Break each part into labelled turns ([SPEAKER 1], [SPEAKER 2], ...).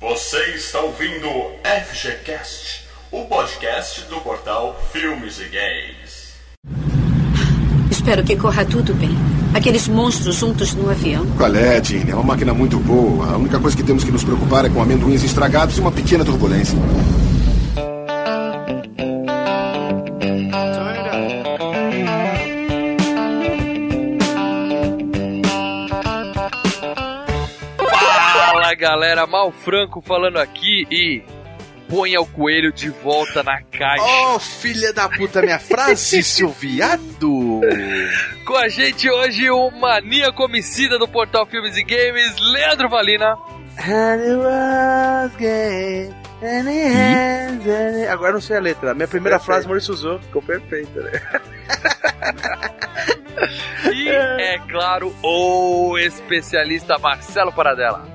[SPEAKER 1] Você está ouvindo FGCast, o podcast do portal Filmes e Gays.
[SPEAKER 2] Espero que corra tudo bem. Aqueles monstros juntos no avião.
[SPEAKER 3] Qual é, Jane? É uma máquina muito boa. A única coisa que temos que nos preocupar é com amendoins estragados e uma pequena turbulência.
[SPEAKER 4] Fala galera, Mal Franco falando aqui e ponha o coelho de volta na caixa.
[SPEAKER 5] Oh, filha da puta, minha frase, seu viado!
[SPEAKER 4] Com a gente hoje o mania comicida do portal Filmes e Games, Leandro Valina.
[SPEAKER 5] Agora eu não sei a letra. Minha primeira frase Maurício usou. Ficou perfeita, né?
[SPEAKER 4] E é claro, o especialista Marcelo Paradela.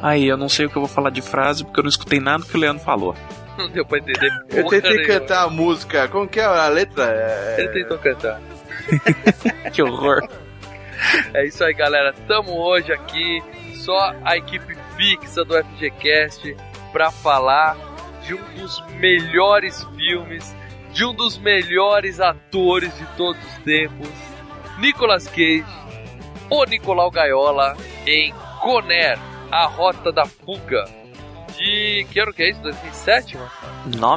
[SPEAKER 6] Aí, eu não sei o que eu vou falar de frase porque eu não escutei nada que o Leandro falou.
[SPEAKER 4] Não deu pra entender.
[SPEAKER 5] Eu
[SPEAKER 4] porra
[SPEAKER 5] tentei
[SPEAKER 4] nenhuma.
[SPEAKER 5] cantar a música. Como que é a letra? É-
[SPEAKER 4] Ele tentou cantar.
[SPEAKER 6] Que horror.
[SPEAKER 4] É isso aí, galera. Tamo hoje aqui, só a equipe fixa do FGCast, pra falar de um dos melhores filmes, de um dos melhores atores de todos os tempos, Nicolas Cage, o Nicolau Gaiola, em Conner, A Rota da Fuga. De que ano que é isso? 2007, mano?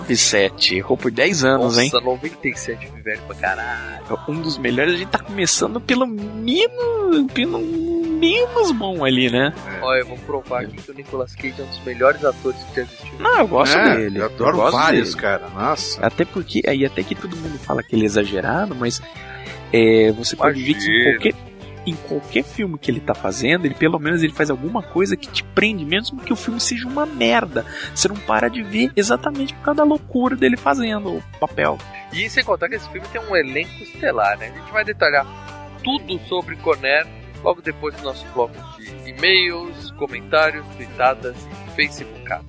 [SPEAKER 6] 9-7. Errou por 10 anos, hein?
[SPEAKER 4] Nossa, 97, velho, pra caralho.
[SPEAKER 6] Um dos melhores. A gente tá começando pelo menos. Pelo menos bom ali, né?
[SPEAKER 4] Olha, eu vou provar aqui que o Nicolas Cage é um dos melhores atores que já existiu.
[SPEAKER 6] Não, eu gosto
[SPEAKER 5] É,
[SPEAKER 6] dele.
[SPEAKER 5] Eu adoro
[SPEAKER 6] gosto
[SPEAKER 5] vários,
[SPEAKER 6] dele.
[SPEAKER 5] cara. Nossa.
[SPEAKER 6] Até porque. Aí, até que todo mundo fala que ele é exagerado, mas. É, você pode ver que em
[SPEAKER 4] Imagina.
[SPEAKER 6] qualquer, em qualquer filme que ele tá fazendo, ele pelo menos ele faz alguma coisa que te prende, mesmo que o filme seja uma merda. Você não para de ver exatamente por causa da loucura dele fazendo o papel.
[SPEAKER 4] E sem contar que esse filme tem um elenco estelar, né? A gente vai detalhar tudo sobre Conner logo depois do nosso bloco de e-mails, comentários, tweetadas e facebookadas.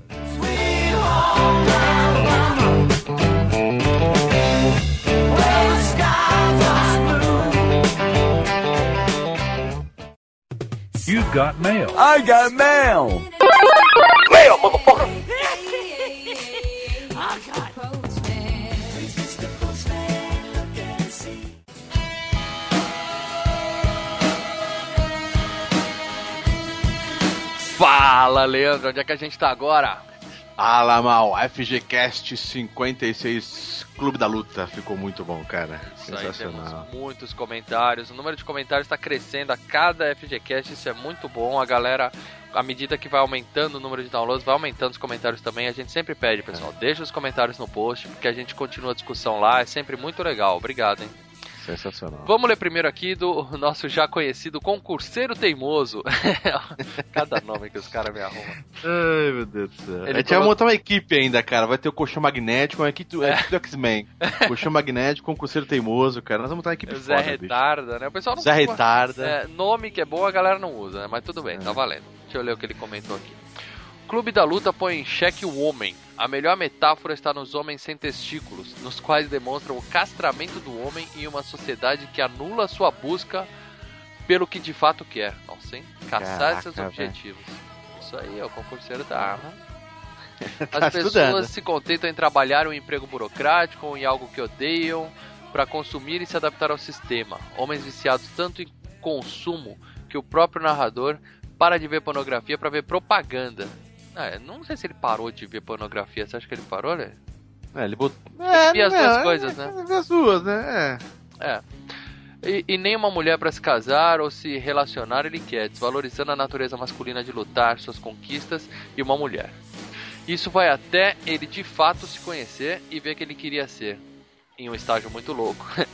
[SPEAKER 4] Fala, Leandro, onde é que a gente tá agora?
[SPEAKER 5] Ala mal, FGCast 56 Clube da Luta. Ficou muito bom, cara.
[SPEAKER 4] Isso aí,
[SPEAKER 5] Sensacional.
[SPEAKER 4] temos muitos comentários. O número de comentários está crescendo a cada FGCast, isso é muito bom. A galera, à medida que vai aumentando o número de downloads, vai aumentando os comentários também. A gente sempre pede, pessoal, deixa os comentários no post, porque a gente continua a discussão lá. É sempre muito legal. Obrigado, hein?
[SPEAKER 5] Sensacional.
[SPEAKER 4] Vamos ler primeiro aqui do nosso já conhecido concurseiro teimoso. Cada nome que os caras me arrumam.
[SPEAKER 5] Ai, meu Deus do céu.
[SPEAKER 4] Ele
[SPEAKER 5] a gente vai
[SPEAKER 4] colocou-
[SPEAKER 5] montar uma equipe ainda, cara. Vai ter o colchão magnético, uma equipe do, é a equipe do X-Men. colchão magnético, concurseiro teimoso, cara. Nós vamos montar uma equipe
[SPEAKER 4] O Zé
[SPEAKER 5] É foda, bicho.
[SPEAKER 4] Retarda, né? O pessoal não
[SPEAKER 5] Zé né? Retarda.
[SPEAKER 4] É, nome que é bom a galera não usa, né? Mas tudo
[SPEAKER 5] É.
[SPEAKER 4] bem, tá valendo. Deixa eu ler o que ele comentou aqui. Clube da Luta põe em xeque o homem. A melhor metáfora está nos homens sem testículos, nos quais demonstram o castramento do homem em uma sociedade que anula sua busca pelo que de fato quer. Nossa, hein? Caçar
[SPEAKER 5] Caraca,
[SPEAKER 4] seus
[SPEAKER 5] velho.
[SPEAKER 4] objetivos. Isso aí é o concurseiro da arma. As
[SPEAKER 5] Tá
[SPEAKER 4] pessoas
[SPEAKER 5] estudando.
[SPEAKER 4] se contentam em trabalhar um emprego burocrático ou em algo que odeiam para consumir e se adaptar ao sistema. Homens viciados tanto em consumo que o próprio narrador para de ver pornografia para ver propaganda. Ah, eu não sei se ele parou de ver pornografia. Você acha que ele parou, né?
[SPEAKER 5] É, ele botou. É,
[SPEAKER 4] vi as
[SPEAKER 5] não,
[SPEAKER 4] duas
[SPEAKER 5] é,
[SPEAKER 4] coisas, né?
[SPEAKER 5] é, As duas, né? É.
[SPEAKER 4] E, e nem uma mulher para se casar ou se relacionar ele quer, desvalorizando a natureza masculina de lutar, suas conquistas e uma mulher. Isso vai até ele de fato se conhecer e ver que ele queria ser, em um estágio muito louco.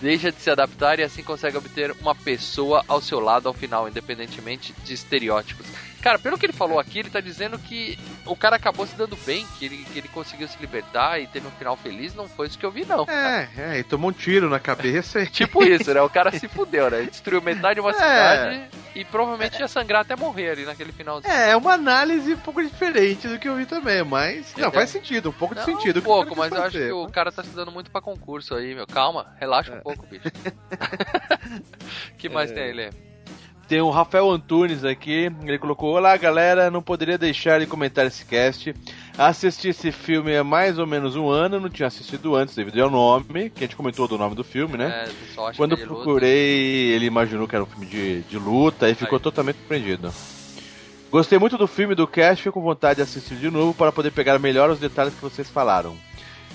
[SPEAKER 4] Deixa de se adaptar e assim consegue obter uma pessoa ao seu lado ao final, independentemente de estereótipos. Cara, pelo que ele falou aqui, ele tá dizendo que o cara acabou se dando bem, que ele, que ele conseguiu se libertar e teve um final feliz, não foi isso que eu vi, não.
[SPEAKER 7] É, é, e tomou um tiro na cabeça. e-
[SPEAKER 4] Tipo isso, né? O cara se fudeu, né? Ele Destruiu metade de uma
[SPEAKER 7] É.
[SPEAKER 4] cidade e provavelmente ia sangrar até morrer ali naquele finalzinho.
[SPEAKER 7] É, é uma análise um pouco diferente do que eu vi também, mas. Não,
[SPEAKER 4] Entendeu?
[SPEAKER 7] faz sentido, um pouco de
[SPEAKER 4] É. Não,
[SPEAKER 7] sentido.
[SPEAKER 4] um
[SPEAKER 7] o que o
[SPEAKER 4] pouco,
[SPEAKER 7] cara
[SPEAKER 4] mas
[SPEAKER 7] quis
[SPEAKER 4] eu acho
[SPEAKER 7] fazer. né?
[SPEAKER 4] que o cara tá estudando muito pra concurso aí, meu. Calma, relaxa
[SPEAKER 7] É.
[SPEAKER 4] um pouco, bicho. que mais tem ele?
[SPEAKER 7] Tem o Rafael Antunes aqui, ele colocou: Olá galera, não poderia deixar de comentar esse cast. Assisti esse filme há mais ou menos um ano, não tinha assistido antes devido ao nome, que a gente comentou do nome do filme, né?
[SPEAKER 4] É, do Socha,
[SPEAKER 7] Quando
[SPEAKER 4] de
[SPEAKER 7] eu
[SPEAKER 4] luta.
[SPEAKER 7] procurei, ele imaginou que era um filme de, de luta e ficou
[SPEAKER 4] Aí.
[SPEAKER 7] totalmente surpreendido. Gostei muito do filme do cast, fico com vontade de assistir de novo para poder pegar melhor os detalhes que vocês falaram.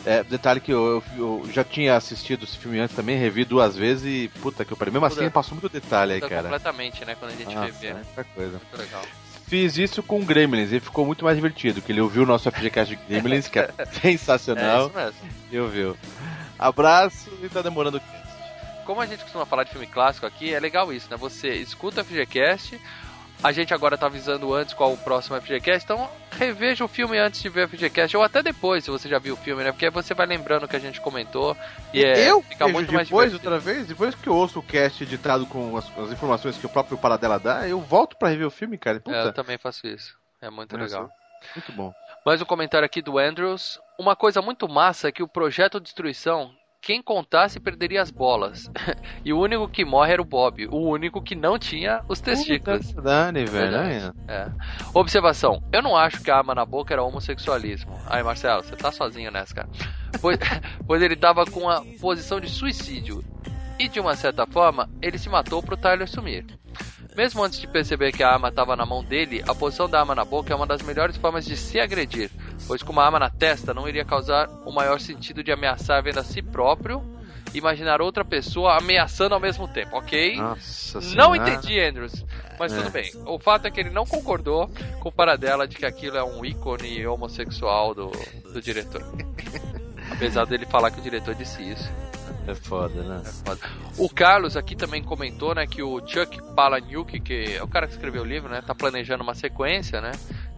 [SPEAKER 7] É, detalhe que eu, eu- eu já tinha assistido esse filme antes também, revi duas vezes e puta que eu pariu. Mesmo assim,
[SPEAKER 4] Puta.
[SPEAKER 7] passou muito detalhe aí,
[SPEAKER 4] Muda
[SPEAKER 7] cara.
[SPEAKER 4] completamente, né? Quando a gente
[SPEAKER 7] Nossa,
[SPEAKER 4] vê, né?
[SPEAKER 7] muita coisa.
[SPEAKER 4] Muito legal.
[SPEAKER 7] Fiz isso com o Gremlins e ficou muito mais divertido, que ele ouviu o nosso FGCast de Gremlins, que é
[SPEAKER 4] É
[SPEAKER 7] sensacional,
[SPEAKER 4] isso mesmo.
[SPEAKER 7] e ouviu. Abraço e tá demorando o cast.
[SPEAKER 4] Como a gente costuma falar de filme clássico aqui, é legal isso, né? Você escuta o FGCast, a gente agora tá avisando antes qual o próximo FGCast, então reveja o filme antes de ver o FGCast, ou até depois, se você já viu o filme, né? Porque aí você vai lembrando o que a gente comentou e é,
[SPEAKER 7] eu
[SPEAKER 4] fica
[SPEAKER 7] vejo
[SPEAKER 4] muito mais
[SPEAKER 7] depois,
[SPEAKER 4] divertido.
[SPEAKER 7] outra vez, depois que eu ouço o cast editado com as, as informações que o próprio Paradela dá, eu volto pra rever o filme, cara. e
[SPEAKER 4] É, eu
[SPEAKER 7] Puta,
[SPEAKER 4] também faço isso. É muito
[SPEAKER 7] Olha
[SPEAKER 4] legal.
[SPEAKER 7] muito bom.
[SPEAKER 4] Mais um comentário aqui do Andrews. Uma coisa muito massa é que o projeto Destruição, quem contasse perderia as bolas. e o único que morre era o Bob, o único que não tinha os testículos.
[SPEAKER 7] Puta, Dani, velho.
[SPEAKER 4] assim. Verdade.
[SPEAKER 7] né?
[SPEAKER 4] É. Observação: eu não acho que a arma na boca era homossexualismo. Aí, Marcelo, você tá sozinho nessa, cara. Pois, pois ele tava com a posição de suicídio. E de uma certa forma, ele se matou pro Tyler sumir. Mesmo antes de perceber que a arma estava na mão dele, a posição da arma na boca é uma das melhores formas de se agredir, pois com uma arma na testa não iria causar o maior sentido de ameaçar vendo a si próprio, imaginar outra pessoa ameaçando ao mesmo tempo, ok?
[SPEAKER 7] Ah, Nossa
[SPEAKER 4] Não
[SPEAKER 7] senhora.
[SPEAKER 4] entendi, Andrews, mas
[SPEAKER 7] É.
[SPEAKER 4] tudo bem. O fato é que ele não concordou com o paradela de que aquilo é um ícone homossexual do, do diretor. Apesar dele falar que o diretor disse isso.
[SPEAKER 7] É foda, né?
[SPEAKER 4] Foda. O Carlos aqui também comentou, né, que o Chuck Palahniuk, que é o cara que escreveu o livro, né, tá planejando uma sequência, né?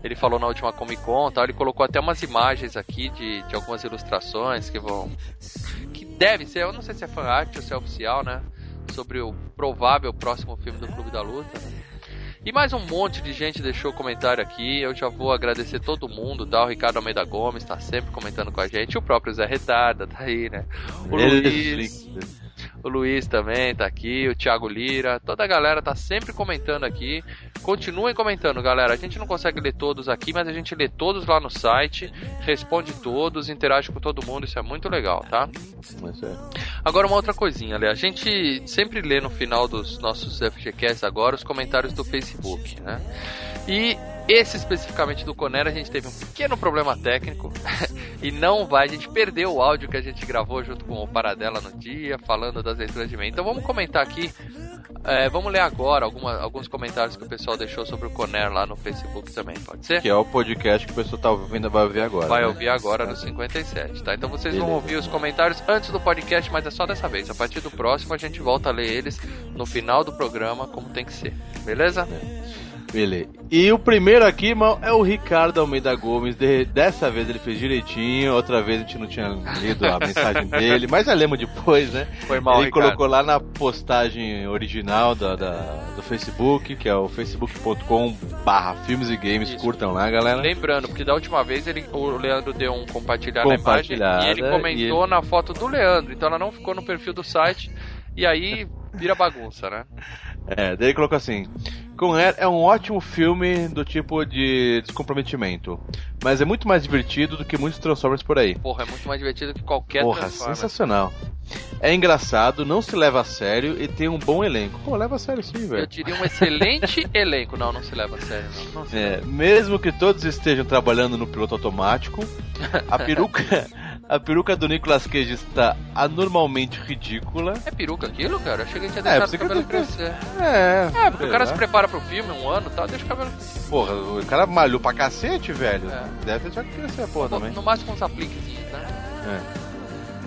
[SPEAKER 4] Ele falou na última Comic Con, tal, ele colocou até umas imagens aqui de, de algumas ilustrações que vão que deve ser, eu não sei se é fan art ou se é oficial, né, sobre o provável próximo filme do Clube da Luta. né. E mais um monte de gente deixou comentário aqui. Eu já vou agradecer todo mundo, tá? O Ricardo Almeida Gomes tá sempre comentando com a gente. O próprio Zé Retarda tá aí, né? O Luiz. O Luiz também tá aqui, o Thiago Lira, toda a galera tá sempre comentando aqui. Continuem comentando, galera. A gente não consegue ler todos aqui, mas a gente lê todos lá no site, responde todos, interage com todo mundo, isso é muito legal, tá?
[SPEAKER 7] Mas é.
[SPEAKER 4] Agora uma outra coisinha, Lê. A gente sempre lê no final dos nossos FGCasts agora os comentários do Facebook, né? E esse especificamente do Conera, a gente teve um pequeno problema técnico e não vai, a gente perdeu o áudio que a gente gravou junto com o Paradela no dia, falando das leituras de meio. Então vamos comentar aqui, é, vamos ler agora alguma- alguns comentários que o pessoal deixou sobre o Conera lá no Facebook também, pode ser?
[SPEAKER 7] Que é o podcast que o pessoal tá ouvindo vai ouvir agora.
[SPEAKER 4] Vai
[SPEAKER 7] né?
[SPEAKER 4] ouvir agora no 57, tá? Então vocês vão
[SPEAKER 7] Beleza.
[SPEAKER 4] ouvir os comentários antes do podcast, mas é só dessa vez. A partir do próximo a gente volta a ler eles no final do programa, como tem que ser. Beleza?
[SPEAKER 7] Beleza. E o primeiro aqui, irmão, é o Ricardo Almeida Gomes. De- dessa vez ele fez direitinho, outra vez a gente não tinha lido a mensagem dele, mas já lemos depois, né?
[SPEAKER 4] Foi mal,
[SPEAKER 7] ele
[SPEAKER 4] Ricardo.
[SPEAKER 7] colocou lá na postagem original da, da- do Facebook, que é o facebook.com barra filmes e games,
[SPEAKER 4] Isso.
[SPEAKER 7] curtam lá, né? galera.
[SPEAKER 4] Lembrando, porque da última vez ele, o Leandro deu um compartilhar na imagem
[SPEAKER 7] Compartilhada,
[SPEAKER 4] e ele comentou na foto do Leandro, então ela não ficou no perfil do site e aí vira bagunça, né?
[SPEAKER 7] É, daí ele colocou assim: Con Air é um ótimo filme do tipo de descomprometimento, mas é muito mais divertido do que muitos Transformers por aí.
[SPEAKER 4] Porra, é muito mais divertido que qualquer
[SPEAKER 7] Porra,
[SPEAKER 4] Transformers.
[SPEAKER 7] sensacional. É engraçado, não se leva a sério e tem um bom elenco. Pô, leva a sério sim,
[SPEAKER 4] Eu
[SPEAKER 7] velho.
[SPEAKER 4] diria um excelente elenco. Não, não se leva a sério, não. não se
[SPEAKER 7] É, mesmo que todos estejam trabalhando no piloto automático, a peruca, a peruca do Nicolas Cage está anormalmente ridícula.
[SPEAKER 4] É peruca aquilo, cara? Eu achei que a gente ia deixar
[SPEAKER 7] pensei
[SPEAKER 4] o
[SPEAKER 7] que eu
[SPEAKER 4] cabelo
[SPEAKER 7] tô-
[SPEAKER 4] crescer.
[SPEAKER 7] É,
[SPEAKER 4] É, porque o cara se prepara pro filme um ano e tal, deixa o cabelo.
[SPEAKER 7] Porra, o cara malhou pra cacete, velho.
[SPEAKER 4] É.
[SPEAKER 7] Deve deixar que crescer a porra
[SPEAKER 4] No,
[SPEAKER 7] também.
[SPEAKER 4] no máximo uns apliquezinhos, né?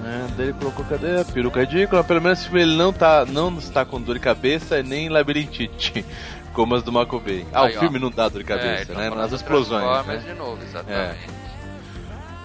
[SPEAKER 7] É, daí ele colocou, cadê a é peruca ridícula? Pelo menos ele não, tá, não está com dor de cabeça e nem labirintite. Gomas do Michael Bay. Ah,
[SPEAKER 4] Aí,
[SPEAKER 7] o
[SPEAKER 4] ó.
[SPEAKER 7] filme não dá dor de
[SPEAKER 4] É,
[SPEAKER 7] cabeça,
[SPEAKER 4] então
[SPEAKER 7] né?
[SPEAKER 4] falando
[SPEAKER 7] Nas
[SPEAKER 4] do
[SPEAKER 7] explosões.
[SPEAKER 4] Transformers
[SPEAKER 7] Né? É.
[SPEAKER 4] de novo, exatamente.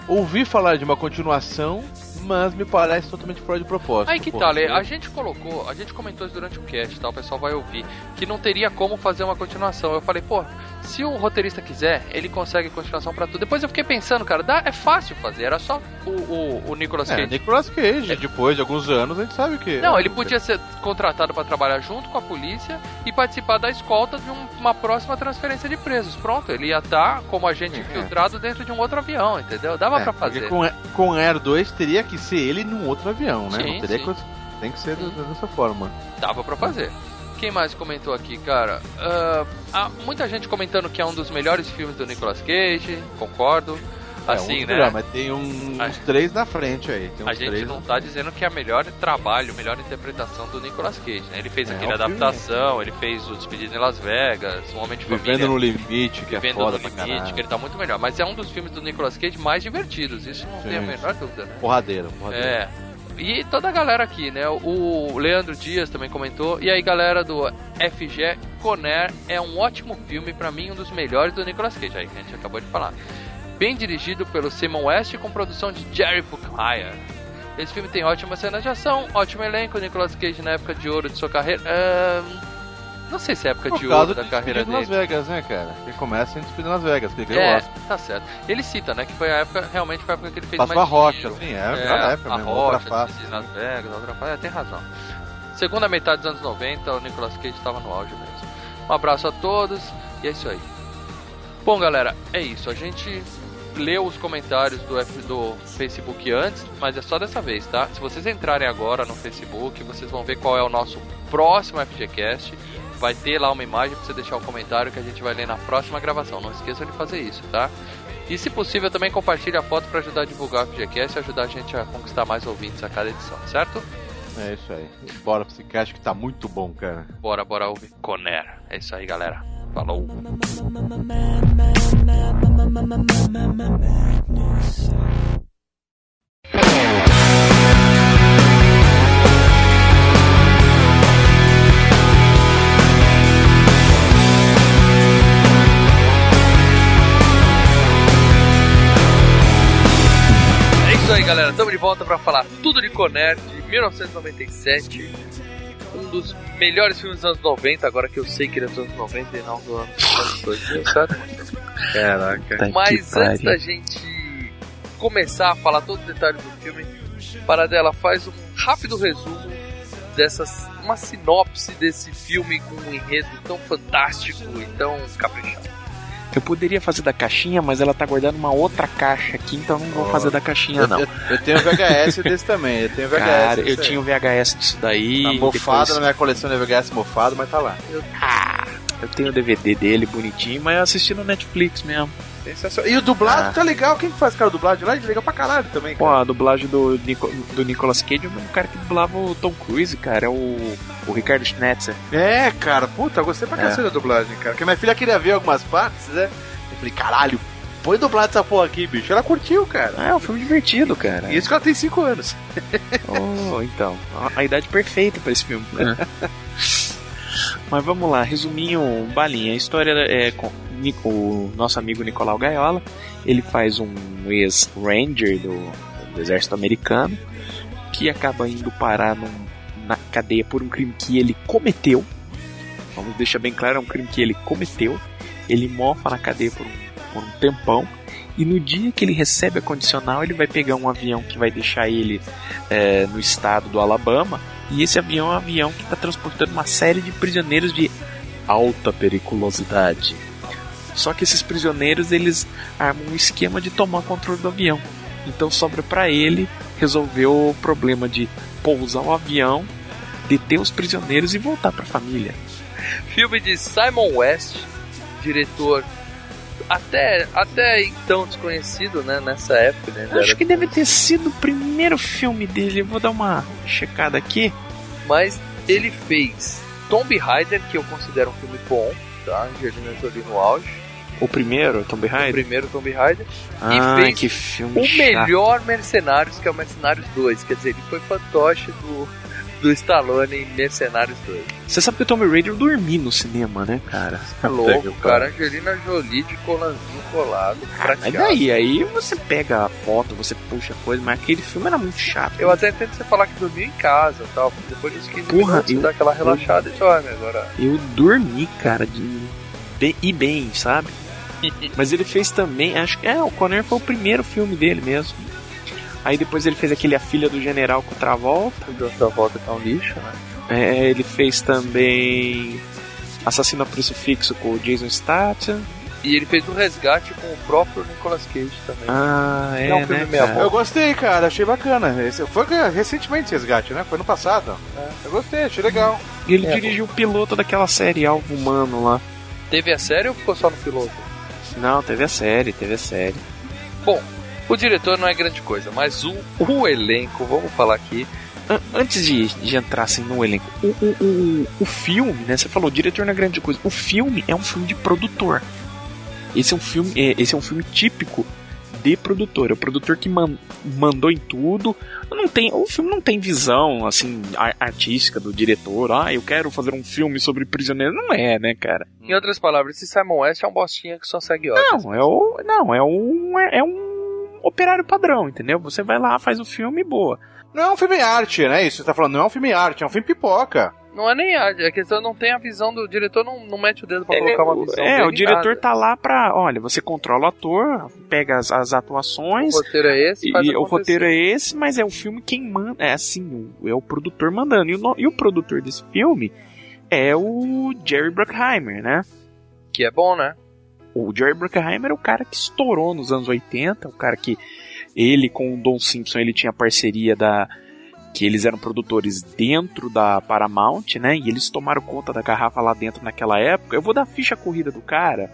[SPEAKER 7] Ouvi falar de uma continuação, mas me parece totalmente fora de propósito.
[SPEAKER 4] Aí que
[SPEAKER 7] Pô,
[SPEAKER 4] tal, Lê?
[SPEAKER 7] né?
[SPEAKER 4] a gente colocou, a gente comentou isso durante o cast, tá? O pessoal vai ouvir, que não teria como fazer uma continuação. Eu falei, pô, se o roteirista quiser, ele consegue continuação pra tudo. Depois eu fiquei pensando, cara, dá, é fácil fazer, era só o, o, o Nicolas
[SPEAKER 7] É,
[SPEAKER 4] Cage.
[SPEAKER 7] Nicolas Cage, depois de alguns anos, a gente sabe o que.
[SPEAKER 4] Não, ele podia ser contratado pra trabalhar junto com a polícia e participar da escolta de um- uma próxima transferência de presos. Pronto, ele ia estar como agente
[SPEAKER 7] É.
[SPEAKER 4] infiltrado dentro de um outro avião, entendeu? Dava
[SPEAKER 7] É,
[SPEAKER 4] pra
[SPEAKER 7] porque
[SPEAKER 4] fazer.
[SPEAKER 7] Com, com Air 2 teria que ser ele num outro avião, né?
[SPEAKER 4] Sim,
[SPEAKER 7] Não teria
[SPEAKER 4] sim.
[SPEAKER 7] que- tem que ser de- dessa forma.
[SPEAKER 4] Dava pra fazer. Quem mais comentou aqui, cara? Ah, há muita gente comentando que é um dos melhores filmes do Nicolas Cage, concordo. Assim,
[SPEAKER 7] é, um
[SPEAKER 4] né?
[SPEAKER 7] drama, tem um-
[SPEAKER 4] A-
[SPEAKER 7] uns três na frente aí. Tem uns
[SPEAKER 4] A gente
[SPEAKER 7] um três né?
[SPEAKER 4] não tá dizendo que é a melhor trabalho, a melhor interpretação do Nicolas Cage, né? Ele fez
[SPEAKER 7] É,
[SPEAKER 4] aquele
[SPEAKER 7] é um filme.
[SPEAKER 4] adaptação, ele fez o Despedido em Las Vegas, um Homem de Família.
[SPEAKER 7] Vivendo no limite, que é
[SPEAKER 4] Vivendo
[SPEAKER 7] foda
[SPEAKER 4] no
[SPEAKER 7] pra
[SPEAKER 4] limite,
[SPEAKER 7] caralho.
[SPEAKER 4] que ele tá muito melhor. Mas é um dos filmes do Nicolas Cage mais divertidos, isso não tem a
[SPEAKER 7] Sim.
[SPEAKER 4] menor dúvida, né?
[SPEAKER 7] Porradeira, porradeira.
[SPEAKER 4] É. E toda a galera aqui, né? O Leandro Dias também comentou. E aí, galera do FG, Conair é um ótimo filme, pra mim, um dos melhores do Nicolas Cage, aí que a gente acabou de falar. Bem dirigido pelo Simon West com produção de Jerry Bruckheimer. Esse filme tem ótimas cenas de ação, ótimo elenco, Nicolas Cage na época de ouro de sua carreira. Ahn, não sei se é época
[SPEAKER 7] Por
[SPEAKER 4] de
[SPEAKER 7] causa
[SPEAKER 4] ouro da
[SPEAKER 7] do
[SPEAKER 4] carreira
[SPEAKER 7] Despedido em
[SPEAKER 4] dele.
[SPEAKER 7] Las Vegas, né, cara? Ele começa em Despedido em Las Vegas, que ele ganhou o
[SPEAKER 4] É,
[SPEAKER 7] Oscar.
[SPEAKER 4] tá certo. Ele cita, né, que foi a época, realmente foi a época que ele fez
[SPEAKER 7] Passou
[SPEAKER 4] mais
[SPEAKER 7] a rocha,
[SPEAKER 4] dinheiro.
[SPEAKER 7] assim, é,
[SPEAKER 4] É,
[SPEAKER 7] aquela época
[SPEAKER 4] a
[SPEAKER 7] mesmo, outra
[SPEAKER 4] rocha,
[SPEAKER 7] face.
[SPEAKER 4] Despedido em Las Vegas, outra face, é, tem razão. Segunda metade dos anos 90, o Nicolas Cage estava no auge mesmo. Um abraço a todos e é isso aí. Bom, galera, é isso. A gente leu os comentários do, F- do Facebook antes, mas é só dessa vez, tá? Se vocês entrarem agora no Facebook, vocês vão ver qual é o nosso próximo FGCast. Vai ter lá uma imagem pra você deixar o comentário que a gente vai ler na próxima gravação. Não esqueçam de fazer isso, tá? E se possível, também compartilhe a foto pra ajudar a divulgar o FGCast e ajudar a gente a conquistar mais ouvintes a cada edição, certo?
[SPEAKER 7] É isso aí. Bora pra esse caixa que tá muito bom, cara.
[SPEAKER 4] Bora, bora ouvir Conera. É isso aí, galera. Falou. É isso aí, galera. Estamos de volta para falar tudo de Conner de 1997. Um dos melhores filmes dos anos 90, agora que eu sei que ele é dos anos 90 e não dos tá anos 2000, sabe?
[SPEAKER 7] Caraca.
[SPEAKER 6] Tá que
[SPEAKER 4] Mas antes
[SPEAKER 6] pariu.
[SPEAKER 4] da gente começar a falar todo o detalhe do filme, Paradela faz um rápido resumo dessas uma sinopse desse filme com um enredo tão fantástico e tão caprichado.
[SPEAKER 6] Eu poderia fazer da caixinha, mas ela tá guardando uma outra caixa aqui, então eu não vou
[SPEAKER 7] Ó.
[SPEAKER 6] fazer da caixinha, não.
[SPEAKER 7] Eu, eu tenho um VHS desse também. Eu tenho um VHS.
[SPEAKER 6] Cara,
[SPEAKER 7] desse
[SPEAKER 6] eu
[SPEAKER 7] aí.
[SPEAKER 6] tinha o VHS disso daí.
[SPEAKER 7] Tá mofado
[SPEAKER 6] depois-
[SPEAKER 7] na minha coleção de VHS mofado, mas tá lá.
[SPEAKER 6] Ah, eu tenho o DVD dele bonitinho, mas eu assisti no Netflix mesmo.
[SPEAKER 7] Sensacional. E o dublado
[SPEAKER 6] Ah.
[SPEAKER 7] tá legal. Quem que faz cara o dublado lá? Ele é legal pra caralho também.
[SPEAKER 6] Pô,
[SPEAKER 7] Cara.
[SPEAKER 6] a dublagem do, Nico- do Nicolas Cage é o mesmo cara que dublava o Tom Cruise, cara. É o, o Ricardo Schnetzer.
[SPEAKER 7] É, cara, puta, eu gostei pra
[SPEAKER 6] É.
[SPEAKER 7] cacete da dublagem, cara. Porque minha filha queria ver algumas partes, né? Eu falei, caralho, põe dublado essa porra aqui, bicho. Ela curtiu, cara.
[SPEAKER 6] Ah, é um filme divertido, cara.
[SPEAKER 7] E Isso que ela tem 5 anos.
[SPEAKER 6] Oh, então. A, a idade perfeita pra esse filme. né? Mas vamos lá, resuminho, balinha. A história é com Nic- o nosso amigo Nicolau Gaiola. Ele faz um ex-ranger do, do exército americano que acaba indo parar num- na cadeia por um crime que ele cometeu. Vamos deixar bem claro, é um crime que ele cometeu. Ele mofa na cadeia por um, por um tempão. E no dia que ele recebe a condicional, ele vai pegar um avião que vai deixar ele é, no estado do Alabama. E esse avião é um avião que está transportando uma série de prisioneiros de alta periculosidade. Só que esses prisioneiros eles armam um esquema de tomar o controle do avião. Então sobra para ele resolver o problema de pousar o avião, deter os prisioneiros e voltar para a família.
[SPEAKER 4] Filme de Simon West, diretor até, até então desconhecido, né? Nessa época, né?
[SPEAKER 6] Eu acho que deve ter sido o primeiro filme dele. Eu vou dar uma checada aqui.
[SPEAKER 4] mas ele fez Tomb Raider, que eu considero um filme bom, tá? Angelina Jolie no auge,
[SPEAKER 6] O primeiro, Tomb
[SPEAKER 4] o
[SPEAKER 6] Raider.
[SPEAKER 4] primeiro Tomb Raider.
[SPEAKER 6] Ah,
[SPEAKER 4] fez
[SPEAKER 6] que filme
[SPEAKER 4] O
[SPEAKER 6] chato.
[SPEAKER 4] melhor Mercenários, que é o Mercenários 2, quer dizer, ele foi fantoche do, do Stallone em Mercenários 2.
[SPEAKER 6] Você sabe que o Tomb Raider eu dormi no cinema, né, cara?
[SPEAKER 4] É louco,
[SPEAKER 5] que
[SPEAKER 4] cara. Angelina Jolie de colanzinho colado,
[SPEAKER 6] Ah, Mas
[SPEAKER 4] prateado.
[SPEAKER 6] daí, aí você pega a foto, você puxa coisa, mas aquele filme era muito chato.
[SPEAKER 4] Eu até entendo você falar que dormiu em casa tal. Depois dos 15
[SPEAKER 6] Porra,
[SPEAKER 4] minutos, você
[SPEAKER 6] eu-
[SPEAKER 4] dá aquela relaxada e dorme agora.
[SPEAKER 6] Eu dormi, cara, de, de e bem, sabe? Mas ele fez também, acho que é, o Conner foi o primeiro filme dele mesmo. Aí depois ele fez aquele A Filha do General com o Travolta.
[SPEAKER 4] O John Travolta tá um lixo, né?
[SPEAKER 6] É, ele fez também Assassino a Crucifixo com o Jason Statham.
[SPEAKER 4] E ele fez um resgate com o próprio Nicolas Cage também.
[SPEAKER 6] Ah, é,
[SPEAKER 4] Não, um filme
[SPEAKER 6] né,
[SPEAKER 4] meia
[SPEAKER 6] cara?
[SPEAKER 5] Eu gostei, cara, achei bacana. Esse- foi que- recentemente esse resgate, né? Foi no passado.
[SPEAKER 6] É.
[SPEAKER 5] Eu gostei, achei legal.
[SPEAKER 6] E Ele
[SPEAKER 4] É,
[SPEAKER 6] dirigiu o piloto daquela série Alvo Humano lá.
[SPEAKER 4] Teve a série ou ficou só no piloto?
[SPEAKER 6] Não, teve a série, teve a série.
[SPEAKER 4] O diretor não é grande coisa, mas o, o elenco, vamos falar aqui.
[SPEAKER 6] An- antes de, de entrar assim no elenco, o, o, o, o filme, né? Você falou, o diretor não é grande coisa. O filme é um filme de produtor. Esse é um filme, é, esse é um filme típico de produtor. É o produtor que man- mandou em tudo. Não tem, o filme não tem visão assim ar- artística do diretor. Ah, eu quero fazer um filme sobre prisioneiro. Não é, né, cara?
[SPEAKER 4] Em outras palavras, esse Simon West é um bostinha que só segue ordens.
[SPEAKER 6] Não, é o, não, é um, é um operário padrão, entendeu? Você vai lá, faz o filme e boa.
[SPEAKER 5] Não é um filme em arte, né? Isso que você tá falando, não é um filme em arte, é um filme pipoca.
[SPEAKER 4] Não é nem a, a questão não tem a visão do o diretor, não, não mete o dedo pra
[SPEAKER 6] É,
[SPEAKER 4] colocar
[SPEAKER 6] o-
[SPEAKER 4] uma visão.
[SPEAKER 6] É,
[SPEAKER 4] dele
[SPEAKER 6] o
[SPEAKER 4] em
[SPEAKER 6] diretor
[SPEAKER 4] nada.
[SPEAKER 6] tá lá pra. Olha, você controla o ator, pega as, as atuações.
[SPEAKER 4] O roteiro é esse,
[SPEAKER 6] tá E
[SPEAKER 4] faz
[SPEAKER 6] o
[SPEAKER 4] acontecer.
[SPEAKER 6] roteiro é esse, mas é o filme quem manda. É assim, o- é o produtor mandando. E o, no- e o produtor desse filme é o Jerry Bruckheimer, né?
[SPEAKER 4] que é bom, né?
[SPEAKER 6] O Jerry Bruckheimer é o cara que estourou nos anos 80, o cara que ele com o Don Simpson, ele tinha parceria da que eles eram produtores dentro da Paramount, né? E eles tomaram conta da garrafa lá dentro naquela época. Eu vou dar ficha corrida do cara.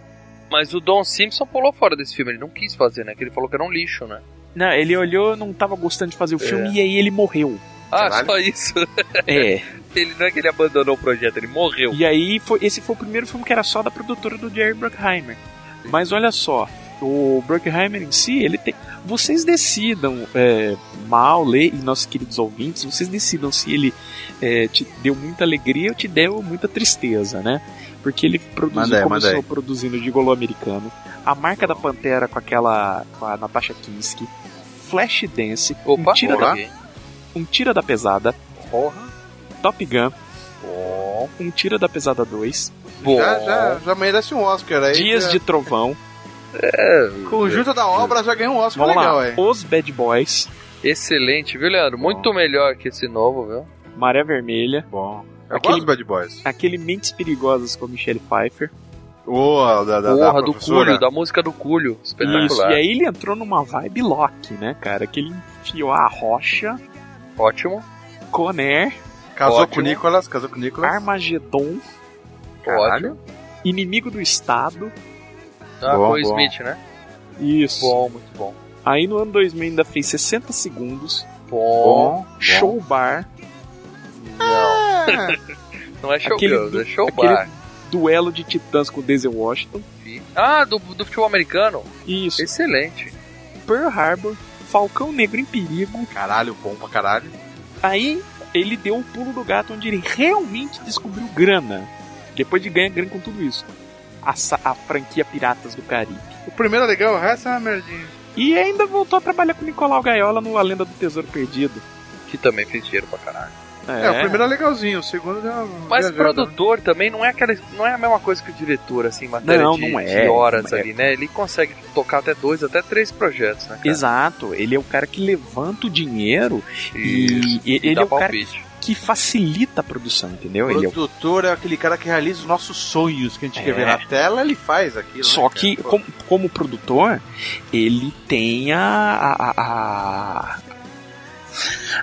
[SPEAKER 4] Mas o Don Simpson pulou fora desse filme, ele não quis fazer, né? Que ele falou que era um lixo, né?
[SPEAKER 6] Não, ele olhou, não tava gostando de fazer o
[SPEAKER 5] É.
[SPEAKER 6] filme e aí ele morreu.
[SPEAKER 4] Ah,
[SPEAKER 5] Caralho.
[SPEAKER 4] só isso.
[SPEAKER 6] É.
[SPEAKER 4] Ele não é que ele abandonou o projeto, ele morreu.
[SPEAKER 6] e aí foi, esse foi o primeiro filme que era só da produtora do Jerry Bruckheimer. Mas olha só, o Bruckheimer em si, ele tem. Vocês decidam, é, mal, lê, e nossos queridos ouvintes, vocês decidam se ele é, te deu muita alegria ou te deu muita tristeza, né? Porque ele
[SPEAKER 5] Manda
[SPEAKER 6] produziu,
[SPEAKER 5] aí, manda
[SPEAKER 6] começou
[SPEAKER 5] aí.
[SPEAKER 6] produzindo de golo americano, a marca da Pantera com aquela. com a Natasha Kinski, Flashdance,
[SPEAKER 4] Opa,
[SPEAKER 6] um tira, da,
[SPEAKER 4] ok.
[SPEAKER 6] um tira da pesada,
[SPEAKER 4] Porra.
[SPEAKER 6] Top Gun.
[SPEAKER 4] Bom.
[SPEAKER 6] Um Tira da Pesada 2,
[SPEAKER 4] Bom.
[SPEAKER 5] Já, já, já merece um Oscar aí.
[SPEAKER 7] né?
[SPEAKER 6] Dias
[SPEAKER 5] já-
[SPEAKER 6] de Trovão,
[SPEAKER 5] Conjunto da obra já ganhou um Oscar
[SPEAKER 6] vamos
[SPEAKER 5] legal,
[SPEAKER 6] lá,
[SPEAKER 5] hein?
[SPEAKER 6] Os Bad Boys,
[SPEAKER 4] Excelente, viu, Leandro? Muito melhor que esse novo, viu?
[SPEAKER 6] Maré Vermelha,
[SPEAKER 5] Bom. Eu
[SPEAKER 6] Aquele-
[SPEAKER 5] gosto dos Bad Boys.
[SPEAKER 6] aquele Mentes Perigosas com a Michelle Pfeiffer.
[SPEAKER 5] Ô, da, da, da
[SPEAKER 4] Porra, do
[SPEAKER 5] professora.
[SPEAKER 4] culho, da música do culho.
[SPEAKER 6] Isso, e
[SPEAKER 4] Espetacular.
[SPEAKER 6] aí ele entrou numa vibe Loki, né, cara? Que ele enfiou a rocha,
[SPEAKER 4] Ótimo.
[SPEAKER 6] Conair,
[SPEAKER 5] Casou com
[SPEAKER 4] Ótimo.
[SPEAKER 5] o Nicolas, casou com o Nicolas.
[SPEAKER 6] Armagedon,
[SPEAKER 5] Caralho.
[SPEAKER 4] Ótimo.
[SPEAKER 6] Inimigo do Estado.
[SPEAKER 4] Ah,
[SPEAKER 5] Bom,
[SPEAKER 4] com o
[SPEAKER 5] bom.
[SPEAKER 4] Smith, né?
[SPEAKER 6] Isso.
[SPEAKER 4] Bom, muito bom.
[SPEAKER 6] Aí no ano 2000 ainda fez 60 Segundos,
[SPEAKER 4] Bom.
[SPEAKER 6] Show Bar,
[SPEAKER 4] Não, não é
[SPEAKER 6] Aquele
[SPEAKER 4] showgirls,
[SPEAKER 6] do-
[SPEAKER 4] é show
[SPEAKER 6] aquele-
[SPEAKER 4] bar.
[SPEAKER 6] Duelo de Titãs com Denzel Washington.
[SPEAKER 4] Ah, do, do futebol americano?
[SPEAKER 6] Isso,
[SPEAKER 4] Excelente.
[SPEAKER 6] Pearl Harbor, Falcão Negro em Perigo.
[SPEAKER 5] Caralho, bom pra caralho.
[SPEAKER 6] Aí ele deu o pulo do gato onde ele realmente descobriu grana. Depois de ganhar grana com tudo isso. A, sa- a franquia Piratas do Caribe.
[SPEAKER 5] O primeiro é legal, o resto é uma merdinha.
[SPEAKER 6] E ainda voltou a trabalhar com Nicolau Gaiola no A Lenda do Tesouro Perdido.
[SPEAKER 4] Que também fez dinheiro pra caralho.
[SPEAKER 5] É, o primeiro é legalzinho, o segundo é uma
[SPEAKER 4] Mas
[SPEAKER 5] viajada.
[SPEAKER 4] produtor também não é aquela, não é a mesma coisa que o diretor, assim, em matéria
[SPEAKER 6] Não,
[SPEAKER 4] de,
[SPEAKER 6] não é,
[SPEAKER 4] de horas
[SPEAKER 6] não é.
[SPEAKER 4] ali, né? Ele consegue tocar até dois, até três projetos, né? cara?
[SPEAKER 6] Exato, ele é o cara que levanta o dinheiro e, e- ele
[SPEAKER 4] dá
[SPEAKER 6] é o cara
[SPEAKER 4] palpite.
[SPEAKER 6] que facilita a produção, entendeu?
[SPEAKER 5] O
[SPEAKER 6] Ele é o-
[SPEAKER 5] produtor é aquele cara que realiza os nossos sonhos que a gente
[SPEAKER 6] É.
[SPEAKER 5] quer ver na tela, ele faz aquilo. né,
[SPEAKER 6] Só
[SPEAKER 5] cara?
[SPEAKER 6] que,
[SPEAKER 5] Pô.
[SPEAKER 6] como, como produtor, ele tem a, a, a, a-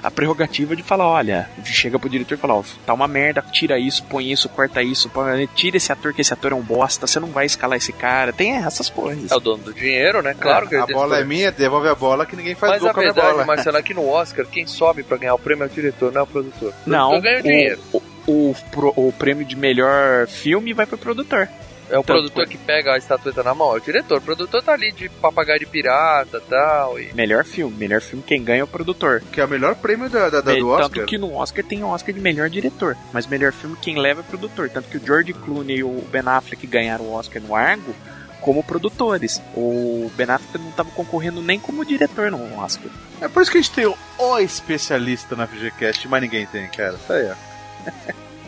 [SPEAKER 6] a prerrogativa de falar: olha, chega pro diretor e fala: ó, tá uma merda, tira isso, põe isso, corta isso, põe- tira esse ator, que esse ator é um bosta, você não vai escalar esse cara. Tem essas coisas.
[SPEAKER 4] É o dono do dinheiro, né? Claro que
[SPEAKER 5] a
[SPEAKER 4] ele
[SPEAKER 5] bola é
[SPEAKER 4] tem-
[SPEAKER 5] minha, devolve a bola que ninguém faz
[SPEAKER 4] Mas
[SPEAKER 5] gol
[SPEAKER 4] a
[SPEAKER 5] com a minha
[SPEAKER 4] verdade,
[SPEAKER 5] bola.
[SPEAKER 4] Marcelo, é que no Oscar, quem sobe pra ganhar o prêmio é o diretor, não é o produtor. O
[SPEAKER 6] não,
[SPEAKER 4] produtor ganha o dinheiro.
[SPEAKER 6] o, o, o pro- o prêmio de melhor filme vai pro produtor.
[SPEAKER 4] É o
[SPEAKER 6] Então,
[SPEAKER 4] produtor
[SPEAKER 6] pô.
[SPEAKER 4] que pega a estatueta na mão, é o diretor. O produtor tá ali de papagaio de pirata tal, e
[SPEAKER 6] Melhor filme, melhor filme quem ganha é o produtor.
[SPEAKER 7] Que é o melhor prêmio da, da- da-
[SPEAKER 6] É,
[SPEAKER 7] Tá do Oscar.
[SPEAKER 6] Tanto que no Oscar tem o Oscar de melhor diretor, mas melhor filme quem leva é o produtor. Tanto que o George Clooney e o Ben Affleck ganharam o Oscar no Argo como produtores. O Ben Affleck não estava concorrendo nem como diretor no Oscar.
[SPEAKER 7] É por isso que a gente tem o, o especialista na FGCast, mas ninguém tem, cara. Isso aí,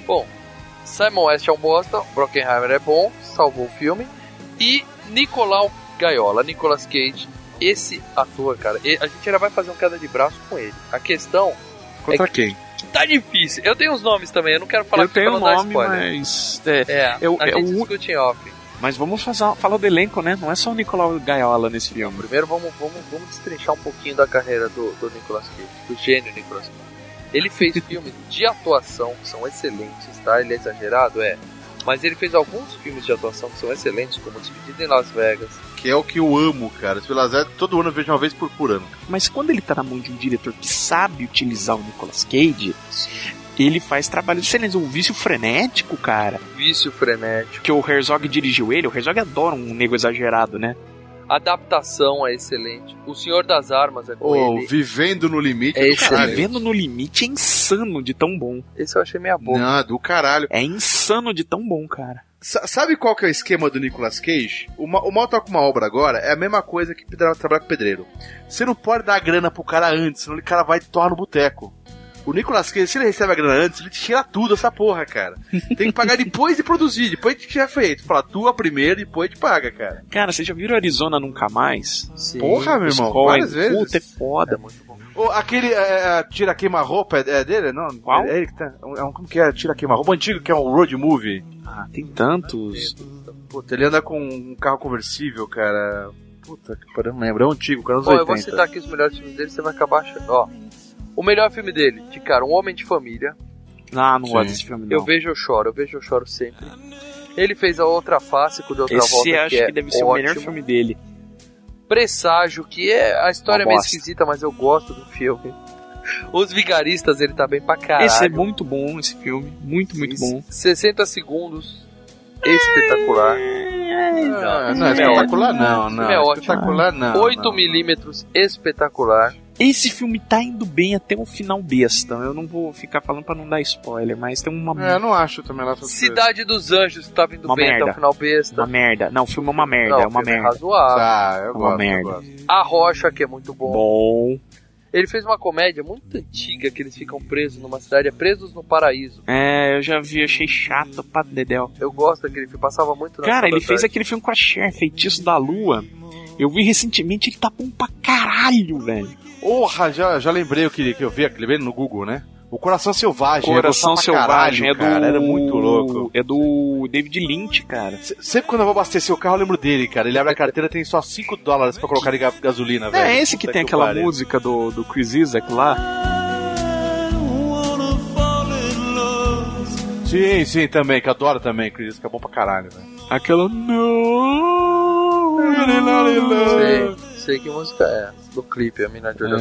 [SPEAKER 7] ó.
[SPEAKER 4] Simon West é um bosta, Brockenheimer é bom, salvou o filme. E Nicolau Gaiola, Nicolas Cage, esse ator, cara, e- a gente ainda vai fazer um queda de braço com ele. A questão
[SPEAKER 7] Contra
[SPEAKER 6] É
[SPEAKER 7] quem?
[SPEAKER 4] tá difícil. Eu tenho os nomes também, eu não quero falar
[SPEAKER 6] Eu
[SPEAKER 4] aqui pra
[SPEAKER 6] tenho o
[SPEAKER 4] não dar
[SPEAKER 6] nome,
[SPEAKER 4] spoiler.
[SPEAKER 6] mas. é,
[SPEAKER 4] É,
[SPEAKER 6] Eu-
[SPEAKER 4] a
[SPEAKER 6] eu-
[SPEAKER 4] gente discute em off.
[SPEAKER 6] mas vamos fazer- falar do elenco, né? Não é só o Nicolau Gaiola nesse filme.
[SPEAKER 4] Primeiro vamos, vamos, vamos destrinchar um pouquinho da carreira do, do Nicolas Cage, do gênio Nicolas Cage. Ele fez filmes de atuação que são excelentes, tá? Ele é exagerado, é. Mas ele fez alguns filmes de atuação que são excelentes, como Despedida em Las Vegas,
[SPEAKER 7] Que é o que eu amo, cara. Esse Vilas Zé, todo ano eu vejo uma vez por, por ano.
[SPEAKER 6] Mas quando ele tá na mão de um diretor que sabe utilizar o Nicolas Cage, ele faz trabalho excelente. Um vício frenético, cara.
[SPEAKER 4] Vício Frenético.
[SPEAKER 6] que o Herzog dirigiu ele, o Herzog adora um nego exagerado, né?
[SPEAKER 4] Adaptação é excelente. O Senhor das Armas é com
[SPEAKER 7] Ô,
[SPEAKER 4] ele.
[SPEAKER 7] vivendo no limite
[SPEAKER 4] É
[SPEAKER 7] do
[SPEAKER 4] esse
[SPEAKER 7] caralho.
[SPEAKER 6] Vivendo Tá no limite é insano de tão bom.
[SPEAKER 4] Esse eu achei meia boca.
[SPEAKER 7] Não, do caralho.
[SPEAKER 6] É insano de tão bom, cara.
[SPEAKER 7] Sa- sabe qual que é o esquema do Nicolas Cage? O, ma o mal tá com uma obra agora, é a mesma coisa que pedra- trabalhar com pedreiro. Você não pode dar a grana pro cara antes, senão o cara vai toar no boteco. O Nicolas Cage, se ele recebe a grana antes, ele tira tudo essa porra, cara. Tem que pagar depois de produzir, depois que tiver feito. Fala, tua primeiro, depois te paga, cara.
[SPEAKER 6] Cara, vocês já viram Arizona Nunca Mais?
[SPEAKER 4] Sim.
[SPEAKER 7] Porra, meu
[SPEAKER 6] O
[SPEAKER 7] irmão,
[SPEAKER 6] Scorsese,
[SPEAKER 7] várias vezes.
[SPEAKER 6] Puta, é foda.
[SPEAKER 4] É muito bom.
[SPEAKER 7] Ô, aquele é, é, Tira Queima Roupa é, é dele? Não,
[SPEAKER 6] Qual?
[SPEAKER 7] É ele que tá. É um, como que é? Tira Queima Roupa antigo, que é um road movie.
[SPEAKER 6] Ah, tem tantos.
[SPEAKER 7] Puta, ele anda com um carro conversível, cara. Puta, que pariu, não lembro. É um antigo, cara, anos
[SPEAKER 4] Ó, eu
[SPEAKER 7] 80.
[SPEAKER 4] vou citar aqui os melhores filmes dele, você vai acabar achando. Ó, o melhor filme dele, de cara, Um Homem de Família.
[SPEAKER 6] Ah, não
[SPEAKER 7] Sim.
[SPEAKER 6] gosto desse filme, não.
[SPEAKER 4] Eu vejo, eu choro, eu vejo, eu choro sempre. Ele fez a outra face com o Doutor
[SPEAKER 6] Esse
[SPEAKER 4] Volta,
[SPEAKER 6] acho
[SPEAKER 4] que,
[SPEAKER 6] que,
[SPEAKER 4] é
[SPEAKER 6] deve ser
[SPEAKER 4] ótimo.
[SPEAKER 6] o melhor filme dele.
[SPEAKER 4] Presságio, que é a história é
[SPEAKER 6] Uma
[SPEAKER 4] meio
[SPEAKER 6] bosta.
[SPEAKER 4] esquisita, mas eu gosto do filme. Os Vigaristas, ele tá bem pra caralho.
[SPEAKER 6] Esse é muito bom, esse filme. Muito, muito bom.
[SPEAKER 4] 60 segundos, espetacular.
[SPEAKER 7] Ah, não, é
[SPEAKER 4] É
[SPEAKER 7] espetacular não, não.
[SPEAKER 4] É ótimo.
[SPEAKER 7] espetacular não.
[SPEAKER 4] 8
[SPEAKER 7] não.
[SPEAKER 4] milímetros, espetacular.
[SPEAKER 6] Esse filme tá indo bem até um final besta. Eu não vou ficar falando pra não dar spoiler, mas tem uma,
[SPEAKER 7] É, eu não acho também lá essas coisas.
[SPEAKER 4] Cidade dos Anjos, tava indo
[SPEAKER 6] Uma
[SPEAKER 4] bem até
[SPEAKER 6] merda.
[SPEAKER 4] o final besta.
[SPEAKER 6] uma merda. Não, o filme é uma merda,
[SPEAKER 4] Não,
[SPEAKER 6] é uma
[SPEAKER 4] filme
[SPEAKER 6] merda.
[SPEAKER 4] razoável.
[SPEAKER 7] Tá, eu
[SPEAKER 6] Uma
[SPEAKER 7] gosto, eu
[SPEAKER 6] merda.
[SPEAKER 7] gosto.
[SPEAKER 4] A Rocha, que é muito bom.
[SPEAKER 6] Bom.
[SPEAKER 4] Ele fez uma comédia muito antiga que eles ficam presos numa cidade, é Presos no Paraíso.
[SPEAKER 6] É, eu já vi, achei chato pra Dedel.
[SPEAKER 4] Eu gosto daquele filme, passava muito na
[SPEAKER 6] Cara, ele
[SPEAKER 4] sessão da
[SPEAKER 6] fez
[SPEAKER 4] tarde.
[SPEAKER 6] aquele filme com a Cher, Feitiço da Lua. Eu vi recentemente, ele tá bom pra caralho, velho.
[SPEAKER 7] Porra, já, já lembrei o que, que eu vi, aquele bem no Google, né? O Coração Selvagem. eu
[SPEAKER 6] Coração
[SPEAKER 7] gostava pra caralho,
[SPEAKER 6] Selvagem é do.
[SPEAKER 7] Cara, era muito louco.
[SPEAKER 6] É do David Lynch, cara.
[SPEAKER 7] Se- Sempre quando eu vou abastecer o carro, eu lembro dele, cara. Ele abre a carteira tem só 5 dólares pra colocar em ga- gasolina,
[SPEAKER 6] Não
[SPEAKER 7] velho.
[SPEAKER 6] é esse que
[SPEAKER 7] Puta
[SPEAKER 6] tem aquela
[SPEAKER 7] pariu.
[SPEAKER 6] música do, do Chris Isaac lá?
[SPEAKER 7] Sim, sim, também, que eu adoro também, Cris. Que é bom pra caralho, velho.
[SPEAKER 6] Aquela. No.
[SPEAKER 4] Sei, sei que música é. Do clipe, a mina de olho
[SPEAKER 6] É.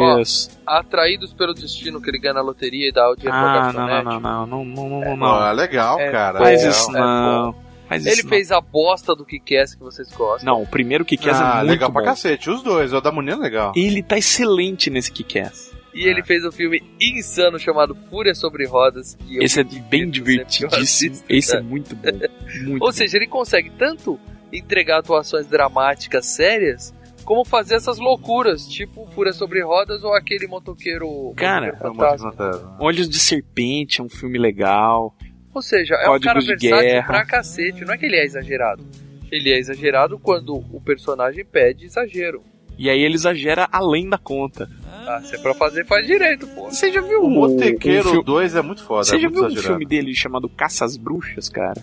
[SPEAKER 4] azul. Ó,
[SPEAKER 6] Isso.
[SPEAKER 4] Atraídos pelo destino que ele ganha na loteria e dá o dinheiro pra né?
[SPEAKER 6] Ah, não, não,
[SPEAKER 4] garçonete.
[SPEAKER 6] não, não, não, não, não, não, não.
[SPEAKER 7] Ah, legal,
[SPEAKER 4] É,
[SPEAKER 7] cara.
[SPEAKER 6] Faz
[SPEAKER 7] legal.
[SPEAKER 6] isso
[SPEAKER 4] é
[SPEAKER 6] não. Faz
[SPEAKER 4] Ele
[SPEAKER 6] isso
[SPEAKER 4] fez a bosta do que quer que vocês gostam.
[SPEAKER 6] não. Não, o primeiro que quer é
[SPEAKER 7] Ah,
[SPEAKER 6] muito
[SPEAKER 7] legal pra
[SPEAKER 6] bom.
[SPEAKER 7] cacete. Os dois, o da Munina é legal.
[SPEAKER 6] Ele tá excelente nesse Kick-Ass.
[SPEAKER 4] E
[SPEAKER 6] Ah.
[SPEAKER 4] ele fez um filme insano chamado Fúria sobre Rodas. que eu
[SPEAKER 6] Esse é
[SPEAKER 4] me divirto
[SPEAKER 6] bem
[SPEAKER 4] sempre que eu
[SPEAKER 6] divertidíssimo.
[SPEAKER 4] assisto,
[SPEAKER 6] Esse é
[SPEAKER 4] cara.
[SPEAKER 6] muito bom. é Muito
[SPEAKER 4] Ou seja, ele consegue tanto entregar atuações dramáticas sérias, como fazer essas loucuras, tipo Fúria sobre Rodas ou aquele motoqueiro.
[SPEAKER 6] Cara,
[SPEAKER 4] motoqueiro
[SPEAKER 7] É um monte de
[SPEAKER 4] fantasma.
[SPEAKER 7] fantasma.
[SPEAKER 6] bom. Olhos de Serpente é um filme legal.
[SPEAKER 4] Ou seja, é um
[SPEAKER 6] Códigos
[SPEAKER 4] cara
[SPEAKER 6] de
[SPEAKER 4] versátil
[SPEAKER 6] guerra.
[SPEAKER 4] pra cacete. Não é que ele é exagerado. Ele é exagerado quando o personagem pede exagero.
[SPEAKER 6] E aí ele exagera além da conta.
[SPEAKER 4] Ah, se é pra fazer, faz direito, pô.
[SPEAKER 6] Você já viu
[SPEAKER 7] O
[SPEAKER 6] um
[SPEAKER 7] Botequeiro
[SPEAKER 6] filme-
[SPEAKER 7] 2 é muito foda.
[SPEAKER 6] Você
[SPEAKER 7] é
[SPEAKER 6] já
[SPEAKER 7] muito
[SPEAKER 6] viu um
[SPEAKER 7] exagerado.
[SPEAKER 6] filme dele chamado Caça às Bruxas, cara?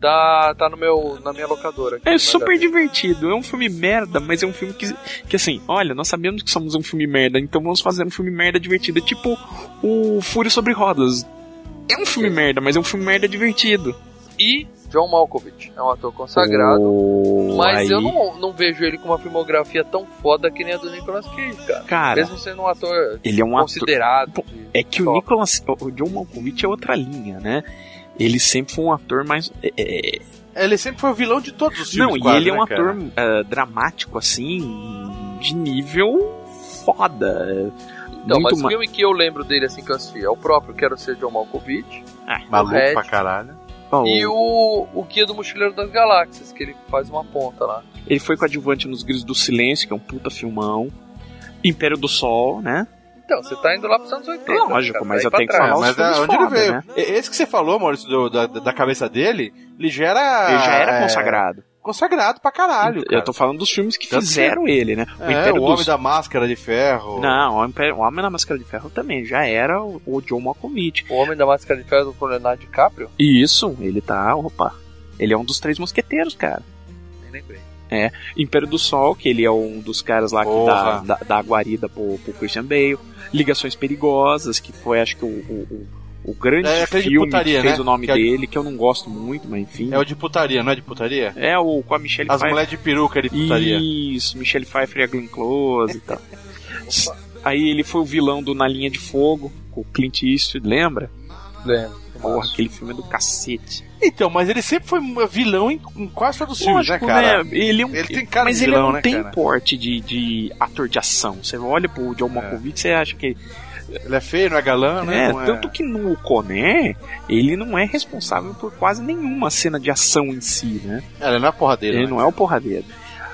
[SPEAKER 4] Tá, tá no meu, na minha locadora. aqui, assim. vai
[SPEAKER 6] É super
[SPEAKER 4] dar bem.
[SPEAKER 6] divertido. É um filme merda, mas é um filme que, que assim, olha, nós sabemos que somos um filme merda, então vamos fazer um filme merda divertido. É tipo o Fúria sobre Rodas. É um filme merda, mas é um filme merda divertido.
[SPEAKER 4] E John Malkovich é um ator consagrado.
[SPEAKER 6] Oh,
[SPEAKER 4] Mas eu
[SPEAKER 6] aí.
[SPEAKER 4] não, não vejo ele com uma filmografia tão foda que nem a do Nicolas Cage, cara.
[SPEAKER 6] Cara,
[SPEAKER 4] Mesmo sendo um ator
[SPEAKER 6] ele é um ator
[SPEAKER 4] considerado.
[SPEAKER 6] Pô,
[SPEAKER 4] de-
[SPEAKER 6] É que o
[SPEAKER 4] top.
[SPEAKER 6] Nicolas. O John Malkovich é outra linha, né? Ele sempre foi um ator mais. é, é,
[SPEAKER 8] Ele sempre foi o vilão de todos os filmes.
[SPEAKER 6] Não, e
[SPEAKER 8] quase,
[SPEAKER 6] ele é um
[SPEAKER 8] né, cara?
[SPEAKER 6] ator ah, dramático, assim, de nível foda.
[SPEAKER 4] Então,
[SPEAKER 6] Muito
[SPEAKER 4] mas o
[SPEAKER 6] ma-
[SPEAKER 4] filme que eu lembro dele assim que eu assisti é o próprio Quero Ser John Malkovich
[SPEAKER 7] Maluco
[SPEAKER 4] Red.
[SPEAKER 7] pra caralho.
[SPEAKER 6] Bom,
[SPEAKER 4] e o, o Guia do Mochileiro das Galáxias, que ele faz uma ponta lá.
[SPEAKER 6] Ele foi coadjuvante nos Grilos do Silêncio, que é um puta filmão. Império do Sol, né?
[SPEAKER 4] Então, você tá indo lá pros anos 80.
[SPEAKER 6] Lógico,
[SPEAKER 4] cara,
[SPEAKER 6] mas
[SPEAKER 4] tá aí
[SPEAKER 6] eu
[SPEAKER 4] pra
[SPEAKER 6] tenho que
[SPEAKER 4] trás.
[SPEAKER 6] falar os
[SPEAKER 7] mas
[SPEAKER 6] filmes
[SPEAKER 7] da onde
[SPEAKER 6] foda,
[SPEAKER 7] ele veio?
[SPEAKER 6] né?
[SPEAKER 7] E- Esse que você falou, Maurício, do- da, da cabeça dele, ele já era.
[SPEAKER 6] Ele já era
[SPEAKER 7] é,
[SPEAKER 6] consagrado.
[SPEAKER 7] Consagrado pra caralho.
[SPEAKER 6] Eu
[SPEAKER 7] cara.
[SPEAKER 6] tô falando dos filmes que
[SPEAKER 7] Tanto que-
[SPEAKER 6] fizeram ele, né?
[SPEAKER 7] É, o
[SPEAKER 6] do
[SPEAKER 7] Homem da Máscara de Ferro.
[SPEAKER 6] Não, o Império- o Homem na Máscara de Ferro também já era o, o John Malkovich.
[SPEAKER 4] O Homem da Máscara de Ferro do Leonardo DiCaprio?
[SPEAKER 6] E isso, ele tá, opa, ele é um dos três mosqueteiros, cara.
[SPEAKER 4] Nem lembrei.
[SPEAKER 6] Império do Sol, que ele é um dos caras lá que dá,
[SPEAKER 7] Porra.
[SPEAKER 6] dá, dá a guarida pro, pro Christian Bale. Ligações Perigosas, que foi, acho que, o, o, o- o grande
[SPEAKER 7] É aquele de
[SPEAKER 6] filme
[SPEAKER 7] putaria,
[SPEAKER 6] que fez
[SPEAKER 7] né?
[SPEAKER 6] o nome
[SPEAKER 7] Que é-
[SPEAKER 6] dele, que eu não gosto muito, mas enfim.
[SPEAKER 7] É o de putaria, não é de putaria?
[SPEAKER 6] É o com a Michelle
[SPEAKER 7] As
[SPEAKER 6] Pfeiffer.
[SPEAKER 7] mulheres de peruca de putaria.
[SPEAKER 6] Isso, Michelle Pfeiffer e a Glenn Close e tal. Aí ele foi o vilão do Na Linha de Fogo, com o Clint Eastwood, lembra?
[SPEAKER 4] Lembro.
[SPEAKER 6] Porra, aquele filme é do cacete.
[SPEAKER 7] Então, mas ele sempre foi um vilão em, em quase todos os filmes, né,
[SPEAKER 6] Lógico,
[SPEAKER 7] cara?
[SPEAKER 6] né? Ele é um
[SPEAKER 7] Ele tem cara
[SPEAKER 6] mas
[SPEAKER 7] de
[SPEAKER 6] ele
[SPEAKER 7] vilão,
[SPEAKER 6] não
[SPEAKER 7] né,
[SPEAKER 6] tem
[SPEAKER 7] cara?
[SPEAKER 6] porte de, de ator de ação. Você olha pro John Malkovich, você acha que
[SPEAKER 7] Ele é feio, não é galã, né?
[SPEAKER 6] é,
[SPEAKER 7] Não
[SPEAKER 6] tanto que no Coné, ele não é responsável por quase nenhuma cena de ação em si, né?
[SPEAKER 7] É, Ele não é porra dele.
[SPEAKER 6] Ele
[SPEAKER 7] né?
[SPEAKER 6] não é o porradeiro.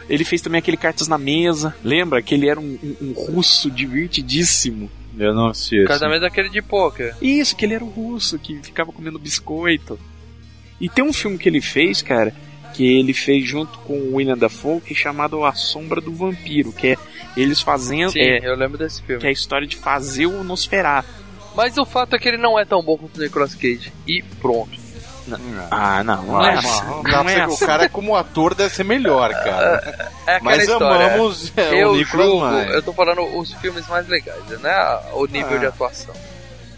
[SPEAKER 6] Ele fez também aquele Cartas na Mesa. Lembra que ele era um, um- um russo divertidíssimo?
[SPEAKER 7] Eu não assisti.
[SPEAKER 4] Casamento daquele de pôquer.
[SPEAKER 6] Isso, que ele era um russo, que ficava comendo biscoito. E tem um filme que ele fez, cara, que ele fez junto com o William Dafoe, que é chamado A Sombra do Vampiro, que é eles fazendo...
[SPEAKER 4] Sim,
[SPEAKER 6] é,
[SPEAKER 4] eu lembro desse filme.
[SPEAKER 6] que é a história de fazer o Nosferatu.
[SPEAKER 4] Mas o fato é que ele não é tão bom quanto o Nicolas Cage. E pronto.
[SPEAKER 6] Ah, não, não,
[SPEAKER 7] Não,
[SPEAKER 6] é
[SPEAKER 7] não,
[SPEAKER 6] assim,
[SPEAKER 7] não dá
[SPEAKER 6] não
[SPEAKER 7] pra
[SPEAKER 6] é
[SPEAKER 7] você-
[SPEAKER 6] assim.
[SPEAKER 7] O cara, como ator, deve ser melhor, cara.
[SPEAKER 4] É aquela
[SPEAKER 7] Mas
[SPEAKER 4] história.
[SPEAKER 7] amamos é, o
[SPEAKER 4] eu
[SPEAKER 7] Nicolas
[SPEAKER 4] julgo,
[SPEAKER 7] Maia.
[SPEAKER 4] eu tô falando os filmes mais legais, né? O nível
[SPEAKER 7] Ah.
[SPEAKER 4] de atuação.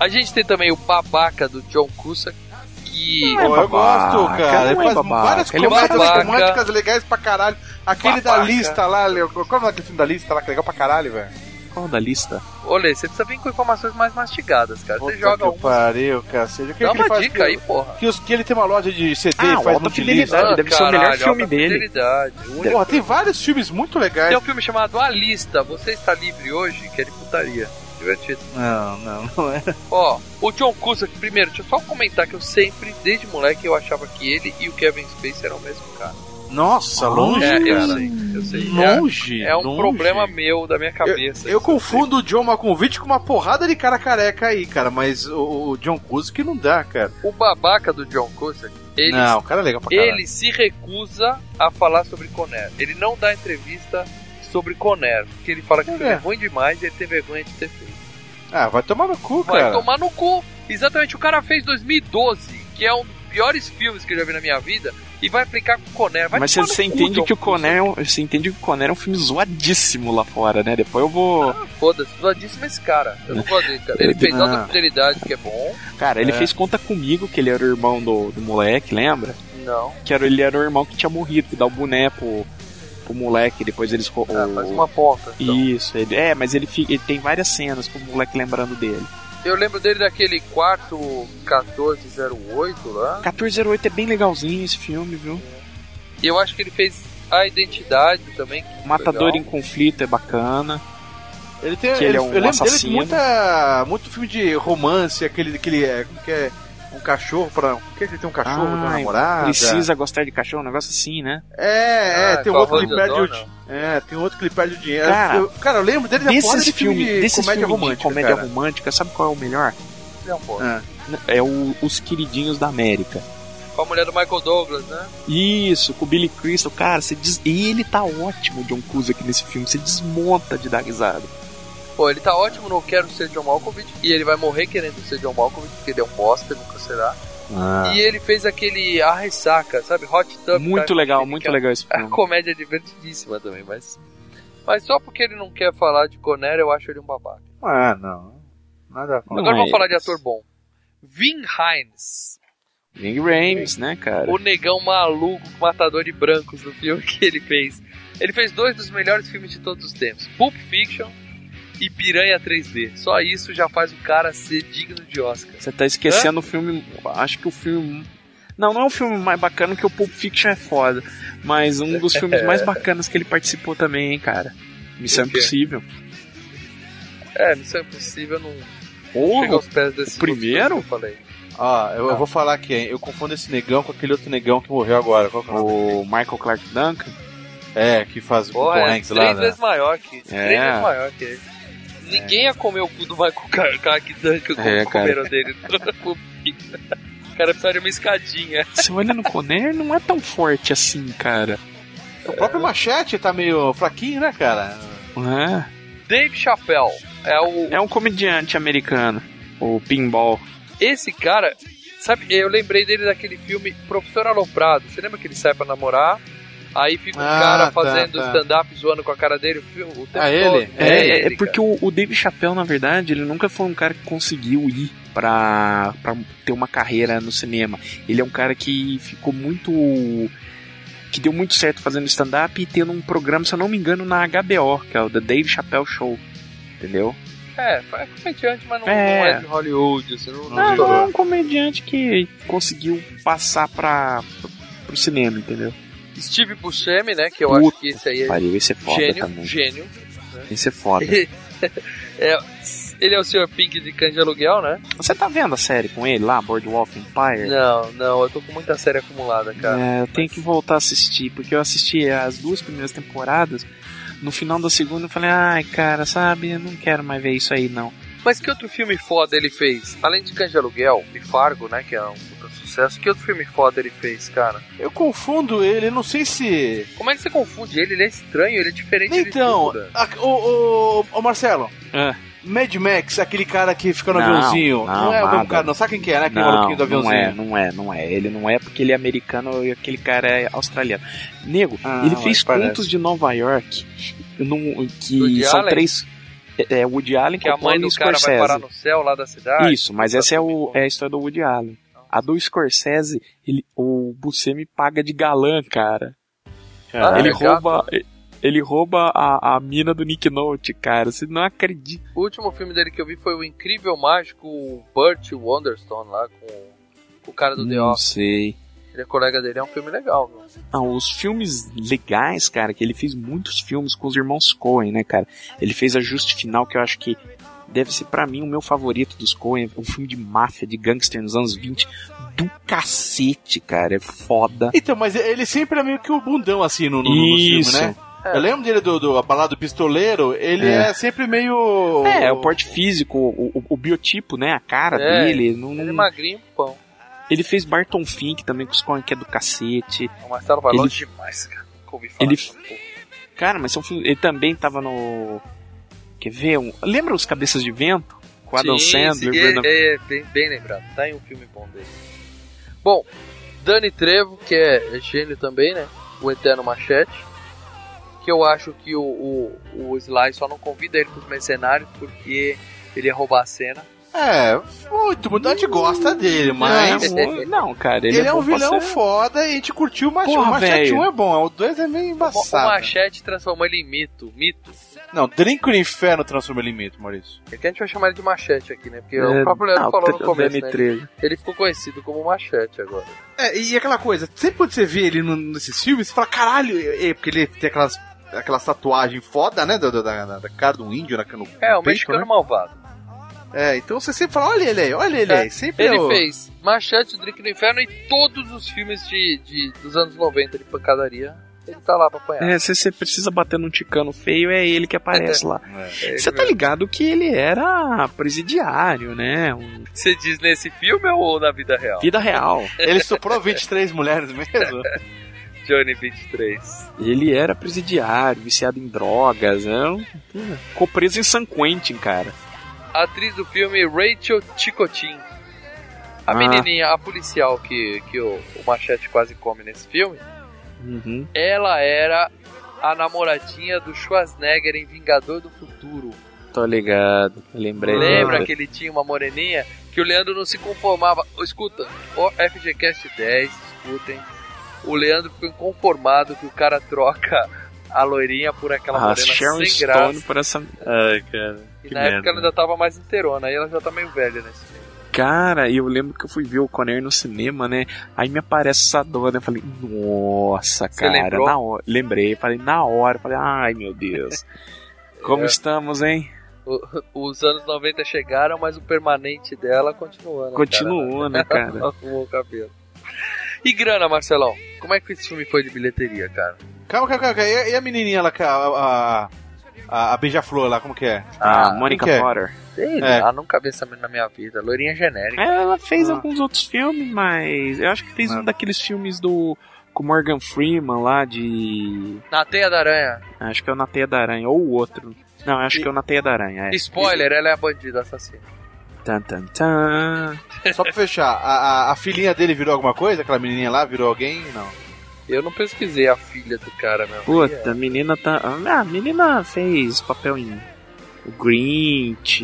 [SPEAKER 4] A gente tem também o babaca do John Cusack, que.
[SPEAKER 7] Pô, eu
[SPEAKER 6] babaca,
[SPEAKER 7] gosto,
[SPEAKER 6] não
[SPEAKER 7] cara. Ele
[SPEAKER 6] é
[SPEAKER 7] faz
[SPEAKER 6] babaca,
[SPEAKER 7] várias
[SPEAKER 4] ele é
[SPEAKER 7] comédias
[SPEAKER 4] babaca.
[SPEAKER 7] românticas legais pra caralho. Aquele da
[SPEAKER 4] Babaca.
[SPEAKER 7] lista lá, Leo- qual é o nome daquele filme da lista lá que é legal pra caralho, velho?
[SPEAKER 6] Qual da lista?
[SPEAKER 4] Olha, você precisa vir com informações mais mastigadas, cara. Você
[SPEAKER 7] Puta
[SPEAKER 4] joga
[SPEAKER 7] que
[SPEAKER 4] um.
[SPEAKER 7] pariu, cacete. O que é
[SPEAKER 4] Dá
[SPEAKER 7] que ele
[SPEAKER 4] uma
[SPEAKER 7] faz?
[SPEAKER 4] dica aí, porra.
[SPEAKER 7] Que, os- que ele tem uma loja de CD
[SPEAKER 6] Ah,
[SPEAKER 7] e faz
[SPEAKER 6] Alta
[SPEAKER 7] um de
[SPEAKER 6] Fidelidade.
[SPEAKER 7] lista.
[SPEAKER 6] Ah, deve ser o melhor filme
[SPEAKER 4] Alta
[SPEAKER 6] dele.
[SPEAKER 4] é Fidelidade, o único.
[SPEAKER 7] Porra, tem vários filmes muito legais.
[SPEAKER 4] Tem um filme chamado A Lista, Você Está Livre Hoje, que é de putaria. Divertido.
[SPEAKER 7] Não, não, não é.
[SPEAKER 4] Ó, o John Cusack, primeiro, deixa eu só comentar que eu sempre, desde moleque, eu achava que ele e o Kevin Spacey eram o mesmo cara.
[SPEAKER 7] Nossa, longe,
[SPEAKER 4] é, eu
[SPEAKER 7] cara.
[SPEAKER 4] sei, eu sei. É-
[SPEAKER 7] Longe.
[SPEAKER 4] É, um
[SPEAKER 7] longe.
[SPEAKER 4] problema meu, da minha cabeça.
[SPEAKER 7] Eu confundo o John Malkovich com uma porrada de cara careca aí, cara, mas o, o John Cusack não dá, cara.
[SPEAKER 4] O babaca do John Cusack, ele,
[SPEAKER 7] Não, o cara é legal pra caralho.
[SPEAKER 4] ele se recusa a falar sobre Conner. Ele não dá entrevista sobre Conner, porque ele fala que o filme é
[SPEAKER 7] É.
[SPEAKER 4] ruim demais e ele tem vergonha de ter feito.
[SPEAKER 7] Ah, vai tomar no cu,
[SPEAKER 4] Vai
[SPEAKER 7] cara.
[SPEAKER 4] tomar no cu. Exatamente, o cara fez 2012, que é um dos piores filmes que eu já vi na minha vida, e vai aplicar com o Conner. Vai
[SPEAKER 6] Mas você,
[SPEAKER 4] tomar no
[SPEAKER 6] você
[SPEAKER 4] cu,
[SPEAKER 6] entende
[SPEAKER 4] John
[SPEAKER 6] que o
[SPEAKER 4] Cusack.
[SPEAKER 6] Coné, é um- você entende que o Coné é um filme zoadíssimo lá fora, né? Depois eu vou.
[SPEAKER 4] Ah, Foda-se, zoadíssimo esse cara. Eu não gosto dele, cara. Ele
[SPEAKER 6] Ele-
[SPEAKER 4] fez alta
[SPEAKER 7] Ah.
[SPEAKER 4] fidelidade, que é bom.
[SPEAKER 6] Cara, ele
[SPEAKER 7] É.
[SPEAKER 6] fez conta comigo que ele era o irmão do, do moleque, lembra?
[SPEAKER 4] Não.
[SPEAKER 6] Que era, ele era o irmão que tinha morrido, que dá o boné pro, pro moleque, depois eles. co-
[SPEAKER 4] Ah,
[SPEAKER 6] o-
[SPEAKER 4] faz uma ponta. então.
[SPEAKER 6] Isso, ele, é, mas ele, fica, ele tem várias cenas com o moleque lembrando dele.
[SPEAKER 4] Eu lembro dele daquele quarto 1408 lá.
[SPEAKER 6] 1408 é bem legalzinho esse filme, viu?
[SPEAKER 4] E eu acho que ele fez a identidade também. que
[SPEAKER 6] Matador
[SPEAKER 4] legal.
[SPEAKER 6] em Conflito é bacana.
[SPEAKER 7] Ele tem.
[SPEAKER 6] Que ele é um
[SPEAKER 7] eu lembro dele de
[SPEAKER 6] assassino.
[SPEAKER 7] muita, muito filme de romance, aquele. aquele é, como que é? Um cachorro pra. Por que ele tem um cachorro pra
[SPEAKER 6] Ai,
[SPEAKER 7] namorada?
[SPEAKER 6] Ah, Precisa gostar de cachorro, um negócio assim, né?
[SPEAKER 7] É, é,
[SPEAKER 4] Ah,
[SPEAKER 7] tem
[SPEAKER 4] com a
[SPEAKER 7] outro que
[SPEAKER 4] Rose
[SPEAKER 7] perde o.
[SPEAKER 4] O'Donnell.
[SPEAKER 7] di- É, tem outro que ele perde o dinheiro.
[SPEAKER 6] Cara,
[SPEAKER 7] eu, cara, eu lembro dele da porra
[SPEAKER 6] Desses
[SPEAKER 7] é desse filme,
[SPEAKER 6] filmes,
[SPEAKER 7] de
[SPEAKER 6] desses
[SPEAKER 7] comédia
[SPEAKER 6] filmes
[SPEAKER 7] romântica.
[SPEAKER 6] de comédia
[SPEAKER 7] cara.
[SPEAKER 6] romântica, sabe qual é o melhor?
[SPEAKER 4] Ele é um bom.
[SPEAKER 6] É o- Os Queridinhos da América.
[SPEAKER 4] Com a mulher do Michael Douglas, né?
[SPEAKER 6] Isso, com o Billy Crystal, cara, você diz. E ele tá ótimo, o John Cusack, nesse filme. Você desmonta de dar risada.
[SPEAKER 4] Pô, ele tá ótimo, não quero ser John Malkovich. E ele vai morrer querendo ser John Malkovich, porque ele é um bosta, nunca será.
[SPEAKER 6] Ah.
[SPEAKER 4] E ele fez aquele A Ressaca, sabe? Hot
[SPEAKER 7] Tá,
[SPEAKER 4] Tub.
[SPEAKER 6] muito
[SPEAKER 4] Time
[SPEAKER 6] legal,
[SPEAKER 4] Machine,
[SPEAKER 6] muito
[SPEAKER 4] que é-
[SPEAKER 6] legal esse
[SPEAKER 4] É uma
[SPEAKER 6] filme.
[SPEAKER 4] comédia divertidíssima também, mas. Mas só porque ele não quer falar de Conner, eu acho ele um babaca.
[SPEAKER 7] Ah, não. Nada contra.
[SPEAKER 4] Agora
[SPEAKER 6] é
[SPEAKER 4] vamos falar de
[SPEAKER 6] isso.
[SPEAKER 4] ator bom. Vin Hines.
[SPEAKER 6] Ving Rames, né, cara?
[SPEAKER 4] O negão maluco, matador de brancos do filme que ele fez. Ele fez dois dos melhores filmes de todos os tempos: Pulp Fiction e Piranha 3D. Só isso já faz o cara ser digno de Oscar.
[SPEAKER 6] Você tá esquecendo o filme. Acho que o filme. Não, não é um filme mais bacana que o Pulp Fiction é foda, mas um dos filmes mais bacanas que ele participou também, hein, cara. Missão
[SPEAKER 4] O quê?
[SPEAKER 6] Impossível.
[SPEAKER 4] É, isso é possível não chegar
[SPEAKER 6] Porra,
[SPEAKER 4] aos pés desse
[SPEAKER 6] primeiro?
[SPEAKER 4] outro que eu falei.
[SPEAKER 7] Ó, eu, eu vou falar aqui, hein? Eu confundo esse negão com aquele outro negão que morreu agora. Qual que é o nome?
[SPEAKER 6] o Michael Clark Duncan.
[SPEAKER 7] É, que faz o
[SPEAKER 4] Porra, é
[SPEAKER 7] Hanks lá,
[SPEAKER 4] três
[SPEAKER 7] né?
[SPEAKER 4] vezes maior que ele.
[SPEAKER 6] É.
[SPEAKER 4] Três vezes maior que ele. Ninguém ia comer o cu do Michael Car- Clark Duncan como
[SPEAKER 6] É, cara.
[SPEAKER 4] comeram dele. o cara precisava de uma escadinha.
[SPEAKER 6] Você olha no Conner, não é tão forte assim, cara.
[SPEAKER 7] O próprio
[SPEAKER 4] É.
[SPEAKER 7] Machete tá meio fraquinho, né, cara?
[SPEAKER 6] É,
[SPEAKER 4] Dave Chappelle é o
[SPEAKER 6] é um comediante americano, o Pinball.
[SPEAKER 4] Esse cara, sabe, eu lembrei dele daquele filme Professor Aloprado. Você lembra que ele sai pra namorar? Aí fica um
[SPEAKER 7] Ah,
[SPEAKER 4] cara
[SPEAKER 7] tá,
[SPEAKER 4] fazendo
[SPEAKER 7] tá.
[SPEAKER 4] stand-up, zoando com a cara dele o, fi- o tempo
[SPEAKER 7] Ah,
[SPEAKER 4] todo.
[SPEAKER 7] ele?
[SPEAKER 6] É, é, é porque o, o Dave Chappelle, na verdade, ele nunca foi um cara que conseguiu ir pra, pra ter uma carreira no cinema. Ele é um cara que ficou muito. que deu muito certo fazendo stand-up e tendo um programa, se eu não me engano, na HBO, que é o The Dave Chappelle Show. Entendeu?
[SPEAKER 4] cara. É, é comediante, mas não
[SPEAKER 6] É.
[SPEAKER 4] não é, de Hollywood, assim, não, não
[SPEAKER 6] Não,
[SPEAKER 4] virou.
[SPEAKER 6] não é um comediante que conseguiu passar pra, pro cinema, entendeu?
[SPEAKER 4] Steve Buscemi, né, que eu
[SPEAKER 6] Puta
[SPEAKER 4] acho que esse aí é
[SPEAKER 6] Pariu, esse é foda
[SPEAKER 4] gênio,
[SPEAKER 6] também.
[SPEAKER 4] gênio.
[SPEAKER 6] Esse é foda.
[SPEAKER 4] É, ele é o Sr. Pink de Cães de Aluguel, né?
[SPEAKER 6] Você tá vendo a série com ele lá, Boardwalk Empire?
[SPEAKER 4] Não, não, eu tô com muita série acumulada, cara.
[SPEAKER 6] É, eu tenho que voltar a assistir, porque eu assisti as duas primeiras temporadas. No final da segunda eu falei, ai cara, sabe, eu não quero mais ver isso aí não.
[SPEAKER 4] Mas que outro filme foda ele fez? Além de Cães de Aluguel e Fargo, né, que é um puta sucesso, que outro filme foda ele fez, cara?
[SPEAKER 7] Eu confundo ele, eu não sei se.
[SPEAKER 4] Como é que você confunde ele? Ele é estranho, ele é diferente. ele
[SPEAKER 7] Então,
[SPEAKER 4] estuda.
[SPEAKER 7] a- ô, ô, ô, Marcelo.
[SPEAKER 6] É.
[SPEAKER 7] Mad Max, aquele cara que fica no
[SPEAKER 6] Não,
[SPEAKER 7] aviãozinho. Não,
[SPEAKER 6] não,
[SPEAKER 7] é o
[SPEAKER 6] nada.
[SPEAKER 7] mesmo cara, não. Sabe quem que é, né? Aquele maluquinho do
[SPEAKER 6] não é,
[SPEAKER 7] aviãozinho.
[SPEAKER 6] não é, não é. Ele não é porque ele é americano e aquele cara é australiano. Nego,
[SPEAKER 7] Ah,
[SPEAKER 6] ele
[SPEAKER 7] mas
[SPEAKER 6] fez
[SPEAKER 7] parece.
[SPEAKER 6] contos de Nova York num- que
[SPEAKER 4] Woody
[SPEAKER 6] são
[SPEAKER 4] Allen?
[SPEAKER 6] três. É, é Woody Allen,
[SPEAKER 4] que a mãe
[SPEAKER 6] Coppola
[SPEAKER 4] do
[SPEAKER 6] e
[SPEAKER 4] cara vai
[SPEAKER 6] Scorsese.
[SPEAKER 4] parar no céu lá da cidade.
[SPEAKER 6] Isso, mas
[SPEAKER 4] Tá
[SPEAKER 6] essa é,
[SPEAKER 4] tudo
[SPEAKER 6] o-
[SPEAKER 4] bom.
[SPEAKER 6] é a história do Woody Allen. A do Scorsese, ele, o Buscemi paga de galã, cara.
[SPEAKER 4] Ah,
[SPEAKER 6] ele
[SPEAKER 4] é gato,
[SPEAKER 6] rouba. Ele rouba a, a mina do Nick Note, cara. Você não acredita.
[SPEAKER 4] O último filme dele que eu vi foi o incrível mágico Burt Wonderstone lá com o cara do The
[SPEAKER 6] não
[SPEAKER 4] Office.
[SPEAKER 6] sei.
[SPEAKER 4] Ele é colega dele, é um filme legal. viu?
[SPEAKER 6] Não, os filmes legais, cara, que ele fez muitos filmes com os irmãos Coen, né, cara? Ele fez Ajuste Final, que eu acho que deve ser pra mim o meu favorito dos Coen. Um filme de máfia, de gangster nos anos 20. Do cacete, cara. É foda.
[SPEAKER 7] Então, mas ele sempre é meio que o bundão, assim, no, no, no filme,
[SPEAKER 6] Isso.
[SPEAKER 7] né? Eu lembro dele do, do a balada do pistoleiro, ele
[SPEAKER 6] É.
[SPEAKER 7] é, sempre meio.
[SPEAKER 6] É, o porte físico, o, o- o biotipo, né? A cara
[SPEAKER 4] É,
[SPEAKER 6] dele. não-
[SPEAKER 4] Ele
[SPEAKER 6] não-
[SPEAKER 4] é
[SPEAKER 6] Ele,
[SPEAKER 4] magrinho, pão.
[SPEAKER 6] fez Barton Fink também, com os Coen, que é do cacete.
[SPEAKER 4] O Marcelo vai
[SPEAKER 6] Ele-
[SPEAKER 4] longe demais, cara. Nunca ouvi falar
[SPEAKER 6] Ele-
[SPEAKER 4] dessa porra.
[SPEAKER 6] Cara, mas são filmes- ele também tava no. Quer ver? Um... Lembra os Cabeças de Vento? Com Adam
[SPEAKER 4] Sim,
[SPEAKER 6] Sandler,
[SPEAKER 4] sim,
[SPEAKER 6] Brandon...
[SPEAKER 4] é, é, bem, bem lembrado. Tá em um filme bom dele. Bom, Dani Trevo, que é gênio também, né? O Eterno Machete. Que eu acho que o, o, o Sly só não convida ele pros mercenários porque ele ia roubar a cena.
[SPEAKER 7] É, muito, muito. A gente gosta dele,
[SPEAKER 4] Ah,
[SPEAKER 7] mas.
[SPEAKER 6] É, um- Não, cara, ele,
[SPEAKER 7] Ele, é um vilão
[SPEAKER 6] foda.
[SPEAKER 7] foda e a gente curtiu o Machete.
[SPEAKER 6] Porra,
[SPEAKER 7] o Machete
[SPEAKER 6] velho.
[SPEAKER 7] 1 é bom, o 2 é meio
[SPEAKER 4] O, o
[SPEAKER 7] embaçado.
[SPEAKER 4] Machete transformou ele em mito. Mito.
[SPEAKER 7] Não, Drink no Inferno transforma ele em mito, Maurício.
[SPEAKER 4] É que a gente vai chamar ele de Machete aqui, né? Porque
[SPEAKER 6] É,
[SPEAKER 4] o próprio Leandro falou no começo, né? Ele, ele ficou conhecido como Machete agora.
[SPEAKER 7] É, e aquela coisa, sempre quando você vê ele no- nesses filmes, você fala, caralho, é, é", porque ele tem aquelas, aquelas tatuagens foda, né? Da, da, da- da cara do índio na no,
[SPEAKER 4] É,
[SPEAKER 7] no
[SPEAKER 4] o mexicano malvado.
[SPEAKER 7] né? É, então você sempre fala, olha ele aí, olha ele aí. Sempre
[SPEAKER 4] Ele
[SPEAKER 7] é o-
[SPEAKER 4] fez Machete, Drink no Inferno e todos os filmes de, de- dos anos 90 de pancadaria. Ele tá lá pra apanhar.
[SPEAKER 6] É, se você precisa bater num ticano feio, é ele que aparece lá.
[SPEAKER 4] É,
[SPEAKER 6] Você tá ligado que ele era presidiário, né? Um-
[SPEAKER 4] Você diz nesse filme ou na vida real?
[SPEAKER 6] Vida real.
[SPEAKER 7] Ele estuprou 23 mulheres mesmo.
[SPEAKER 4] Johnny 23.
[SPEAKER 6] Ele era presidiário, viciado em drogas, né? Ficou preso em San Quentin, cara.
[SPEAKER 4] A atriz do filme Rachel Ticotin. A
[SPEAKER 6] Ah.
[SPEAKER 4] menininha, a policial que, que o, o Machete quase come nesse filme,
[SPEAKER 6] Uhum.
[SPEAKER 4] ela era a namoradinha do Schwarzenegger em Vingador do Futuro.
[SPEAKER 6] Tô ligado, lembrei.
[SPEAKER 4] Lembra que ele tinha uma moreninha que o Leandro não se conformava. Ô, Escuta, o FGCast 10, escutem. O Leandro ficou inconformado que o cara troca a loirinha por aquela
[SPEAKER 6] a
[SPEAKER 4] morena
[SPEAKER 6] Ah, Sharon
[SPEAKER 4] sem graça.
[SPEAKER 6] Stone por essa. Ai, cara.
[SPEAKER 4] E
[SPEAKER 6] que
[SPEAKER 4] na época
[SPEAKER 6] merda.
[SPEAKER 4] ela ainda tava mais inteirona, aí ela já tá meio velha nesse filme.
[SPEAKER 6] Cara, e eu lembro que eu fui ver o Conner no cinema, né? Aí me aparece essa dona, eu falei, nossa,
[SPEAKER 4] Você
[SPEAKER 6] cara,
[SPEAKER 4] lembrou?
[SPEAKER 6] na hora. Lembrei, falei, na hora, falei, ai meu Deus.
[SPEAKER 4] É.
[SPEAKER 6] Como estamos, hein?
[SPEAKER 4] O- os anos 90 chegaram, mas o permanente dela continuou, né?
[SPEAKER 6] Continuou, né,
[SPEAKER 4] cara?
[SPEAKER 6] cara?
[SPEAKER 4] Ela arrumou o cabelo. E grana, Marcelão? Como é que esse filme foi de bilheteria, cara?
[SPEAKER 7] Calma, calma, calma. E a- e a menininha lá, que é a, a, a, a beija-flor lá, como que é?
[SPEAKER 6] A
[SPEAKER 4] Ah,
[SPEAKER 6] Mônica
[SPEAKER 7] quem que é?
[SPEAKER 6] Potter.
[SPEAKER 4] Sei
[SPEAKER 7] É.
[SPEAKER 4] lá, nunca vi essa menina na minha vida. Loirinha genérica.
[SPEAKER 6] Ela fez
[SPEAKER 7] Ah.
[SPEAKER 6] alguns outros filmes, mas eu acho que fez
[SPEAKER 4] Ah.
[SPEAKER 6] um
[SPEAKER 7] Mano.
[SPEAKER 6] daqueles filmes do com Morgan Freeman lá de
[SPEAKER 4] Na Teia da Aranha.
[SPEAKER 6] acho que é o Na Teia da Aranha ou o outro. Não, acho que é o Na Teia da Aranha. É.
[SPEAKER 4] Spoiler, ela é a bandida assassina.
[SPEAKER 6] Tan, tan, tan.
[SPEAKER 7] Só pra fechar, a, a, a filhinha dele virou alguma coisa? Aquela menininha lá virou alguém? Não.
[SPEAKER 4] Eu não pesquisei a filha do cara, meu.
[SPEAKER 6] Puta, a menina tá. Ah, a menina fez papel em o Grinch.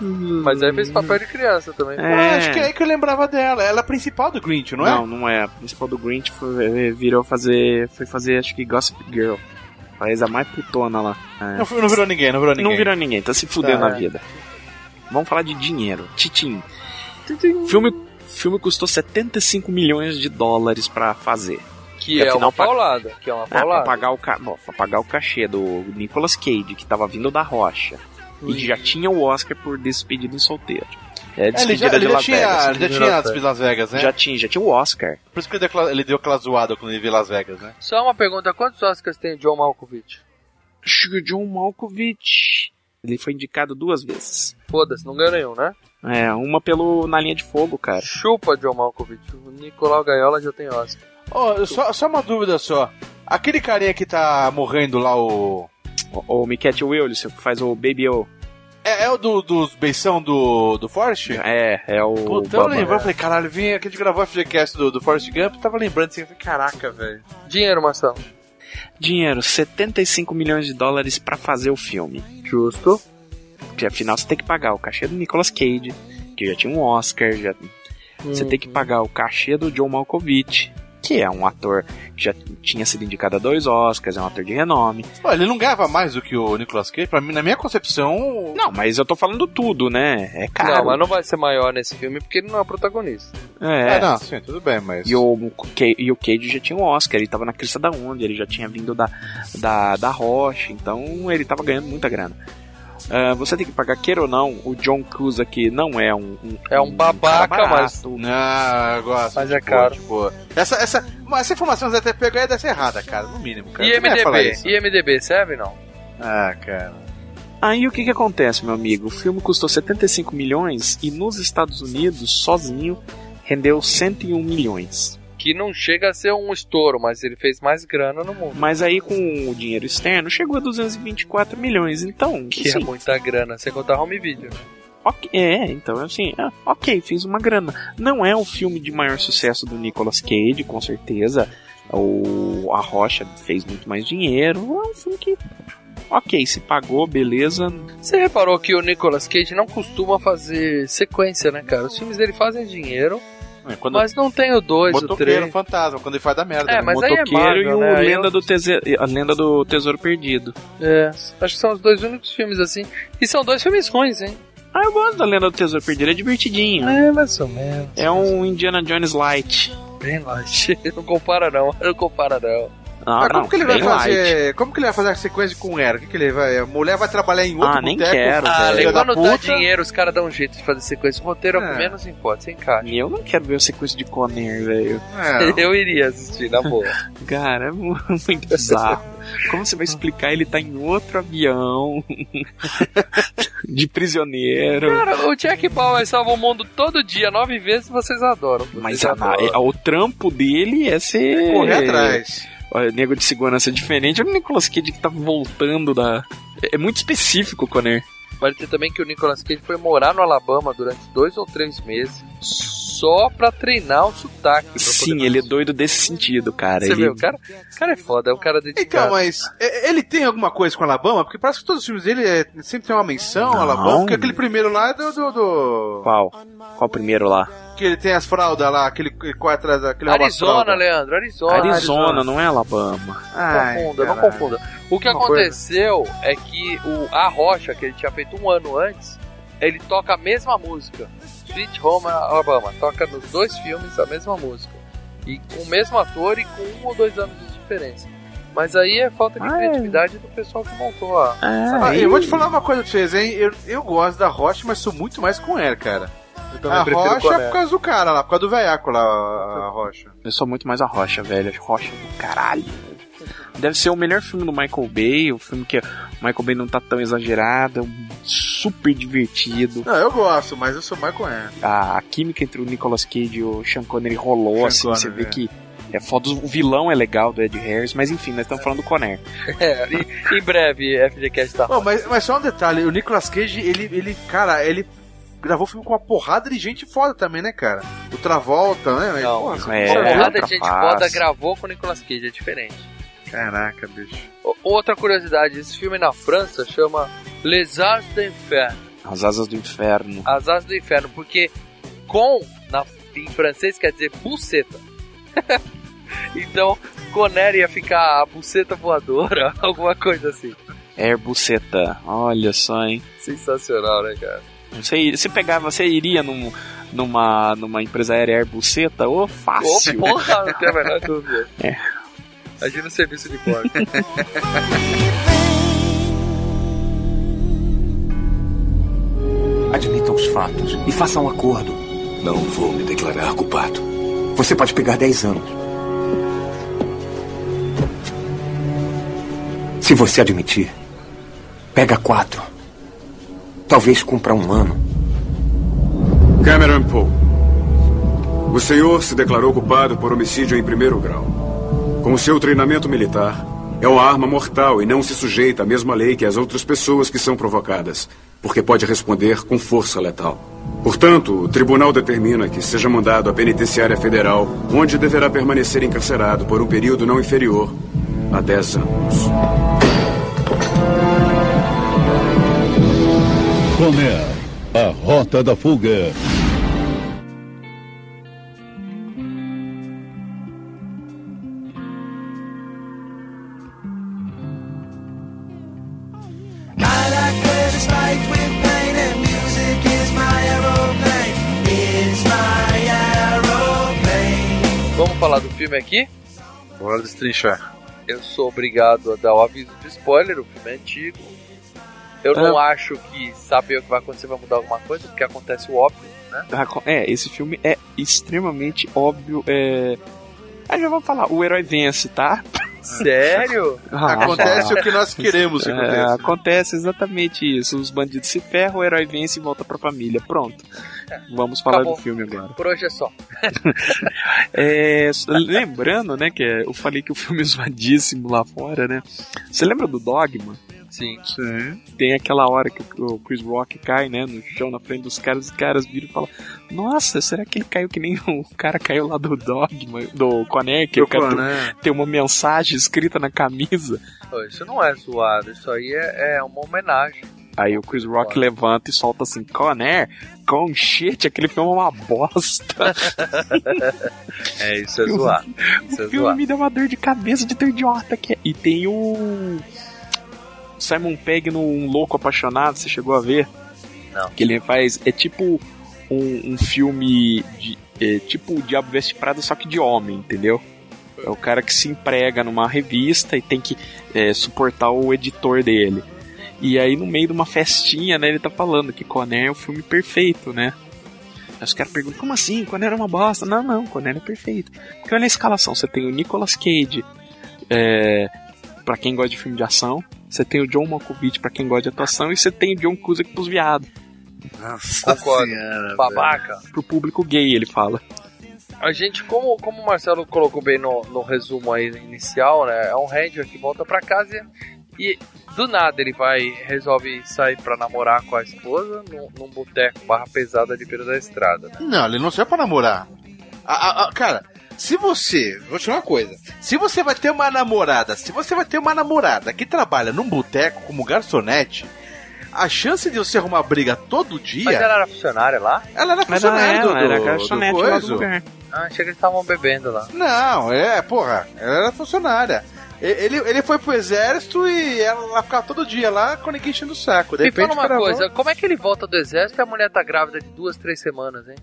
[SPEAKER 6] hum,
[SPEAKER 4] Mas aí fez papel de criança também.
[SPEAKER 6] É.
[SPEAKER 7] Ah, acho que é aí que eu lembrava dela. Ela é a principal do Grinch, não, é?
[SPEAKER 6] Não, não é. A principal do Grinch foi, eh, virou fazer. Foi fazer, acho que Gossip Girl. Faz a mais putona lá. É.
[SPEAKER 7] Não, foi- não virou ninguém, não virou ninguém.
[SPEAKER 6] Não virou ninguém, tá se fudendo
[SPEAKER 7] Tá,
[SPEAKER 6] na
[SPEAKER 7] é.
[SPEAKER 6] vida. Vamos falar de dinheiro. Titim. Filme, filme custou 75 milhões de dólares pra fazer.
[SPEAKER 4] Que
[SPEAKER 6] Que
[SPEAKER 4] é
[SPEAKER 6] afinal
[SPEAKER 4] uma
[SPEAKER 6] pa-
[SPEAKER 4] paulada. Que é uma
[SPEAKER 6] Ah, pra
[SPEAKER 4] paulada.
[SPEAKER 6] pagar, o ca... Bom, pra pagar o cachê do Nicolas Cage, que tava vindo da rocha. E que já tinha o Oscar por Despedida em Solteiro. É,
[SPEAKER 7] É, ele
[SPEAKER 6] Despedida
[SPEAKER 7] já, ele
[SPEAKER 6] de
[SPEAKER 7] já
[SPEAKER 6] Las
[SPEAKER 7] tinha,
[SPEAKER 6] Vegas. É.
[SPEAKER 7] ele já
[SPEAKER 4] de
[SPEAKER 7] tinha
[SPEAKER 4] Las
[SPEAKER 7] as de Las Vegas, né?
[SPEAKER 6] Já tinha, já tinha o Oscar.
[SPEAKER 7] Por isso que ele deu, aquela- ele deu aquela zoada quando ele viu Las Vegas, né?
[SPEAKER 4] Só uma pergunta: quantos Oscars tem o John Malkovich?
[SPEAKER 6] Acho que o John Malkovich. Ele foi indicado duas vezes.
[SPEAKER 4] Foda-se, não ganhou nenhum, né?
[SPEAKER 6] É, uma pelo Na Linha de Fogo, cara.
[SPEAKER 4] Chupa, John Malkovich. O Nicolau Gaiola já tem Oscar.
[SPEAKER 7] Ó, só, só uma dúvida só. Aquele carinha que tá morrendo lá, o.
[SPEAKER 6] O, o Miquette Wilson, que faz o Baby O.
[SPEAKER 7] É, é o do, dos beição do, do Forrest?
[SPEAKER 6] É, é o.
[SPEAKER 7] Puta, eu
[SPEAKER 6] Bubba.
[SPEAKER 7] lembrei, eu falei, caralho, vim aqui de gravar o FGCast do, do Forrest Gump, tava lembrando assim, eu falei, caraca, velho.
[SPEAKER 4] Dinheiro, Marcelo.
[SPEAKER 6] Dinheiro, 75 milhões de dólares pra fazer o filme.
[SPEAKER 4] Justo.
[SPEAKER 6] Porque afinal você tem que pagar o cachê do Nicolas Cage, que já tinha um Oscar, já... você tem que pagar o cachê do John Malkovich, que é um ator que já tinha sido indicado a dois Oscars, é um ator de renome.
[SPEAKER 7] Pô, ele não ganhava mais do que o Nicolas Cage, pra mim, na minha concepção.
[SPEAKER 6] Não, mas eu tô falando tudo, né? É
[SPEAKER 4] Não,
[SPEAKER 6] caro.
[SPEAKER 4] mas não vai ser maior nesse filme porque ele não é o protagonista.
[SPEAKER 6] É.
[SPEAKER 7] É, não, sim, tudo bem, mas.
[SPEAKER 6] E o, Ca- e o Cage já tinha um Oscar, ele tava na crista da onda, ele já tinha vindo da, da, da Roche, então ele tava ganhando muita grana. Ah, você tem que pagar, queira ou não, o John Cruz aqui não é um.
[SPEAKER 4] É um babaca,
[SPEAKER 6] cara barato.
[SPEAKER 4] mas-
[SPEAKER 7] Não, eu gosto.
[SPEAKER 4] Mas é
[SPEAKER 7] tipo,
[SPEAKER 4] caro.
[SPEAKER 7] tipo, essa, essa, mas essa informação você até pegou ia dar ser errada, cara, no mínimo, cara. Como é que fala
[SPEAKER 4] IMDB.
[SPEAKER 7] isso?
[SPEAKER 4] IMDB serve não?
[SPEAKER 7] Ah, cara.
[SPEAKER 6] Aí o que que acontece, meu amigo? O filme custou 75 milhões e nos Estados Unidos, sozinho, rendeu 101 milhões.
[SPEAKER 4] Que não chega a ser um estouro, mas ele fez mais grana no mundo.
[SPEAKER 6] Mas aí com o dinheiro externo chegou a 224 milhões. Então,
[SPEAKER 4] Que é
[SPEAKER 6] assim,
[SPEAKER 4] muita grana, sem contar home video. né?
[SPEAKER 6] ok- é, então assim, ah, ok, fiz uma grana. Não é o filme de maior sucesso do Nicolas Cage, com certeza. O A Rocha fez muito mais dinheiro. É um filme que, ok, se pagou, beleza.
[SPEAKER 4] Você reparou que o Nicolas Cage não costuma fazer sequência, né, cara? Os filmes dele fazem dinheiro,
[SPEAKER 6] É,
[SPEAKER 7] Quando
[SPEAKER 4] mas não tem o 2, o
[SPEAKER 7] Motoqueiro,
[SPEAKER 4] 3.
[SPEAKER 7] fantasma, quando ele faz da merda.
[SPEAKER 4] É,
[SPEAKER 7] né?
[SPEAKER 4] mas aí é
[SPEAKER 6] Motoqueiro e
[SPEAKER 4] Marvel,
[SPEAKER 6] o
[SPEAKER 4] né? Aí
[SPEAKER 6] Lenda, do Tese- a Lenda do Tesouro Perdido.
[SPEAKER 4] É, acho que são os dois únicos filmes assim. E são dois filmes ruins, hein?
[SPEAKER 6] Ah, eu gosto da Lenda do Tesouro Perdido, é
[SPEAKER 7] Hum.
[SPEAKER 6] divertidinho.
[SPEAKER 4] É, mais ou menos.
[SPEAKER 6] É um Indiana Jones light.
[SPEAKER 4] Bem light. Não compara não, não compara não.
[SPEAKER 6] Ah,
[SPEAKER 7] Ah, como
[SPEAKER 6] não,
[SPEAKER 7] que ele vai
[SPEAKER 6] bem light.
[SPEAKER 7] fazer? Como que ele vai fazer a sequência com o Era? O que, que ele vai? A mulher vai trabalhar em outro
[SPEAKER 6] Ah, nem
[SPEAKER 7] boteco,
[SPEAKER 6] quero,
[SPEAKER 4] Ah,
[SPEAKER 7] filha
[SPEAKER 4] Ale,
[SPEAKER 7] É, da
[SPEAKER 4] quando dá
[SPEAKER 7] puta.
[SPEAKER 4] dinheiro, os caras dão um jeito de fazer sequência. O roteiro é o que
[SPEAKER 7] É.
[SPEAKER 4] menos importa, sem caixa.
[SPEAKER 6] E eu não quero ver o sequência de Conner, velho.
[SPEAKER 7] É.
[SPEAKER 4] Eu iria assistir, na boa.
[SPEAKER 6] Cara, é mu- muito bizarro. Como você vai explicar ele tá em outro avião? de prisioneiro.
[SPEAKER 4] Cara, o Jack Bauer salva o mundo todo dia, nove vezes, vocês adoram. Vocês
[SPEAKER 6] Mas a-
[SPEAKER 4] adoram.
[SPEAKER 6] a- o trampo dele é ser.
[SPEAKER 7] Correr atrás.
[SPEAKER 6] Olha, nego de segurança é diferente. Olha o Nicolas Cage que tá voltando da. É é muito específico o Conner.
[SPEAKER 4] Pode ter também que o Nicolas Cage foi morar no Alabama durante dois ou três meses só pra treinar o sotaque. pra
[SPEAKER 6] Sim,
[SPEAKER 4] poder-
[SPEAKER 6] ele é doido desse sentido, cara.
[SPEAKER 4] Você
[SPEAKER 6] ele...
[SPEAKER 4] vê, o cara, o cara é foda, é um cara
[SPEAKER 7] Então,
[SPEAKER 4] dedicado.
[SPEAKER 7] mas é- ele tem alguma coisa com o Alabama? Porque parece que todos os filmes dele é- sempre tem uma menção ao Alabama. Porque aquele primeiro lá é do, do, do-
[SPEAKER 6] Qual? Qual o primeiro lá?
[SPEAKER 7] Que ele tem as fraldas lá, aquele que corre atrás daquele rouba as
[SPEAKER 4] Arizona,
[SPEAKER 7] fraldas.
[SPEAKER 4] Leandro, Arizona.
[SPEAKER 6] Arizona, não é Alabama.
[SPEAKER 7] Ai,
[SPEAKER 4] confunda, não
[SPEAKER 7] caralho.
[SPEAKER 4] confunda. O que
[SPEAKER 7] Uma
[SPEAKER 4] aconteceu é que o, a Rocha, que ele tinha feito um ano antes, ele toca a mesma música. Sweet Home Alabama. Toca nos dois filmes a mesma música. E com o mesmo ator e com um ou dois anos de diferença. Mas aí é falta de
[SPEAKER 6] Ah, é.
[SPEAKER 4] criatividade do pessoal que montou a.
[SPEAKER 6] Ah,
[SPEAKER 7] Ah, eu vou te falar uma coisa pra vocês, hein? Eu, eu gosto da Rocha, mas sou muito mais com ela, cara. A
[SPEAKER 9] Eu também prefiro
[SPEAKER 7] Rocha é
[SPEAKER 9] Coreia.
[SPEAKER 7] por causa do cara lá, por causa do veiaco lá, a Rocha.
[SPEAKER 6] Eu sou muito mais a Rocha, velho. A Rocha do caralho. Deve ser o melhor filme do Michael Bay, o filme que o Michael Bay não tá tão exagerado, é um super divertido.
[SPEAKER 7] Não, eu gosto, mas eu sou mais com ela.
[SPEAKER 6] A, a química entre o Nicolas Cage e o Sean Connery rolou,
[SPEAKER 7] Sean
[SPEAKER 6] assim,
[SPEAKER 7] Connery,
[SPEAKER 6] você vê
[SPEAKER 7] é.
[SPEAKER 6] que é foda. O vilão é legal do Ed Harris, mas enfim, nós estamos falando do Conner.
[SPEAKER 4] É, e, em breve, FGCast tá.
[SPEAKER 7] Bom, mas, mas só um detalhe, o Nicolas Cage, ele, ele, cara, ele gravou filme com uma porrada de gente foda também, né, cara? O Travolta, né?
[SPEAKER 4] Não,
[SPEAKER 7] Porra,
[SPEAKER 6] é,
[SPEAKER 4] Uma porrada de
[SPEAKER 6] outra
[SPEAKER 4] gente
[SPEAKER 6] face.
[SPEAKER 4] foda gravou com o Nicolas Cage, é diferente.
[SPEAKER 7] Caraca, bicho.
[SPEAKER 4] O- Outra curiosidade, esse filme na França chama Les Arts de Inferno,
[SPEAKER 6] As Asas do Inferno.
[SPEAKER 4] As Asas do Inferno, porque com, na, em francês, quer dizer buceta. então, Conner ia ficar a buceta voadora, alguma coisa assim.
[SPEAKER 6] Air Buceta. Olha só, hein?
[SPEAKER 4] Sensacional, né, cara?
[SPEAKER 6] Você, você pegava, você iria num- numa, numa empresa aérea Air Buceta? Ô,
[SPEAKER 4] Ô,
[SPEAKER 6] fácil! né?
[SPEAKER 4] porra, não tem a menor dúvida.
[SPEAKER 6] É.
[SPEAKER 4] Imagina o serviço de bordo.
[SPEAKER 10] Admita os fatos e faça um acordo. Não vou me declarar culpado. Você pode pegar 10 anos. Se você admitir, pega quatro. Talvez cumpra um ano.
[SPEAKER 3] Cameron Poe. O senhor se declarou culpado por homicídio em primeiro grau. Com o seu treinamento militar, é uma arma mortal e não se sujeita à mesma lei que as outras pessoas que são provocadas, porque pode responder com força letal. Portanto, o tribunal determina que seja mandado à penitenciária federal, onde deverá permanecer encarcerado por um período não inferior a 10 anos.
[SPEAKER 11] Conair, a rota da fuga.
[SPEAKER 4] Vamos falar do filme aqui?
[SPEAKER 7] Bora destrinchar.
[SPEAKER 4] Eu sou obrigado a dar o aviso de spoiler, o filme é antigo. Eu não
[SPEAKER 6] Ah.
[SPEAKER 4] acho que saber o que vai acontecer vai mudar alguma coisa, porque acontece o óbvio.
[SPEAKER 6] É, esse filme é extremamente óbvio. É... Aí já vamos falar, o herói vence, tá?
[SPEAKER 4] Sério?
[SPEAKER 7] Ah, Acontece o que nós queremos que
[SPEAKER 6] É,
[SPEAKER 7] aconteça.
[SPEAKER 6] acontece exatamente isso. Os bandidos se ferram, o herói vence e volta pra família. Pronto. Vamos
[SPEAKER 7] Tá
[SPEAKER 6] falar
[SPEAKER 4] Acabou.
[SPEAKER 6] do filme agora.
[SPEAKER 4] Por hoje é só.
[SPEAKER 6] É, s- lembrando, né, que é- eu falei que o filme é zoadíssimo lá fora, né? Você lembra do Dogma?
[SPEAKER 4] Sim.
[SPEAKER 6] Sim. Tem aquela hora que o o Chris Rock cai, né, no chão na frente dos caras, os caras viram e falam: Nossa, será que ele caiu que nem o cara caiu lá do Dogma, do Conner, que o cara tem-
[SPEAKER 7] né?
[SPEAKER 6] tem uma mensagem escrita na camisa?
[SPEAKER 4] Ô, Isso não é zoado, isso aí é, é uma homenagem.
[SPEAKER 6] Aí o Chris Rock levanta e solta assim, Conner, com shit, aquele filme é uma bosta.
[SPEAKER 4] É, isso é zoado. Isso é
[SPEAKER 6] O filme
[SPEAKER 4] zoado.
[SPEAKER 6] me deu uma dor de cabeça de tão idiota que é. E tem o. Simon Pegg no Um Louco Apaixonado, você chegou a ver?
[SPEAKER 4] Não.
[SPEAKER 6] Que ele faz. É tipo um, um filme de. É tipo o Diabo Veste Prada, só que de homem, entendeu? É o cara que se emprega numa revista e tem que é, suportar o editor dele. E aí, no meio de uma festinha, né, ele tá falando que Coné é o filme perfeito, né? Aí os caras perguntam, como assim? Coné era uma bosta? Não, não, Coné é perfeito. Porque olha a escalação, você tem o Nicolas Cage, é, pra quem gosta de filme de ação, você tem o John Malkovich pra quem gosta de atuação, e você tem o John Cusack pros viados,
[SPEAKER 4] Concordo. Babaca.
[SPEAKER 6] pro público gay, ele fala.
[SPEAKER 4] A gente, como, como o Marcelo colocou bem no, no resumo aí inicial, né? É um Ranger que volta pra casa e, e do nada ele vai, resolve sair pra namorar com a esposa num, num boteco barra pesada ali beira da estrada. né?
[SPEAKER 7] Não, ele não saiu pra namorar. A- a- a- cara, se você. Vou te falar uma coisa. Se você vai ter uma namorada, se você vai ter uma namorada que trabalha num boteco como garçonete, a chance de você arrumar briga todo dia.
[SPEAKER 4] Mas ela era funcionária lá?
[SPEAKER 7] Ela era funcionária do, do- do coisa.
[SPEAKER 6] Então.
[SPEAKER 4] Ah, achei que eles estavam bebendo lá.
[SPEAKER 7] Não, é, porra, ela era funcionária. E- Ele, ele foi pro exército e ela, ela ficava todo dia lá com ninguém enchendo o saco. De
[SPEAKER 4] Me
[SPEAKER 7] repente,
[SPEAKER 4] fala uma
[SPEAKER 7] cara,
[SPEAKER 4] coisa, como é que ele volta do exércto e a mulher tá grávida de duas, três semanas, hein?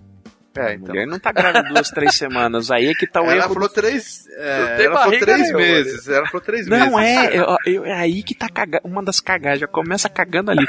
[SPEAKER 5] É,
[SPEAKER 6] A
[SPEAKER 5] então.
[SPEAKER 6] mulher não tá grávida duas, três semanas. Aí é que
[SPEAKER 4] Então,
[SPEAKER 6] tá o
[SPEAKER 7] Ela
[SPEAKER 6] erro.
[SPEAKER 7] falou três. é,
[SPEAKER 4] Não tem
[SPEAKER 7] ela falou
[SPEAKER 4] barriga
[SPEAKER 7] três
[SPEAKER 4] nenhuma, né?
[SPEAKER 7] meses. Ela falou três meses.
[SPEAKER 6] Não, é, eu- eu- é aí que tá caga... uma das cagadas, já começa cagando ali.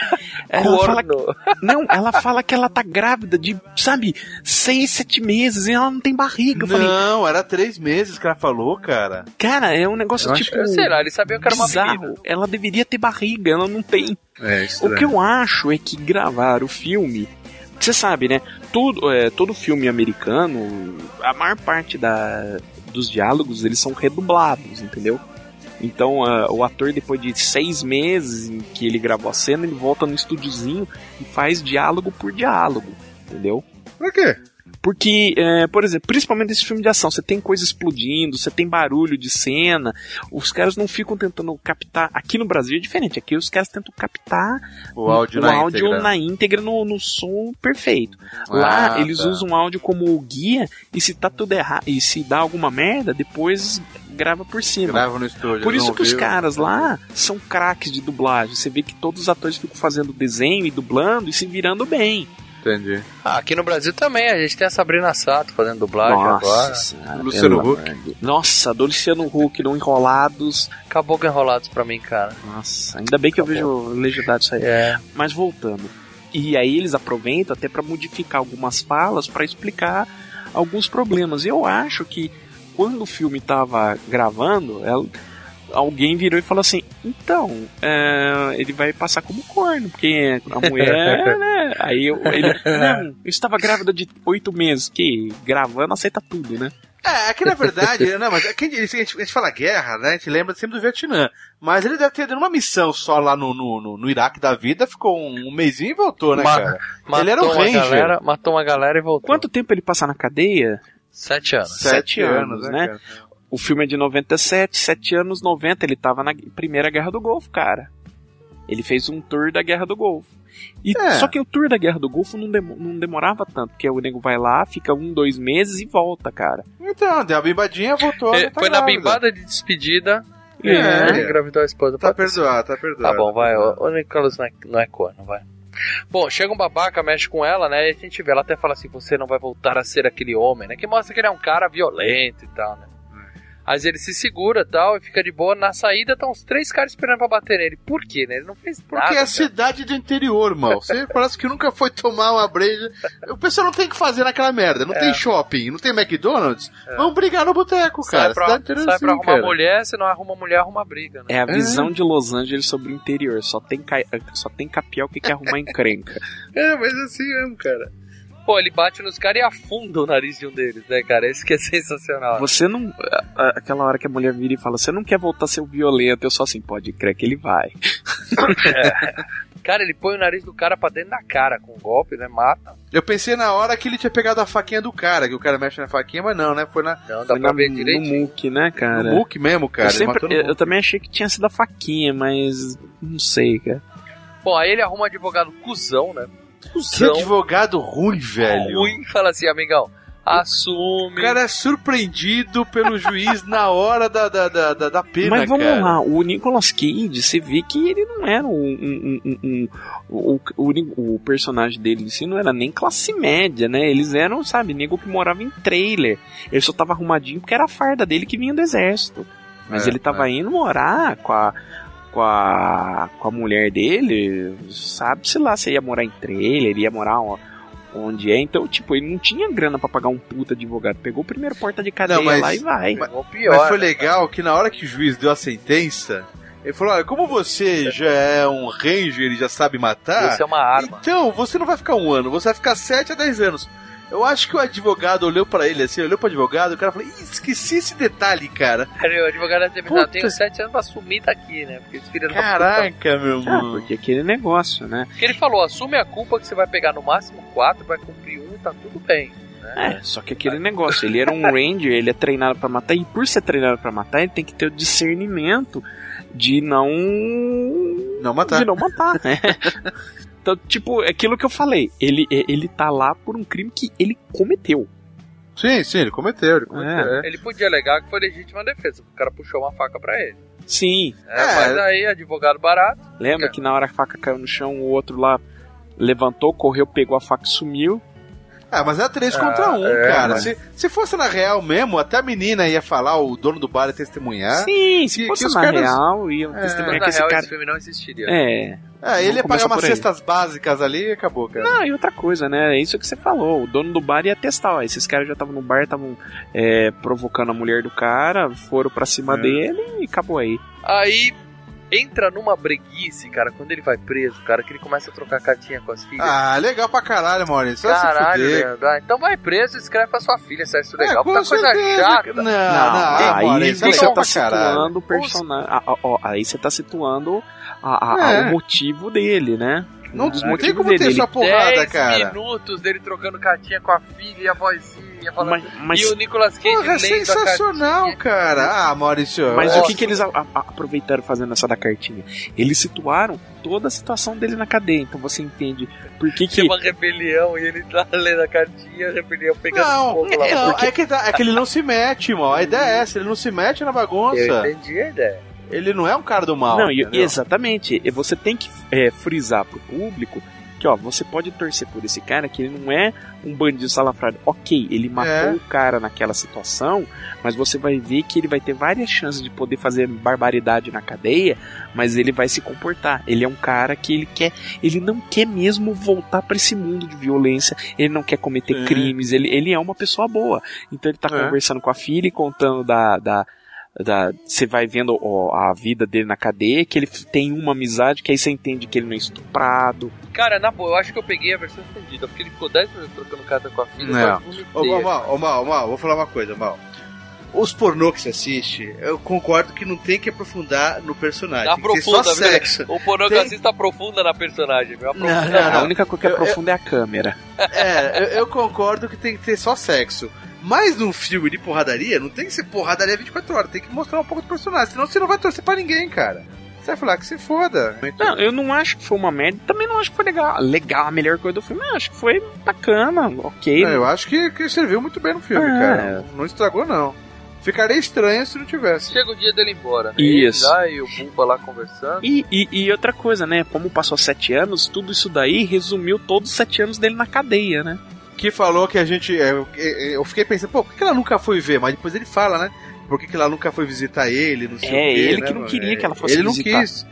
[SPEAKER 6] É, Ela fala,
[SPEAKER 4] Corno.
[SPEAKER 6] não, ela fala que ela tá grávida de, sabe, seis, sete meses e ela não tem barriga. Eu falei,
[SPEAKER 7] Não, era três meses que ela falou, cara.
[SPEAKER 6] cara, é um negócio tipo.
[SPEAKER 4] Sei lá, ele sabia que era uma menina.
[SPEAKER 6] bizarro. Ela deveria ter barriga, ela não tem.
[SPEAKER 7] É,
[SPEAKER 6] O que eu acho é que gravar o filme. Você sabe, né? Todo, é, todo filme americano, a maior parte da, dos diálogos eles são redublados, entendeu? Então a- o ator, depois de seis meses em que ele gravou a cena, ele volta no estúdiozinho e faz diálogo por diálogo, entendeu?
[SPEAKER 7] Pra quê?
[SPEAKER 6] Porque, é, por exemplo, principalmente nesse filme de ação, você tem coisa explodindo, você tem barulho de cena, os caras não ficam tentando captar. Aqui no Brasil é diferente, aqui os caras tentam captar
[SPEAKER 7] O áudio na
[SPEAKER 6] áudio
[SPEAKER 7] íntegra.
[SPEAKER 6] na íntegra, no, no som perfeito. Lá
[SPEAKER 7] Ah,
[SPEAKER 6] eles
[SPEAKER 7] tá.
[SPEAKER 6] usam áudio como guia e se tá tudo errado e se dá alguma merda, depois grava por cima.
[SPEAKER 7] Grava no estúdio.
[SPEAKER 6] Por
[SPEAKER 7] não
[SPEAKER 6] isso que os
[SPEAKER 7] ouviu.
[SPEAKER 6] caras lá são craques de dublagem. Você vê que todos os atores ficam fazendo desenho e dublando e se virando bem.
[SPEAKER 7] Entendi.
[SPEAKER 4] Ah, aqui no Brasil também, a gente tem a Sabrina Sato fazendo dublagem agora.
[SPEAKER 6] senhora,
[SPEAKER 7] Luciano
[SPEAKER 6] Ah, pelo
[SPEAKER 7] Huck.
[SPEAKER 6] amor de- Nossa, do Luciano Huck, do Enrolados.
[SPEAKER 4] Acabou com enrolados pra mim, cara.
[SPEAKER 6] Nossa, ainda bem que eu vejo legendado isso aí.
[SPEAKER 4] É.
[SPEAKER 6] Mas voltando. E aí eles aproveitam até para modificar algumas falas para explicar alguns problemas. Eu acho que quando o filme tava gravando, ela- alguém virou e falou assim: então, é, ele vai passar como corno, porque a mulher. né? Aí eu- ele. Não, eu estava grávida de oito meses, que gravando aceita tudo, né?
[SPEAKER 7] É, é que na verdade, não, mas é que a gente, a gente- a gente fala guerra, né? A gente lembra sempre do Vietnã. Mas ele deve ter dado uma missão só lá no, no, no- no Iraque da vida, ficou um, um mesinho e voltou, né,
[SPEAKER 4] Ma-
[SPEAKER 7] cara?
[SPEAKER 4] Matou
[SPEAKER 7] Ele era um
[SPEAKER 4] uma
[SPEAKER 7] ranger.
[SPEAKER 4] galera, matou uma galera e voltou.
[SPEAKER 6] Quanto tempo ele passar na cadeia?
[SPEAKER 4] Sete anos.
[SPEAKER 6] Sete anos, né?
[SPEAKER 7] cara?
[SPEAKER 6] O filme é de 97, 7 anos 90, ele tava na Primeira Guerra do Golfo, cara. Ele fez um tour da Guerra do Golfo. E,
[SPEAKER 7] É.
[SPEAKER 6] Só que o tour da Guerra do Golfo não, demo- não demorava tanto, porque o nego vai lá, fica um, dois meses e volta, cara.
[SPEAKER 7] Então, deu a bimbadinha, voltou.
[SPEAKER 4] É,
[SPEAKER 7] já tá
[SPEAKER 4] foi na
[SPEAKER 7] grávida.
[SPEAKER 4] bimbada de despedida
[SPEAKER 7] É.
[SPEAKER 4] ele engravidou a esposa.
[SPEAKER 7] Tá
[SPEAKER 4] Pode ser.
[SPEAKER 7] perdoado, tá perdoado.
[SPEAKER 4] Tá bom, vai. O, o Nicolas não é, não é corno, vai. Bom, chega um babaca, mexe com ela, né? E a gente vê, ela até fala assim, você não vai voltar a ser aquele homem, né? Que mostra que ele é um cara violento e tal, né? Mas ele se segura e tal, e fica de boa. Na saída estão os três caras esperando pra bater nele. Por quê, né? Ele não fez nada.
[SPEAKER 7] Porque é
[SPEAKER 4] cara.
[SPEAKER 7] a cidade do interior, mal. Você parece que nunca foi tomar uma breja. O pessoal não tem o que fazer naquela merda. Não
[SPEAKER 4] É.
[SPEAKER 7] tem shopping, não tem McDonald's. Vamos brigar no boteco, cara.
[SPEAKER 4] sai pra,
[SPEAKER 7] cidade do interior
[SPEAKER 4] sai
[SPEAKER 7] assim,
[SPEAKER 4] pra arrumar
[SPEAKER 7] cara.
[SPEAKER 4] mulher, se não arruma mulher, arruma briga, né?
[SPEAKER 6] É a visão de Los Angeles sobre o interior. Só tem, cai- só tem capial que quer arrumar encrenca.
[SPEAKER 4] É, mas assim mesmo, cara. Pô, ele bate nos caras e afunda o nariz de um deles, né, cara? Isso que é sensacional.
[SPEAKER 6] Você não. a- a- Aquela hora que a mulher vira e fala, você não quer voltar a ser o violento, eu só assim, pode crer que ele vai.
[SPEAKER 4] Cara, ele põe o nariz do cara pra dentro da cara com um golpe, né? Mata.
[SPEAKER 7] Eu pensei na hora que ele tinha pegado a faquinha do cara, que o cara mexe na faquinha, mas não, né? Foi na,
[SPEAKER 4] Não, dá
[SPEAKER 6] Foi
[SPEAKER 4] pra
[SPEAKER 6] na,
[SPEAKER 4] ver
[SPEAKER 6] no
[SPEAKER 4] direito.
[SPEAKER 6] muque, né,
[SPEAKER 4] É,
[SPEAKER 6] cara?
[SPEAKER 7] no Mook mesmo, cara.
[SPEAKER 6] eu,
[SPEAKER 7] Ele
[SPEAKER 6] sempre-
[SPEAKER 7] matou no
[SPEAKER 6] eu- eu
[SPEAKER 7] Mook.
[SPEAKER 6] também achei que tinha sido a faquinha, mas não sei, cara.
[SPEAKER 4] Bom, aí ele arruma um advogado cuzão, né?
[SPEAKER 7] Que
[SPEAKER 4] Cuzão.
[SPEAKER 7] advogado ruim, velho.
[SPEAKER 4] Ruim, fala assim, amigão,
[SPEAKER 7] O
[SPEAKER 4] assume.
[SPEAKER 7] cara é surpreendido pelo juiz na hora da, da, da, da, da pena,
[SPEAKER 6] mas vamos
[SPEAKER 7] cara.
[SPEAKER 6] lá, o Nicolas Cage, você vê que ele não era um. um- um- um- um- o, o- o personagem dele em si não era nem classe média, né? Eles eram, sabe, nego que morava em trailer. Ele só tava arrumadinho porque era a farda dele que vinha do exército. Mas
[SPEAKER 7] É,
[SPEAKER 6] ele tava indo morar com a. Com a, com a mulher dele, sabe-se lá se ia morar em trailer, ia morar o- onde é. Então, tipo, ele não tinha grana pra pagar um puta advogado. Pegou o primeiro porta de cadeia
[SPEAKER 7] mas-
[SPEAKER 6] lá e vai.
[SPEAKER 4] Pegou É pior.
[SPEAKER 7] Mas foi
[SPEAKER 4] né?
[SPEAKER 7] legal que na hora que o juiz deu a sentença, ele falou: olha, como você já é um ranger e já sabe matar,
[SPEAKER 4] Isso é uma arma.
[SPEAKER 7] então você não vai ficar um ano, você vai ficar 7 a 10 anos. Eu acho que o advogado olhou pra ele assim, olhou pro advogado, o cara falou: Ih, esqueci esse detalhe, cara.
[SPEAKER 4] Cara, o advogado deve terminar.
[SPEAKER 7] Puta.
[SPEAKER 4] Tenho sete anos pra sumir daqui, né? Porque esse filho da puta-
[SPEAKER 7] Caraca,
[SPEAKER 4] um
[SPEAKER 7] meu
[SPEAKER 6] Ah,
[SPEAKER 7] irmão.
[SPEAKER 6] porque aquele negócio, né?
[SPEAKER 4] Porque ele falou, assume a culpa que você vai pegar no máximo quatro, vai cumprir um, tá tudo bem.
[SPEAKER 6] É, só que aquele negócio, ele era um ranger, ele é treinado pra matar, e por ser treinado pra matar, ele tem que ter o discernimento de não.
[SPEAKER 7] Não matar.
[SPEAKER 6] De não matar, né? Então, tipo, é aquilo que eu falei, ele, ele tá lá por um crime que ele cometeu.
[SPEAKER 7] Sim, sim, ele cometeu, ele cometeu.
[SPEAKER 6] É.
[SPEAKER 7] é.
[SPEAKER 4] Ele podia alegar que foi legítima defesa, porque o cara puxou uma faca pra ele.
[SPEAKER 6] Sim.
[SPEAKER 4] É, Mas aí, advogado barato.
[SPEAKER 6] Lembra
[SPEAKER 4] É.
[SPEAKER 6] que na hora que a faca caiu no chão, o outro lá levantou, correu, pegou a faca e sumiu.
[SPEAKER 7] Ah, mas é três contra um,
[SPEAKER 4] é,
[SPEAKER 7] cara.
[SPEAKER 4] mas-
[SPEAKER 7] Se, se fosse na real mesmo, até a menina ia falar, o dono do bar ia testemunhar.
[SPEAKER 6] Sim,
[SPEAKER 7] É?
[SPEAKER 6] se
[SPEAKER 7] que-
[SPEAKER 6] fosse
[SPEAKER 7] que os
[SPEAKER 6] na
[SPEAKER 7] caras-
[SPEAKER 6] real, ia
[SPEAKER 7] É.
[SPEAKER 4] Mas
[SPEAKER 6] testemunhar que
[SPEAKER 4] na
[SPEAKER 6] esse
[SPEAKER 4] real,
[SPEAKER 6] cara.
[SPEAKER 4] esse filme não existiria.
[SPEAKER 6] É.
[SPEAKER 7] É, ele ia pagar
[SPEAKER 6] Vamos começar
[SPEAKER 7] umas
[SPEAKER 6] por aí.
[SPEAKER 7] cestas básicas ali e acabou, cara.
[SPEAKER 6] Não, e outra coisa, né? É isso que você falou. O dono do bar ia testar. Ó, esses caras já estavam no bar, estavam é, provocando a mulher do cara, foram pra
[SPEAKER 4] É.
[SPEAKER 6] cima dele e acabou aí.
[SPEAKER 4] Aí entra numa breguice, cara, quando ele vai preso, cara, que ele começa a trocar cartinha com as filhas.
[SPEAKER 7] Ah, legal pra caralho, Maurício. Vai se
[SPEAKER 4] Caralho,
[SPEAKER 7] fuder,
[SPEAKER 4] Leandro. Ah, então vai preso e escreve pra sua filha, se é isso
[SPEAKER 7] É,
[SPEAKER 4] legal,
[SPEAKER 7] com
[SPEAKER 4] porque é coisa
[SPEAKER 7] certeza.
[SPEAKER 4] chata.
[SPEAKER 7] Não, não, ah,
[SPEAKER 6] aí
[SPEAKER 7] Maurício, é
[SPEAKER 6] você
[SPEAKER 7] legal
[SPEAKER 6] tá
[SPEAKER 7] pra caralho.
[SPEAKER 6] situando o personagem. ah, ah, ó, aí você tá situando a- a- a-
[SPEAKER 7] É.
[SPEAKER 6] o motivo dele, né?
[SPEAKER 7] Não,
[SPEAKER 6] dos
[SPEAKER 7] não tem
[SPEAKER 6] motivos
[SPEAKER 7] como ter
[SPEAKER 6] dele.
[SPEAKER 7] só porrada,
[SPEAKER 4] Dez
[SPEAKER 7] cara.
[SPEAKER 4] minutos dele trocando cartinha com a filha e a vozinha falando.
[SPEAKER 6] Mas, mas-
[SPEAKER 4] E o Nicolas Cage
[SPEAKER 7] Porra, é
[SPEAKER 4] lendo a
[SPEAKER 7] sensacional,
[SPEAKER 4] cartinha.
[SPEAKER 7] cara. Ah, Maurício.
[SPEAKER 6] mas
[SPEAKER 7] é-
[SPEAKER 6] o que, que eles a- a- aproveitaram fazendo essa da cartinha? Eles situaram toda a situação dele na cadeia. Então você entende por que que...
[SPEAKER 4] Tinha uma rebelião e ele tá lendo a cartinha, a rebelião pegando
[SPEAKER 7] Não,
[SPEAKER 4] fogo lá.
[SPEAKER 7] não é, que tá- é que ele não se mete, irmão. A ideia é essa, ele não é, se mete na
[SPEAKER 4] Eu
[SPEAKER 7] bagunça.
[SPEAKER 4] entendi a ideia.
[SPEAKER 7] Ele não é um cara do mal.
[SPEAKER 6] Não, e-
[SPEAKER 7] entendeu?
[SPEAKER 6] exatamente. E Você tem que é, frisar pro público que, ó, você pode torcer por esse cara que ele não é um bandido salafrado. Ok, ele matou
[SPEAKER 7] É.
[SPEAKER 6] o cara naquela situação, mas você vai ver que ele vai ter várias chances de poder fazer barbaridade na cadeia, mas ele vai se comportar. Ele é um cara que ele quer, ele não quer mesmo voltar pra esse mundo de violência, ele não quer cometer
[SPEAKER 7] Sim.
[SPEAKER 6] crimes, ele, ele é uma pessoa boa. Então ele tá
[SPEAKER 7] É.
[SPEAKER 6] conversando com a filha e contando da, da, da- você vai vendo ó, a vida dele na cadeia, que ele f- tem uma amizade, que aí você entende que ele não é estuprado.
[SPEAKER 4] Cara, na boa, eu acho que eu peguei a versão estendida, porque ele ficou 10 minutos trocando carta com a filha.
[SPEAKER 6] É.
[SPEAKER 7] Não.
[SPEAKER 4] eu quase
[SPEAKER 7] Ô,
[SPEAKER 4] vomitei.
[SPEAKER 7] Mal, Mal, ô, Mal, Mal, vou falar uma coisa, Mal. Os pornô que você assiste, eu concordo que não tem que aprofundar no personagem. Tem que ser só
[SPEAKER 4] Aprofunda, viu?
[SPEAKER 7] sexo.
[SPEAKER 4] O pornografista aprofunda na personagem, meu. Aprofunda.
[SPEAKER 7] Não, não,
[SPEAKER 6] a
[SPEAKER 7] não.
[SPEAKER 6] única coisa que
[SPEAKER 7] Eu- eu-
[SPEAKER 6] aprofunda é a câmera.
[SPEAKER 7] É, eu, eu concordo que tem que ter só sexo. Mas num filme de porradaria, não tem que ser porradaria 24 horas. Tem que mostrar um pouco do personagem. Senão você não vai torcer pra ninguém, cara. Você vai falar que se foda. Então,
[SPEAKER 6] Não, eu não acho que foi uma merda, também não acho que foi legal. Legal, a melhor coisa do filme, eu acho que foi bacana, ok.
[SPEAKER 7] Não, é, eu acho que, que serviu muito bem no filme,
[SPEAKER 6] Ah.
[SPEAKER 7] cara. Não estragou, não. Ficaria estranho se não tivesse.
[SPEAKER 4] Chega o dia dele ir embora. Né?
[SPEAKER 6] Isso.
[SPEAKER 4] Ele lá e o Bumba lá conversando.
[SPEAKER 6] E, e- e outra coisa, né? Como passou sete anos, tudo isso daí resumiu todos os sete anos dele na cadeia, né?
[SPEAKER 7] que falou que a gente. é, Eu eu fiquei pensando, pô, por que ela nunca foi ver? Mas depois ele fala, né? Por que que ela nunca foi visitar ele? Não sei
[SPEAKER 6] É,
[SPEAKER 7] o quê,
[SPEAKER 6] ele
[SPEAKER 7] né,
[SPEAKER 6] que não
[SPEAKER 7] mano?
[SPEAKER 6] queria
[SPEAKER 7] É,
[SPEAKER 6] que ela fosse
[SPEAKER 7] Ele
[SPEAKER 6] visitar.
[SPEAKER 7] não quis.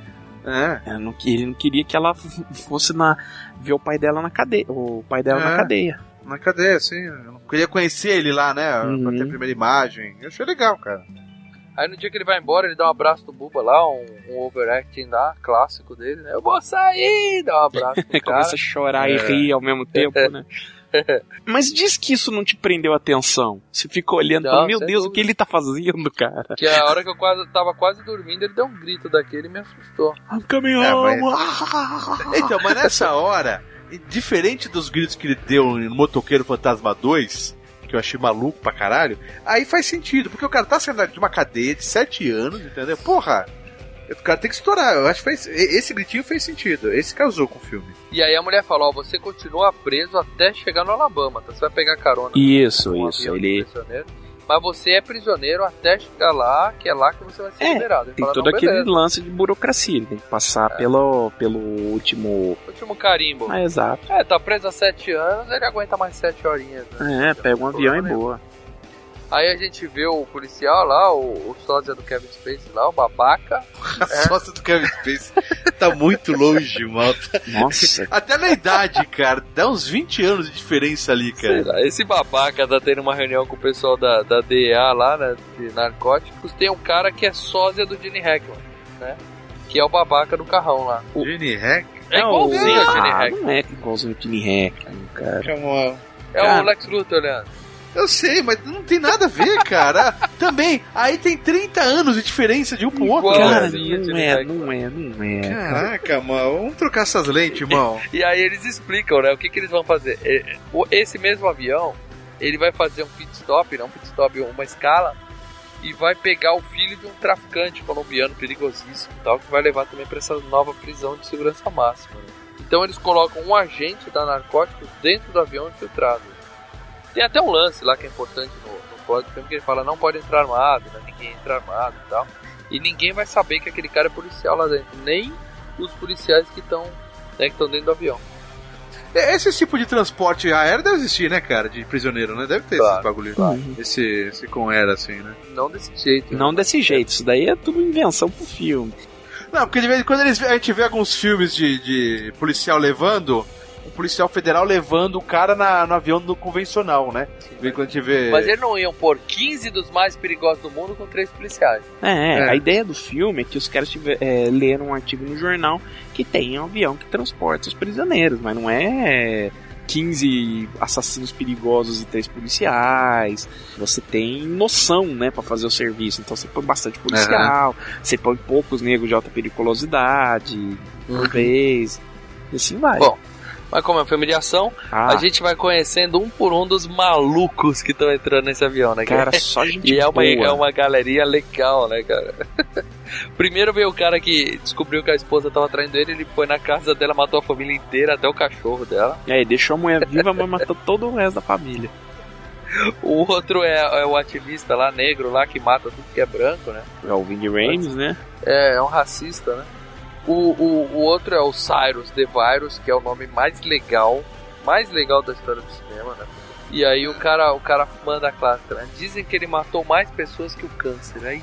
[SPEAKER 7] É.
[SPEAKER 6] Eu não- Ele não queria que ela f- fosse na ver o pai dela na cadeia, o pai dela na
[SPEAKER 7] É.
[SPEAKER 6] cadeia.
[SPEAKER 7] Na cadeia, assim. Eu não queria conhecer ele lá, né? Pra
[SPEAKER 6] Uhum.
[SPEAKER 7] ter a primeira imagem. Eu achei legal, cara.
[SPEAKER 4] Aí no dia que ele vai embora, ele dá um abraço do Bumba lá, um, um overacting lá, clássico dele, né? Eu vou sair! Dá um abraço pro cara.
[SPEAKER 6] né?
[SPEAKER 4] é.
[SPEAKER 6] Começa a chorar e rir ao mesmo tempo, né? Mas diz que isso não te prendeu a atenção. Você ficou olhando e
[SPEAKER 4] Não,
[SPEAKER 6] falou, meu
[SPEAKER 4] sem
[SPEAKER 6] Deus, o
[SPEAKER 4] dúvida.
[SPEAKER 6] que ele tá fazendo, cara?
[SPEAKER 4] Que a hora que eu quase, tava quase dormindo, ele deu um grito daquele e me assustou.
[SPEAKER 6] Ah, caminhão!
[SPEAKER 7] É, mas-
[SPEAKER 6] ah!
[SPEAKER 7] Então, mas nessa hora, diferente dos gritos que ele deu no Motoqueiro Fantasma 2, que eu achei maluco pra caralho, aí faz sentido, porque o cara tá saindo de uma cadeia de 7 anos, entendeu? Porra! O cara tem que estourar. Eu acho que fez, e- esse gritinho fez sentido. Esse casou com o filme.
[SPEAKER 4] E aí a mulher fala, ó, você continua preso até chegar no Alabama, tá? Você vai pegar carona.
[SPEAKER 6] Isso,
[SPEAKER 4] com um
[SPEAKER 6] isso.
[SPEAKER 4] avião de
[SPEAKER 6] Ele
[SPEAKER 4] prisioneiro, Mas você é prisioneiro até chegar lá, que é lá que você vai ser
[SPEAKER 6] É,
[SPEAKER 4] liberado. Ele
[SPEAKER 6] tem
[SPEAKER 4] fala,
[SPEAKER 6] todo
[SPEAKER 4] "Não,
[SPEAKER 6] aquele
[SPEAKER 4] beleza, É.
[SPEAKER 6] lance de burocracia. Ele tem que passar pelo, pelo último.
[SPEAKER 4] Último carimbo.
[SPEAKER 6] Ah, exato.
[SPEAKER 4] É, tá preso há sete anos, ele aguenta mais sete horinhas. né?
[SPEAKER 6] É, pega um avião e
[SPEAKER 4] Problema.
[SPEAKER 6] boa.
[SPEAKER 4] Aí a gente vê o policial lá, o, o sósia do Kevin Spacey lá, o babaca.
[SPEAKER 7] A sócia do Kevin Space tá muito longe, malta.
[SPEAKER 6] Nossa,
[SPEAKER 7] Até na idade, cara. Dá uns 20 anos de diferença ali,
[SPEAKER 4] Sei
[SPEAKER 7] cara.
[SPEAKER 4] lá, esse babaca tá tendo uma reunião com o pessoal da, da DEA lá, né, de narcóticos. Tem um cara que é sósia do Gene Hackman, né? Que é o babaca do carrão lá.
[SPEAKER 7] Gene Hack?
[SPEAKER 4] É
[SPEAKER 6] o-
[SPEAKER 4] igualzinho ao Gene
[SPEAKER 6] ah,
[SPEAKER 4] Hackman.
[SPEAKER 6] não é igualzinho o Gene Hackman, cara.
[SPEAKER 7] Chamou.
[SPEAKER 4] É
[SPEAKER 6] cara.
[SPEAKER 4] o Lex Luthor, Leandro.
[SPEAKER 7] Eu sei, mas não tem nada a ver, cara. Também, aí tem 30 anos de diferença de um pro outro.
[SPEAKER 4] Igual.
[SPEAKER 7] Cara.
[SPEAKER 6] Cara,
[SPEAKER 4] Igualzinho
[SPEAKER 6] não
[SPEAKER 4] Gene
[SPEAKER 6] é,
[SPEAKER 4] Hackman.
[SPEAKER 6] não é, não é.
[SPEAKER 7] Caraca, mano, vamos trocar essas lentes, irmão.
[SPEAKER 4] E aí eles explicam, né? O que, que eles vão fazer. É, o- Esse mesmo avião, ele vai fazer um pit stop, não um pit stop, uma escala, e vai pegar o filho de um traficante colombiano perigosíssimo e tal, que vai levar também para essa nova prisão de segurança máxima. né. Então eles colocam um agente da Narcóticos dentro do avião infiltrado. Tem até um lance lá que é importante no, no código, que ele fala não pode entrar armado, né? Ninguém entra armado e tal. E ninguém vai saber que aquele cara é policial lá dentro. Nem os policiais que estão né, que tão dentro do avião.
[SPEAKER 7] É, Esse tipo de transporte aéreo deve existir, né, cara? De prisioneiro, né? Deve ter
[SPEAKER 4] Claro,
[SPEAKER 7] esse bagulho. Esse, esse com era, assim, né?
[SPEAKER 4] Não desse jeito.
[SPEAKER 6] Não desse jeito, isso daí é tudo invenção pro filme.
[SPEAKER 7] Não, porque de vez em quando eles, a gente vê alguns filmes de, de policial levando. Um policial federal levando o cara na- no avião do convencional, né? De vez em quando a gente vê.
[SPEAKER 4] Mas eles não iam pôr 15 dos mais perigosos do mundo com três policiais.
[SPEAKER 6] É,
[SPEAKER 7] É.
[SPEAKER 6] a ideia do filme é que os caras tiver, é, leram um artigo no jornal que tem um avião que transporta os prisioneiros, mas não é 15 assassinos perigosos e três policiais. Você tem noção, né, pra fazer o serviço. Então você põe bastante policial, você põe poucos negros de alta periculosidade, por vez, e assim vai.
[SPEAKER 4] Uhum. Bom, Mas como é um filme de ação,
[SPEAKER 6] Ah,
[SPEAKER 4] a gente vai conhecendo um por um dos malucos que estão entrando nesse avião, né, cara?
[SPEAKER 6] cara, só gente
[SPEAKER 4] E é uma,
[SPEAKER 6] boa.
[SPEAKER 4] é uma galeria legal, né, cara? Primeiro veio o cara que descobriu que a esposa tava traindo ele, ele foi na casa dela, matou a família inteira, até o cachorro dela.
[SPEAKER 6] É, deixou a mulher viva, mas matou todo o resto da família.
[SPEAKER 4] O outro é, é o ativista lá, negro lá, que mata tudo que é branco, né?
[SPEAKER 6] É o Ving Rames, né?
[SPEAKER 4] É, é um racista, né? O, o, o outro é o Cyrus The Virus, que é o nome mais legal, mais legal da história do cinema, né? E aí o cara, o cara manda a clássica, né? Dizem que ele matou mais pessoas que o câncer, né?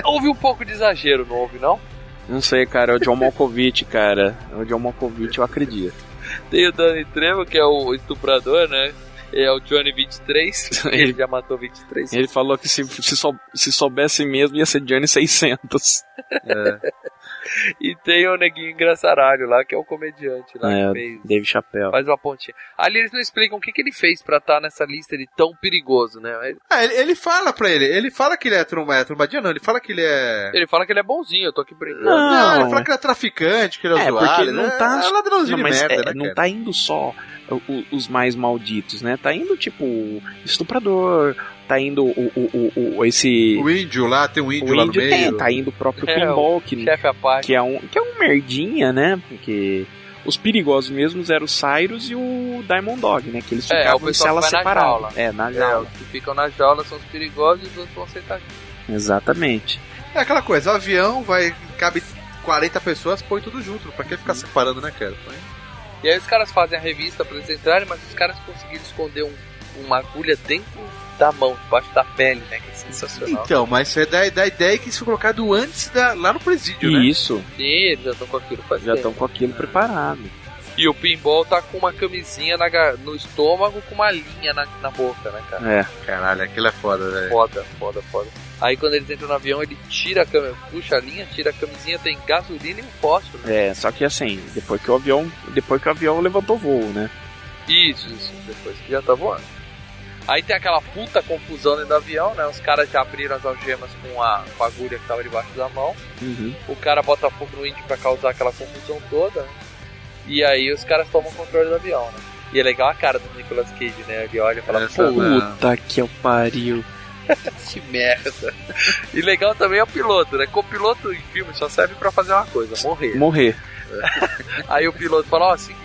[SPEAKER 4] Houve um pouco de exagero, não houve, não?
[SPEAKER 6] Não sei, cara, é o John Malkovich, cara. É o John Malkovich, eu acredito.
[SPEAKER 4] Tem o Danny Trevo, que é o estuprador, né? É o Johnny 23, ele já matou 23.
[SPEAKER 6] Ele falou que se, se, sou- se soubesse mesmo ia ser Johnny 600.
[SPEAKER 4] E tem o neguinho engraçaralho lá, que é o comediante lá
[SPEAKER 6] É.
[SPEAKER 4] que fez.
[SPEAKER 6] Dave Chappelle.
[SPEAKER 4] Faz uma pontinha. Ali eles não explicam o que, que ele fez pra estar nessa lista de tão perigoso, né? Mas
[SPEAKER 7] Ah, ele, ele fala pra ele, ele fala que ele é, tromba, é trombadinha, não, ele fala que ele é.
[SPEAKER 4] Ele fala que ele é bonzinho, eu tô aqui brincando.
[SPEAKER 6] Não,
[SPEAKER 7] ele fala que ele é traficante, que ele é,
[SPEAKER 6] É,
[SPEAKER 7] zoado,
[SPEAKER 6] porque
[SPEAKER 7] ele
[SPEAKER 6] não tá-
[SPEAKER 7] É ladrãozinho
[SPEAKER 6] Não,
[SPEAKER 7] de
[SPEAKER 6] mas
[SPEAKER 7] merda,
[SPEAKER 6] é,
[SPEAKER 7] né,
[SPEAKER 6] não
[SPEAKER 7] cara?
[SPEAKER 6] tá indo só o- o- os mais malditos, né? Tá indo, tipo, estuprador, tá indo o, o, o, o- esse...
[SPEAKER 7] O índio lá, tem um índio,
[SPEAKER 6] o
[SPEAKER 7] lá no
[SPEAKER 6] índio tem,
[SPEAKER 7] meio.
[SPEAKER 6] tá indo o próprio
[SPEAKER 4] É,
[SPEAKER 6] pinball, que
[SPEAKER 4] Chefe à parte.
[SPEAKER 6] que é um que é um merdinha, né? Porque os perigosos mesmos eram o Cyrus e o Diamond Dog, né? Que eles
[SPEAKER 4] É, é o
[SPEAKER 6] ficavam em
[SPEAKER 4] pessoal
[SPEAKER 6] cela
[SPEAKER 4] que vai na
[SPEAKER 6] separada.
[SPEAKER 4] jaula.
[SPEAKER 6] é, na
[SPEAKER 4] É,
[SPEAKER 6] jaula.
[SPEAKER 4] os que ficam na jaula são os perigosos e os outros vão sentar junto.
[SPEAKER 6] Exatamente.
[SPEAKER 7] É aquela coisa, o avião vai, cabe 40 pessoas, põe tudo junto, pra que ficar separando, né, cara? Põe-
[SPEAKER 4] E aí os caras fazem a revista pra eles entrarem, mas os caras conseguiram esconder um- uma agulha dentro da mão, debaixo da pele, né? Que é sensacional.
[SPEAKER 7] Então, mas isso é da, da ideia que isso foi colocado antes da, lá no presídio, né?
[SPEAKER 6] E isso,
[SPEAKER 4] E eles já estão com aquilo faz
[SPEAKER 6] já
[SPEAKER 4] tempo.
[SPEAKER 6] estão com aquilo preparado.
[SPEAKER 4] E o pinball tá com uma camisinha na ga- no estômago com uma linha na, na boca, né, cara?
[SPEAKER 6] É.
[SPEAKER 7] Caralho, aquilo é foda, velho.
[SPEAKER 4] Foda, foda, foda. Aí quando eles entram no avião, ele tira a cam... puxa a linha, tira a camisinha, tem gasolina e um fósforo. né?
[SPEAKER 6] É, só que assim, depois que o avião, depois que o avião levantou voo, né?
[SPEAKER 4] Isso, isso, depois que já tá voando. Aí tem aquela puta confusão dentro do avião, né? Os caras já abriram as algemas com a, com a agulha que tava debaixo da mão.
[SPEAKER 6] Uhum.
[SPEAKER 4] O cara bota fogo no índio pra causar aquela confusão toda. né? E aí os caras tomam o controle do avião, né? E é legal a cara do Nicolas Cage, né? Ele olha e fala,
[SPEAKER 7] Essa
[SPEAKER 4] pô,
[SPEAKER 7] Não.
[SPEAKER 6] Puta que eu pariu.
[SPEAKER 4] que merda. E legal também é o piloto, né? Copiloto em filme só serve pra fazer uma coisa, morrer.
[SPEAKER 6] Morrer.
[SPEAKER 4] Aí o piloto fala, ó, seguinte,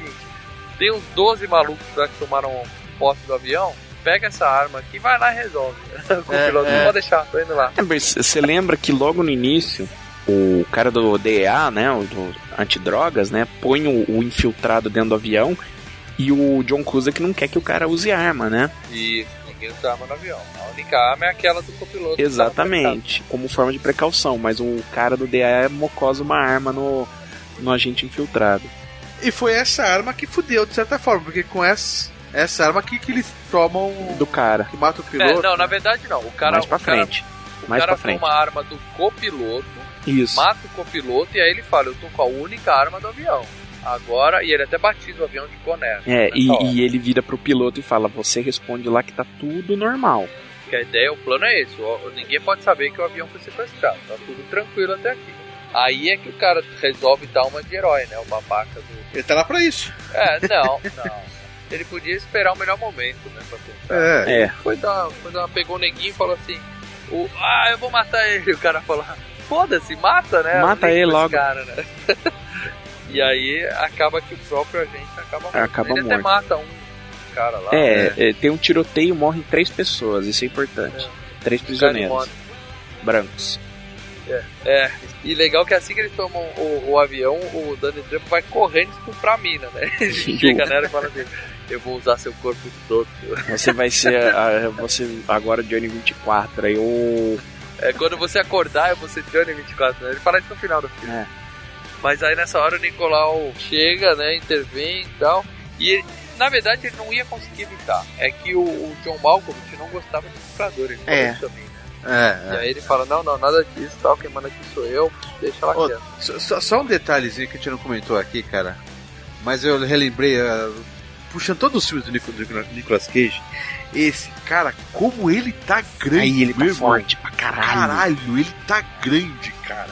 [SPEAKER 4] tem uns 12 malucos lá que tomaram posse do avião, pega essa arma aqui, vai lá e resolve. Com o
[SPEAKER 7] É,
[SPEAKER 4] piloto,
[SPEAKER 7] é.
[SPEAKER 4] pode deixar, tô indo lá.
[SPEAKER 6] É, mas Você lembra que logo no início o cara do DEA, né, o do antidrogas, né, põe o, o infiltrado dentro do avião e o John Cusack não quer que o cara use arma, né?
[SPEAKER 4] E ninguém usa arma no avião. A única arma é aquela do copiloto. que tá no
[SPEAKER 6] Exatamente, como forma de precaução, mas o cara do DEA é mocosa uma arma no, no agente infiltrado.
[SPEAKER 7] E foi essa arma que fudeu, de certa forma, porque com essa, essa arma aqui que eles tomam.
[SPEAKER 6] Do cara,
[SPEAKER 7] que mata o
[SPEAKER 4] mercado.
[SPEAKER 7] piloto.
[SPEAKER 4] É, não, na verdade não. O cara,
[SPEAKER 6] mais pra
[SPEAKER 4] o cara,
[SPEAKER 6] frente.
[SPEAKER 4] o
[SPEAKER 6] mais
[SPEAKER 4] cara
[SPEAKER 6] pra frente.
[SPEAKER 4] toma a arma do copiloto,
[SPEAKER 6] Isso.
[SPEAKER 4] mata o copiloto e aí ele fala, eu tô com a única arma do avião. Agora, e ele é até batiza o avião de Conero.
[SPEAKER 6] É, e,
[SPEAKER 4] Nessa hora.
[SPEAKER 6] e ele vira pro piloto e fala: Você responde lá que tá tudo normal.
[SPEAKER 4] Porque a ideia, o plano é esse. o- ninguém pode saber que o avião foi sequestrado. Tá tudo tranquilo até aqui. Aí é que o cara resolve dar uma de herói, né? O babaca do.
[SPEAKER 7] Ele tá lá pra isso.
[SPEAKER 4] É, não, não. Ele podia esperar o melhor momento, né? Pra tentar.
[SPEAKER 7] É.
[SPEAKER 6] É,
[SPEAKER 4] Foi dar, foi dar, pegou o neguinho e falou assim: o, Ah, eu vou matar ele. O cara falou: Foda-se, mata, né?
[SPEAKER 6] Mata
[SPEAKER 4] Nem
[SPEAKER 6] ele
[SPEAKER 4] com esse
[SPEAKER 6] logo."
[SPEAKER 4] Cara, né? e aí acaba que o próprio agente acaba morto.
[SPEAKER 6] É, Acaba
[SPEAKER 4] ele até
[SPEAKER 6] morto.
[SPEAKER 4] mata um cara lá. né?
[SPEAKER 6] é, é, tem um tiroteio, morrem três pessoas, isso é importante. Três
[SPEAKER 4] O cara morre.
[SPEAKER 6] prisioneiros brancos.
[SPEAKER 4] É, e legal que assim que eles tomam o, o avião, o Danny Trump vai correndo estuprar a mina, né? Ele chega nela e fala assim: Eu vou usar seu corpo todo.
[SPEAKER 6] Tipo, Você vai ser a- você agora Johnny 24, aí o
[SPEAKER 4] É, quando você acordar, eu vou ser Johnny 24, né? Ele fala isso no final do filme.
[SPEAKER 6] É.
[SPEAKER 4] Mas aí nessa hora o Nicolau chega, né? Intervém e tal. E ele- na verdade ele não ia conseguir evitar. É que o, o John Malkovich não gostava de estuprador, ele falou
[SPEAKER 7] É.
[SPEAKER 4] isso também. né? E
[SPEAKER 7] É, é.
[SPEAKER 4] aí ele fala, não, não, nada disso, tal, quem manda aqui sou eu, deixa ela
[SPEAKER 7] Ô,
[SPEAKER 4] quieta.
[SPEAKER 7] Só- Só, só um detalhezinho que a gente não comentou aqui, cara. Mas eu relembrei, ah, puxando todos os filmes do Nic- do Nicolas Cage, esse, cara, como ele tá grande.
[SPEAKER 6] aí ele tá
[SPEAKER 7] meu irmão.
[SPEAKER 6] forte pra caralho.
[SPEAKER 7] Caralho, ele tá grande, cara.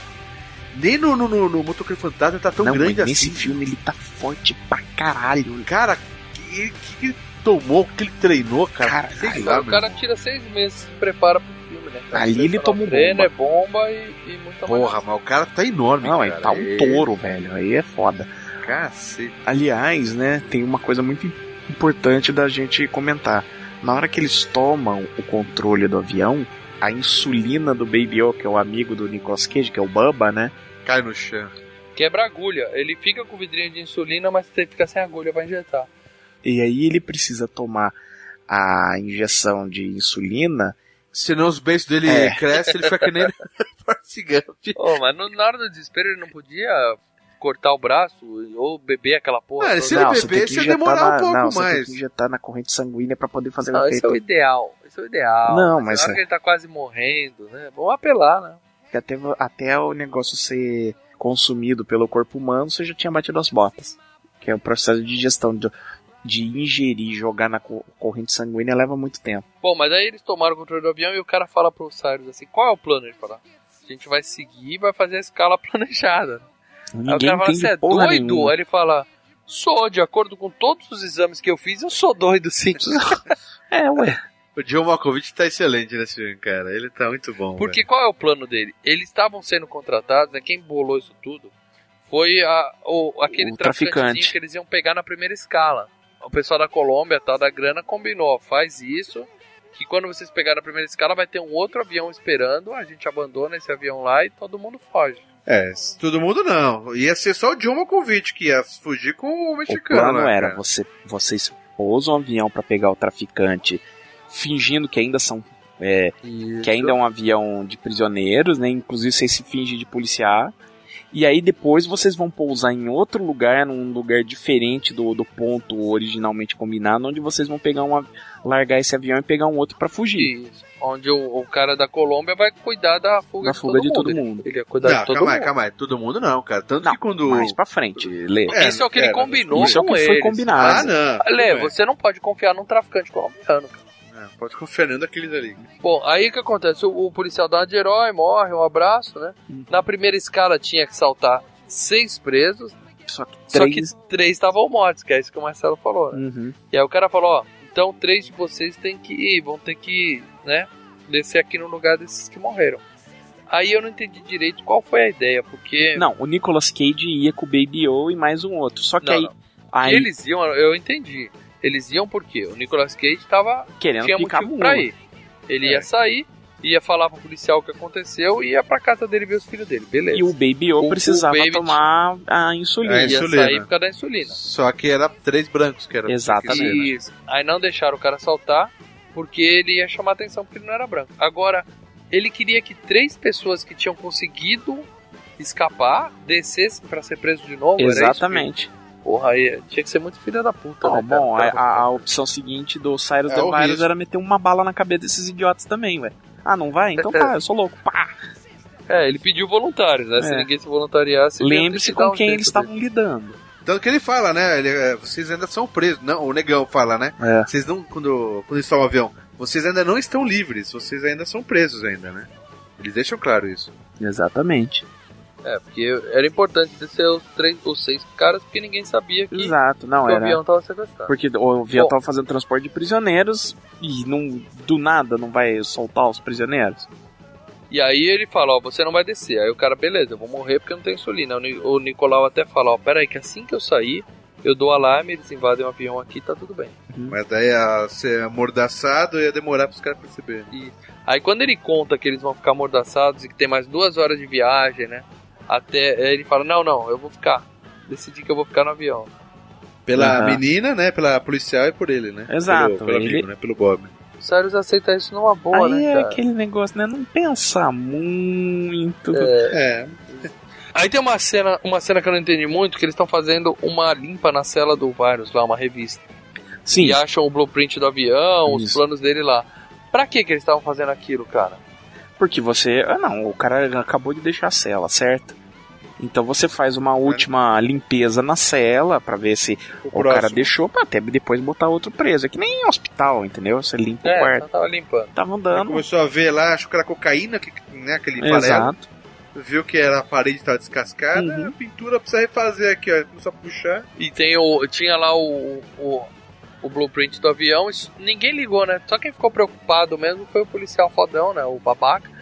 [SPEAKER 7] Nem no, no, no, no Motoqueiro Fantasma ele tá tão
[SPEAKER 6] Não,
[SPEAKER 7] grande
[SPEAKER 6] mas
[SPEAKER 7] assim.
[SPEAKER 6] nesse filme ele tá forte pra caralho.
[SPEAKER 7] Cara, o que, que que ele tomou, o que ele treinou, cara?
[SPEAKER 6] Caralho,
[SPEAKER 7] sei lá,
[SPEAKER 4] Então, o
[SPEAKER 7] meu
[SPEAKER 4] cara tira seis meses, se prepara pro filme, né? cara?
[SPEAKER 6] Ali ele
[SPEAKER 4] Prepara
[SPEAKER 6] toma
[SPEAKER 4] o
[SPEAKER 6] um
[SPEAKER 4] treino, é bomba e, e muita
[SPEAKER 7] Porra, mas o cara tá enorme,
[SPEAKER 6] Não,
[SPEAKER 7] cara.
[SPEAKER 6] ele tá um
[SPEAKER 7] É,
[SPEAKER 6] touro, velho. Aí é foda.
[SPEAKER 7] Cacete.
[SPEAKER 6] Aliás, né, tem uma coisa muito importante da gente comentar. Na hora que eles tomam o controle do avião, a insulina do Baby O, que é o amigo do Nicolas Cage, que é o Bubba, né?
[SPEAKER 7] Cai no chão.
[SPEAKER 4] Quebra a agulha. Ele fica com vidrinho de insulina, mas você fica sem agulha pra injetar.
[SPEAKER 6] E aí ele precisa tomar a injeção de insulina.
[SPEAKER 7] Senão os beijos dele
[SPEAKER 6] É.
[SPEAKER 7] crescem, ele fica que nem Forrest Gump.
[SPEAKER 4] Ô, mas no, na hora do desespero ele não podia cortar o braço ou beber aquela porra.
[SPEAKER 7] Mano,
[SPEAKER 4] toda.
[SPEAKER 7] se ele
[SPEAKER 6] Não,
[SPEAKER 7] beber,
[SPEAKER 6] que
[SPEAKER 7] você
[SPEAKER 6] injetar
[SPEAKER 7] demorar um
[SPEAKER 6] na-
[SPEAKER 7] pouco
[SPEAKER 6] não, você
[SPEAKER 7] mais.
[SPEAKER 6] tem que injetar na corrente sanguínea pra poder fazer o
[SPEAKER 4] Não, esse é
[SPEAKER 6] efeito.
[SPEAKER 4] o ideal. Esse é o ideal.
[SPEAKER 6] Não, mas
[SPEAKER 4] Na hora
[SPEAKER 6] é-
[SPEAKER 4] que ele tá quase morrendo, né? Vamos apelar, né?
[SPEAKER 6] Porque Até, até o negócio ser consumido pelo corpo humano, você já tinha batido as botas. Que é o processo de digestão. De, de ingerir, e jogar na co- corrente sanguínea leva muito tempo.
[SPEAKER 4] Bom, mas aí eles tomaram o controle do avião e o cara fala pro Cyrus assim: qual é o plano? Ele fala: a gente vai seguir e vai fazer a escala planejada. Aí o
[SPEAKER 6] Ninguém
[SPEAKER 4] cara fala,
[SPEAKER 6] entende
[SPEAKER 4] você é
[SPEAKER 6] porra
[SPEAKER 4] doido?
[SPEAKER 6] nenhuma.
[SPEAKER 4] Aí ele fala, sou, de acordo com todos os exames que eu fiz, eu sou doido sim.
[SPEAKER 6] É, ué.
[SPEAKER 7] O John Malkovich tá excelente nesse filme, cara. Ele tá muito bom.
[SPEAKER 4] Porque qual é o plano dele? Eles estavam sendo contratados, né? Quem bolou isso tudo foi a, o, aquele
[SPEAKER 6] O traficante.
[SPEAKER 4] traficantezinho que eles iam pegar na primeira escala. O pessoal da Colômbia, tal, da grana, combinou, ó, faz isso, que quando vocês pegarem a primeira escala vai ter um outro avião esperando, a gente abandona esse avião lá e todo mundo foge.
[SPEAKER 7] É, todo mundo não. Ia ser só o John Malkovich que ia fugir com o
[SPEAKER 6] O
[SPEAKER 7] mexicano.
[SPEAKER 6] plano
[SPEAKER 7] né,
[SPEAKER 6] era
[SPEAKER 7] cara?
[SPEAKER 6] você, vocês pousam um avião pra pegar o traficante, fingindo que ainda são. é, que ainda é um avião de prisioneiros, né? Inclusive vocês se fingem de policiar. E aí depois vocês vão pousar em outro lugar, num lugar diferente do, do ponto originalmente combinado, onde vocês vão pegar uma, largar esse avião e pegar um outro pra fugir.
[SPEAKER 4] Isso. Onde o, o cara da Colômbia vai cuidar da fuga,
[SPEAKER 6] Na
[SPEAKER 4] de,
[SPEAKER 6] fuga
[SPEAKER 4] todo
[SPEAKER 6] de todo
[SPEAKER 4] mundo.
[SPEAKER 6] mundo.
[SPEAKER 4] Ele ia cuidar
[SPEAKER 7] Não,
[SPEAKER 4] de todo
[SPEAKER 7] calma aí,
[SPEAKER 4] mundo.
[SPEAKER 7] calma aí. Todo mundo não, cara. Tanto
[SPEAKER 6] Não,
[SPEAKER 7] que quando.
[SPEAKER 6] Mais pra frente, Lê.
[SPEAKER 7] É,
[SPEAKER 4] Isso é o que ele
[SPEAKER 7] era.
[SPEAKER 4] combinou
[SPEAKER 6] Isso é o
[SPEAKER 4] com
[SPEAKER 6] que foi
[SPEAKER 4] eles.
[SPEAKER 6] combinado.
[SPEAKER 7] Ah, não. tudo
[SPEAKER 4] Lê,
[SPEAKER 7] bem.
[SPEAKER 4] você não pode confiar num traficante colombiano. cara.
[SPEAKER 7] Não, Pode confiar Fernando aqueles ali.
[SPEAKER 4] Bom, aí o que acontece? O, o policial dá uma de herói, morre, um abraço, né?
[SPEAKER 6] Uhum.
[SPEAKER 4] Na primeira escala tinha que saltar seis presos,
[SPEAKER 6] Só que
[SPEAKER 4] só
[SPEAKER 6] três.
[SPEAKER 4] que três estavam mortos, que é isso que o Marcelo falou, né?
[SPEAKER 6] Uhum.
[SPEAKER 4] E aí o cara falou, ó, então três de vocês tem que ir, vão ter que, né, descer aqui no lugar desses que morreram. Aí eu não entendi direito qual foi a ideia, porque...
[SPEAKER 6] Não, o Nicolas Cage ia com o Baby O e mais um outro. Só que
[SPEAKER 4] Não,
[SPEAKER 6] aí,
[SPEAKER 4] não.
[SPEAKER 6] aí
[SPEAKER 4] Eles iam, eu entendi. Eles iam porque o Nicolas Cage tava
[SPEAKER 6] querendo
[SPEAKER 4] tinha
[SPEAKER 6] picar
[SPEAKER 4] motivo
[SPEAKER 6] mula.
[SPEAKER 4] pra ir.
[SPEAKER 6] É.
[SPEAKER 4] Ele ia sair, ia falar pro policial o que aconteceu e ia pra casa dele ver os filhos dele, beleza.
[SPEAKER 6] E o Baby
[SPEAKER 4] O-
[SPEAKER 6] O
[SPEAKER 4] o
[SPEAKER 6] precisava
[SPEAKER 4] Baby-
[SPEAKER 6] tomar a insulina.
[SPEAKER 7] É,
[SPEAKER 4] ia
[SPEAKER 7] insulina.
[SPEAKER 4] sair por causa da insulina.
[SPEAKER 7] Só que era três brancos que né? era.
[SPEAKER 6] Exatamente.
[SPEAKER 4] E aí não deixaram o cara saltar porque ele ia chamar atenção porque ele não era branco. Agora, ele queria que três pessoas que tinham conseguido escapar descessem pra ser preso de novo. era isso que-
[SPEAKER 6] Exatamente.
[SPEAKER 4] Porra, aí tinha que ser muito filha da puta,
[SPEAKER 6] Então,
[SPEAKER 4] né? cara?
[SPEAKER 6] bom, a,
[SPEAKER 4] Cara,
[SPEAKER 6] a- a opção seguinte do Cyrus
[SPEAKER 7] É
[SPEAKER 6] the
[SPEAKER 7] o
[SPEAKER 6] Virus
[SPEAKER 7] risco.
[SPEAKER 6] era meter uma bala na cabeça desses idiotas também, ué. Ah, não vai? Então tá, eu sou louco. Pá!
[SPEAKER 4] É, ele pediu voluntários, né? Se
[SPEAKER 6] É.
[SPEAKER 4] ninguém se voluntariasse... ele ia ter
[SPEAKER 6] Lembre-se
[SPEAKER 4] que dar
[SPEAKER 6] com
[SPEAKER 4] um
[SPEAKER 6] quem
[SPEAKER 4] jeito
[SPEAKER 6] eles
[SPEAKER 4] dele.
[SPEAKER 6] estavam lidando.
[SPEAKER 7] Tanto que ele fala, né? ele, é, vocês ainda são presos. Não, o negão fala, né?
[SPEAKER 6] É.
[SPEAKER 7] Vocês não. Quando, quando está o avião, vocês ainda não estão livres, vocês ainda são presos ainda, né? Eles deixam claro isso.
[SPEAKER 6] Exatamente.
[SPEAKER 4] É, porque era importante descer os, três, os seis caras, porque ninguém sabia que,
[SPEAKER 6] Exato, não
[SPEAKER 4] que o
[SPEAKER 6] era.
[SPEAKER 4] avião tava sequestrado.
[SPEAKER 6] Porque o avião
[SPEAKER 4] Bom.
[SPEAKER 6] tava fazendo transporte de prisioneiros e não, do nada não vai soltar os prisioneiros.
[SPEAKER 4] E aí ele fala, ó, você não vai descer. Aí o cara, beleza, eu vou morrer porque eu não tenho insulina. O, Ni- o Nicolau até fala, ó, peraí, que assim que eu sair, eu dou alarme, eles invadem o avião aqui, tá tudo bem.
[SPEAKER 7] Mas daí a ser amordaçado ia demorar pros caras perceberem.
[SPEAKER 4] Aí quando ele conta que eles vão ficar amordaçados e que tem mais duas horas de viagem, né? Até aí ele fala: Não, não, eu vou ficar. Decidi que eu vou ficar no avião.
[SPEAKER 7] Pela
[SPEAKER 6] Aham.
[SPEAKER 7] menina, né? Pela policial e por ele, né?
[SPEAKER 6] Exato,
[SPEAKER 7] Pelo, pelo
[SPEAKER 6] ele-
[SPEAKER 7] amigo, né? Pelo Bob.
[SPEAKER 4] O Cyrus aceita isso numa boa,
[SPEAKER 6] Aí
[SPEAKER 4] né?
[SPEAKER 6] é
[SPEAKER 4] Cara?
[SPEAKER 6] aquele negócio, né? Não pensa muito.
[SPEAKER 7] É.
[SPEAKER 4] Aí tem uma cena, uma cena que eu não entendi muito, que eles estão fazendo uma limpa na cela do Virus lá, uma revista.
[SPEAKER 6] Sim,
[SPEAKER 4] E acham o blueprint do avião, os
[SPEAKER 6] Isso.
[SPEAKER 4] planos dele lá. Pra que que eles estavam fazendo aquilo, cara?
[SPEAKER 6] porque você. Ah, não, o cara acabou de deixar a cela, certo? Então você faz uma última limpeza na cela pra ver se
[SPEAKER 7] O,
[SPEAKER 6] o,
[SPEAKER 7] próximo.
[SPEAKER 6] cara deixou pra até depois botar outro preso. É que nem em hospital, entendeu? Você limpa o
[SPEAKER 4] É,
[SPEAKER 6] Um quarto.
[SPEAKER 4] só tava limpando.
[SPEAKER 6] Tava
[SPEAKER 7] Ele
[SPEAKER 6] andando.
[SPEAKER 7] começou a ver lá, achou que era cocaína, que, né? Aquele farelo.
[SPEAKER 6] Exato.
[SPEAKER 7] Viu que era a parede estava descascada,
[SPEAKER 6] Uhum.
[SPEAKER 7] a pintura precisa refazer aqui, ó. Começou a puxar.
[SPEAKER 4] E tem o, tinha lá o, o, o blueprint do avião, isso, ninguém ligou, né? Só quem ficou preocupado mesmo foi o policial fodão, né? O babaca.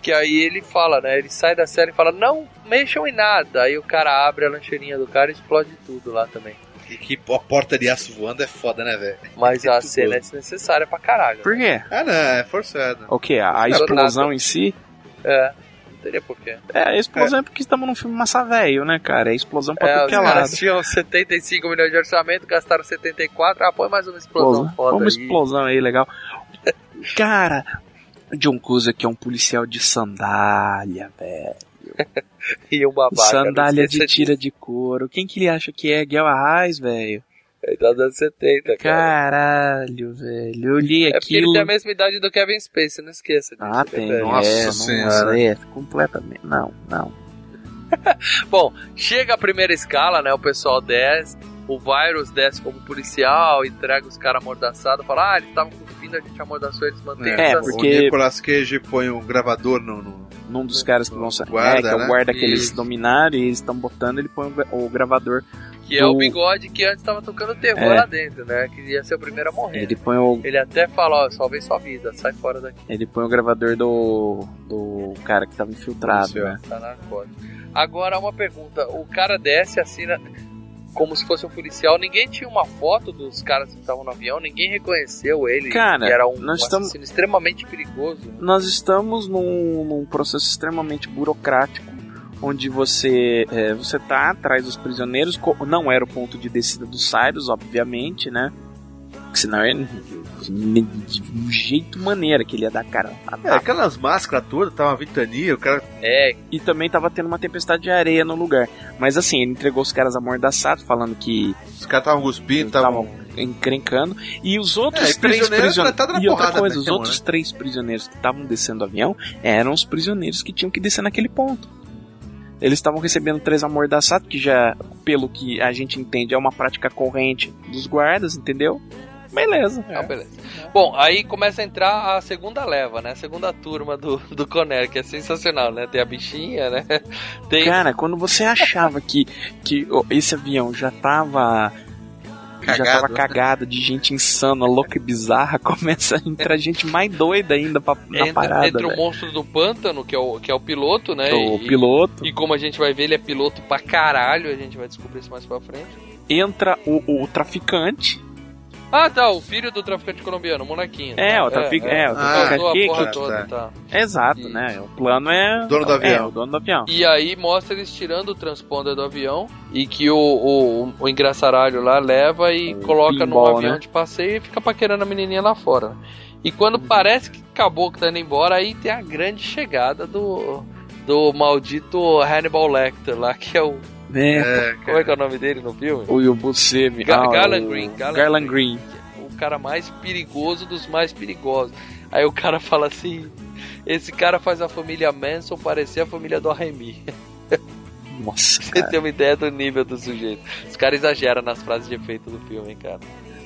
[SPEAKER 4] Que aí ele fala, né? Ele sai da série e fala, não mexam em nada. Aí o cara abre a lancheirinha do cara e explode tudo lá também.
[SPEAKER 7] E que a porta de aço voando é foda, né, velho?
[SPEAKER 4] Mas a
[SPEAKER 7] Muito
[SPEAKER 4] cena
[SPEAKER 7] bom.
[SPEAKER 4] é desnecessária pra caralho.
[SPEAKER 6] Por quê?
[SPEAKER 7] Ah, não, é forçado.
[SPEAKER 6] O quê? A, a
[SPEAKER 4] Não,
[SPEAKER 6] explosão em si?
[SPEAKER 4] É, não teria porquê.
[SPEAKER 6] É, a explosão é, porque estamos num filme massa velho, né, cara? É explosão pra
[SPEAKER 4] É,
[SPEAKER 6] tudo
[SPEAKER 4] os
[SPEAKER 6] que é
[SPEAKER 4] caras
[SPEAKER 6] lado.
[SPEAKER 4] tinham 75 milhões de orçamento, gastaram 74. Ah, põe mais uma explosão
[SPEAKER 6] Explosão.
[SPEAKER 4] foda
[SPEAKER 6] Uma
[SPEAKER 4] aí.
[SPEAKER 6] explosão aí, legal. Cara, o John Cusack aqui é um policial de sandália, velho.
[SPEAKER 4] E um babaca.
[SPEAKER 6] sandália
[SPEAKER 4] não
[SPEAKER 6] de
[SPEAKER 4] esqueça
[SPEAKER 6] tira de couro. Quem que ele acha que é? Guel Arraes, velho.
[SPEAKER 4] Ele tá dando 70, cara.
[SPEAKER 6] Caralho, velho. Eu olhei
[SPEAKER 4] É porque ele
[SPEAKER 6] aquilo.
[SPEAKER 4] tem a mesma idade do Kevin Spacey, não esqueça disso.
[SPEAKER 6] Ah,
[SPEAKER 4] né,
[SPEAKER 6] tem.
[SPEAKER 4] velho?
[SPEAKER 7] Nossa
[SPEAKER 6] é,
[SPEAKER 7] Senhora.
[SPEAKER 6] É, completamente. Não, não.
[SPEAKER 4] Bom, chega a primeira escala, né? O pessoal desce, o Virus desce como policial, entrega os caras amordaçados, fala, ah, eles estavam cuspindo, a gente amordaçou eles, mantém
[SPEAKER 6] É,
[SPEAKER 4] essa-
[SPEAKER 6] porque-
[SPEAKER 7] O Nicolas Cage põe um gravador no. no-
[SPEAKER 6] Num dos caras que vão sair.
[SPEAKER 7] Guarda,
[SPEAKER 6] é, que é o
[SPEAKER 7] né?
[SPEAKER 6] guarda que eles
[SPEAKER 4] Isso.
[SPEAKER 6] dominaram e eles estão botando, ele põe o gra- o gravador
[SPEAKER 4] Que é o
[SPEAKER 6] do-
[SPEAKER 4] bigode que antes tava tocando terror
[SPEAKER 6] É.
[SPEAKER 4] lá dentro, né? Que ia ser o primeiro a morrer.
[SPEAKER 6] Ele põe o,
[SPEAKER 4] Ele até fala, ó, salvei sua vida, sai fora daqui,
[SPEAKER 6] ele põe o gravador do, do cara que tava infiltrado,
[SPEAKER 7] Isso, é.
[SPEAKER 6] né?
[SPEAKER 4] tá na corda. Agora, uma pergunta. O cara desce, assina como se fosse um policial. Ninguém tinha uma foto dos caras que estavam no avião, ninguém reconheceu ele.
[SPEAKER 6] Cara,
[SPEAKER 4] que era um,
[SPEAKER 6] nós
[SPEAKER 4] um
[SPEAKER 6] estamos-
[SPEAKER 4] assassino extremamente perigoso. né?
[SPEAKER 6] Nós estamos num, num processo extremamente burocrático, onde você é, você tá atrás dos prisioneiros, co- não era o ponto de descida dos Cyrus, obviamente, né? Porque senão ele, de um jeito maneira que ele ia dar cara. a
[SPEAKER 7] É,
[SPEAKER 6] tapa.
[SPEAKER 7] aquelas máscaras todas, tá uma ventania, o cara.
[SPEAKER 4] É,
[SPEAKER 6] E também tava tendo uma tempestade de areia no lugar. Mas assim, ele entregou os caras amordaçados, falando que
[SPEAKER 7] Os caras estavam cuspindo,
[SPEAKER 6] estavam
[SPEAKER 7] estavam.
[SPEAKER 6] encrencando. E os outros
[SPEAKER 7] É, e
[SPEAKER 6] três
[SPEAKER 7] prisioneiro
[SPEAKER 6] prisioneiros.
[SPEAKER 7] tratado na
[SPEAKER 6] E outra
[SPEAKER 7] porrada então, né?
[SPEAKER 6] coisa, os
[SPEAKER 7] mesmo,
[SPEAKER 6] outros três prisioneiros que estavam descendo do avião eram os prisioneiros que tinham que descer naquele ponto. Eles estavam recebendo três amordaçados, que já, pelo que a gente entende, é uma prática corrente dos guardas, entendeu? Beleza.
[SPEAKER 7] É.
[SPEAKER 4] Ah, beleza. Bom, aí começa a entrar a segunda leva, né? A segunda turma do, do Conner, que é sensacional, né? Tem a bichinha, né? Tem.
[SPEAKER 6] Cara, quando você achava que, que ó, esse avião já tava. já
[SPEAKER 7] Cagado,
[SPEAKER 6] tava
[SPEAKER 7] né?
[SPEAKER 6] cagado de gente insana, louca e bizarra, começa a entrar gente mais doida ainda pra, na parada. né?
[SPEAKER 4] Entra, entra o
[SPEAKER 6] velho.
[SPEAKER 4] monstro do pântano, que é o, que é o piloto, né?
[SPEAKER 6] o
[SPEAKER 4] e,
[SPEAKER 6] piloto.
[SPEAKER 4] E como a gente vai ver, ele é piloto pra caralho, a gente vai descobrir isso mais pra frente.
[SPEAKER 6] entra o, o traficante.
[SPEAKER 4] Ah, tá, o filho do traficante colombiano, o molequinho.
[SPEAKER 6] É,
[SPEAKER 4] tá?
[SPEAKER 6] o trafic- é,
[SPEAKER 4] Ah,
[SPEAKER 6] o
[SPEAKER 7] traficante
[SPEAKER 4] a
[SPEAKER 6] que-
[SPEAKER 4] porra
[SPEAKER 7] que-
[SPEAKER 6] É.
[SPEAKER 4] toda, tá.
[SPEAKER 6] Exato,
[SPEAKER 4] Isso.
[SPEAKER 6] né? O plano é.
[SPEAKER 7] Dono do
[SPEAKER 6] É,
[SPEAKER 7] avião.
[SPEAKER 6] o dono do avião.
[SPEAKER 4] E aí mostra eles tirando o transponder do avião e que o, o, o engraçaralho lá leva e
[SPEAKER 6] O
[SPEAKER 4] coloca num
[SPEAKER 6] É, pinball,
[SPEAKER 4] avião
[SPEAKER 6] né?
[SPEAKER 4] de passeio e fica paquerando a menininha lá fora. E quando parece que acabou que tá indo embora, aí tem a grande chegada do, do maldito Hannibal Lecter lá, que é o...
[SPEAKER 6] Né?
[SPEAKER 7] É,
[SPEAKER 4] Como é que é o nome dele no filme?
[SPEAKER 6] O Yubusemi.
[SPEAKER 4] Ga-
[SPEAKER 6] ah, o-
[SPEAKER 4] Garland Green, Garland
[SPEAKER 6] Garland, Green.
[SPEAKER 4] o cara mais perigoso dos mais perigosos. Aí o cara fala assim: esse cara faz a família Manson parecer a família do Arremi.
[SPEAKER 6] Nossa,
[SPEAKER 4] Você
[SPEAKER 6] cara.
[SPEAKER 4] tem uma ideia do nível do sujeito. Os caras exageram nas frases de efeito do filme, hein, cara.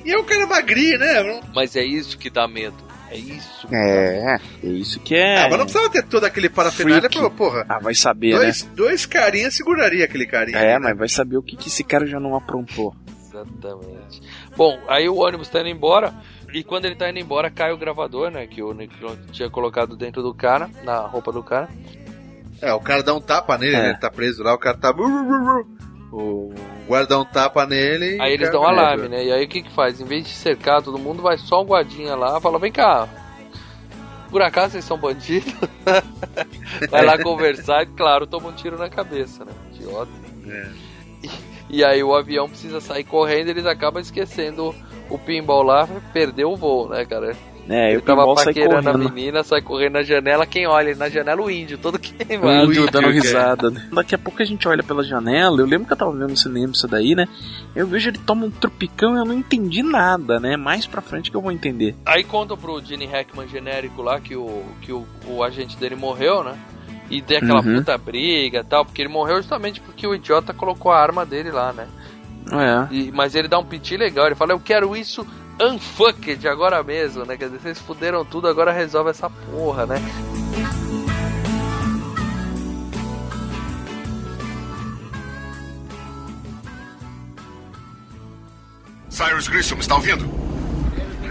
[SPEAKER 7] E é um cara magrinho, né?
[SPEAKER 4] Mas é isso que dá medo. É isso. que
[SPEAKER 6] É, é isso que é.
[SPEAKER 7] Ah, mas não precisava ter todo aquele parafernália,
[SPEAKER 6] Freak.
[SPEAKER 7] pô, porra.
[SPEAKER 6] Ah, vai saber,
[SPEAKER 7] Dois, dois carinhas seguraria aquele carinha.
[SPEAKER 6] né? É, mas vai saber o que, que esse cara já não aprontou.
[SPEAKER 4] dá medo. Exatamente. Bom, aí o ônibus tá indo embora. E quando ele tá indo embora, cai o gravador, né? Que o Nickelodeon tinha colocado dentro do cara, na roupa do cara.
[SPEAKER 7] É, o cara dá um tapa nele,
[SPEAKER 6] É.
[SPEAKER 7] né? Ele tá preso lá, o cara tá. O guarda dá um tapa nele. e
[SPEAKER 4] Aí
[SPEAKER 7] o
[SPEAKER 4] eles
[SPEAKER 7] cara é
[SPEAKER 4] dão um
[SPEAKER 7] leva.
[SPEAKER 4] alarme, né? E aí o que que faz? Em vez de cercar todo mundo, vai só o guardinha lá, fala, vem cá, Por acaso vocês são bandidos? Vai lá conversar e, claro, toma um tiro na cabeça, né? Idiota. E, e aí o avião precisa sair correndo eles acabam esquecendo o pinball lá, perdeu o voo, né, cara?
[SPEAKER 6] É, eu
[SPEAKER 4] Ele tava
[SPEAKER 6] pinball sai
[SPEAKER 4] paquerando a
[SPEAKER 6] correndo.
[SPEAKER 4] menina, sai correndo na janela, quem olha na janela o índio, todo
[SPEAKER 6] O
[SPEAKER 4] queimado.
[SPEAKER 6] índio dando risada, né? Daqui a pouco a gente olha pela janela. Eu lembro que eu tava vendo no cinema isso daí, né? Eu vejo ele toma um tropicão e eu não entendi nada, né? Mais pra frente que eu vou entender.
[SPEAKER 4] Aí contam pro Gene Hackman genérico lá que o, que o, o agente dele morreu, né? E tem aquela
[SPEAKER 6] Uhum.
[SPEAKER 4] puta briga e tal, porque ele morreu justamente porque o idiota colocou a arma dele lá, né?
[SPEAKER 6] É.
[SPEAKER 4] E- mas ele dá um piti legal, ele fala, eu quero isso unfucked agora mesmo, né? Quer dizer, vocês fuderam tudo, agora resolve essa porra, né?
[SPEAKER 10] Cyrus Grissom, está ouvindo?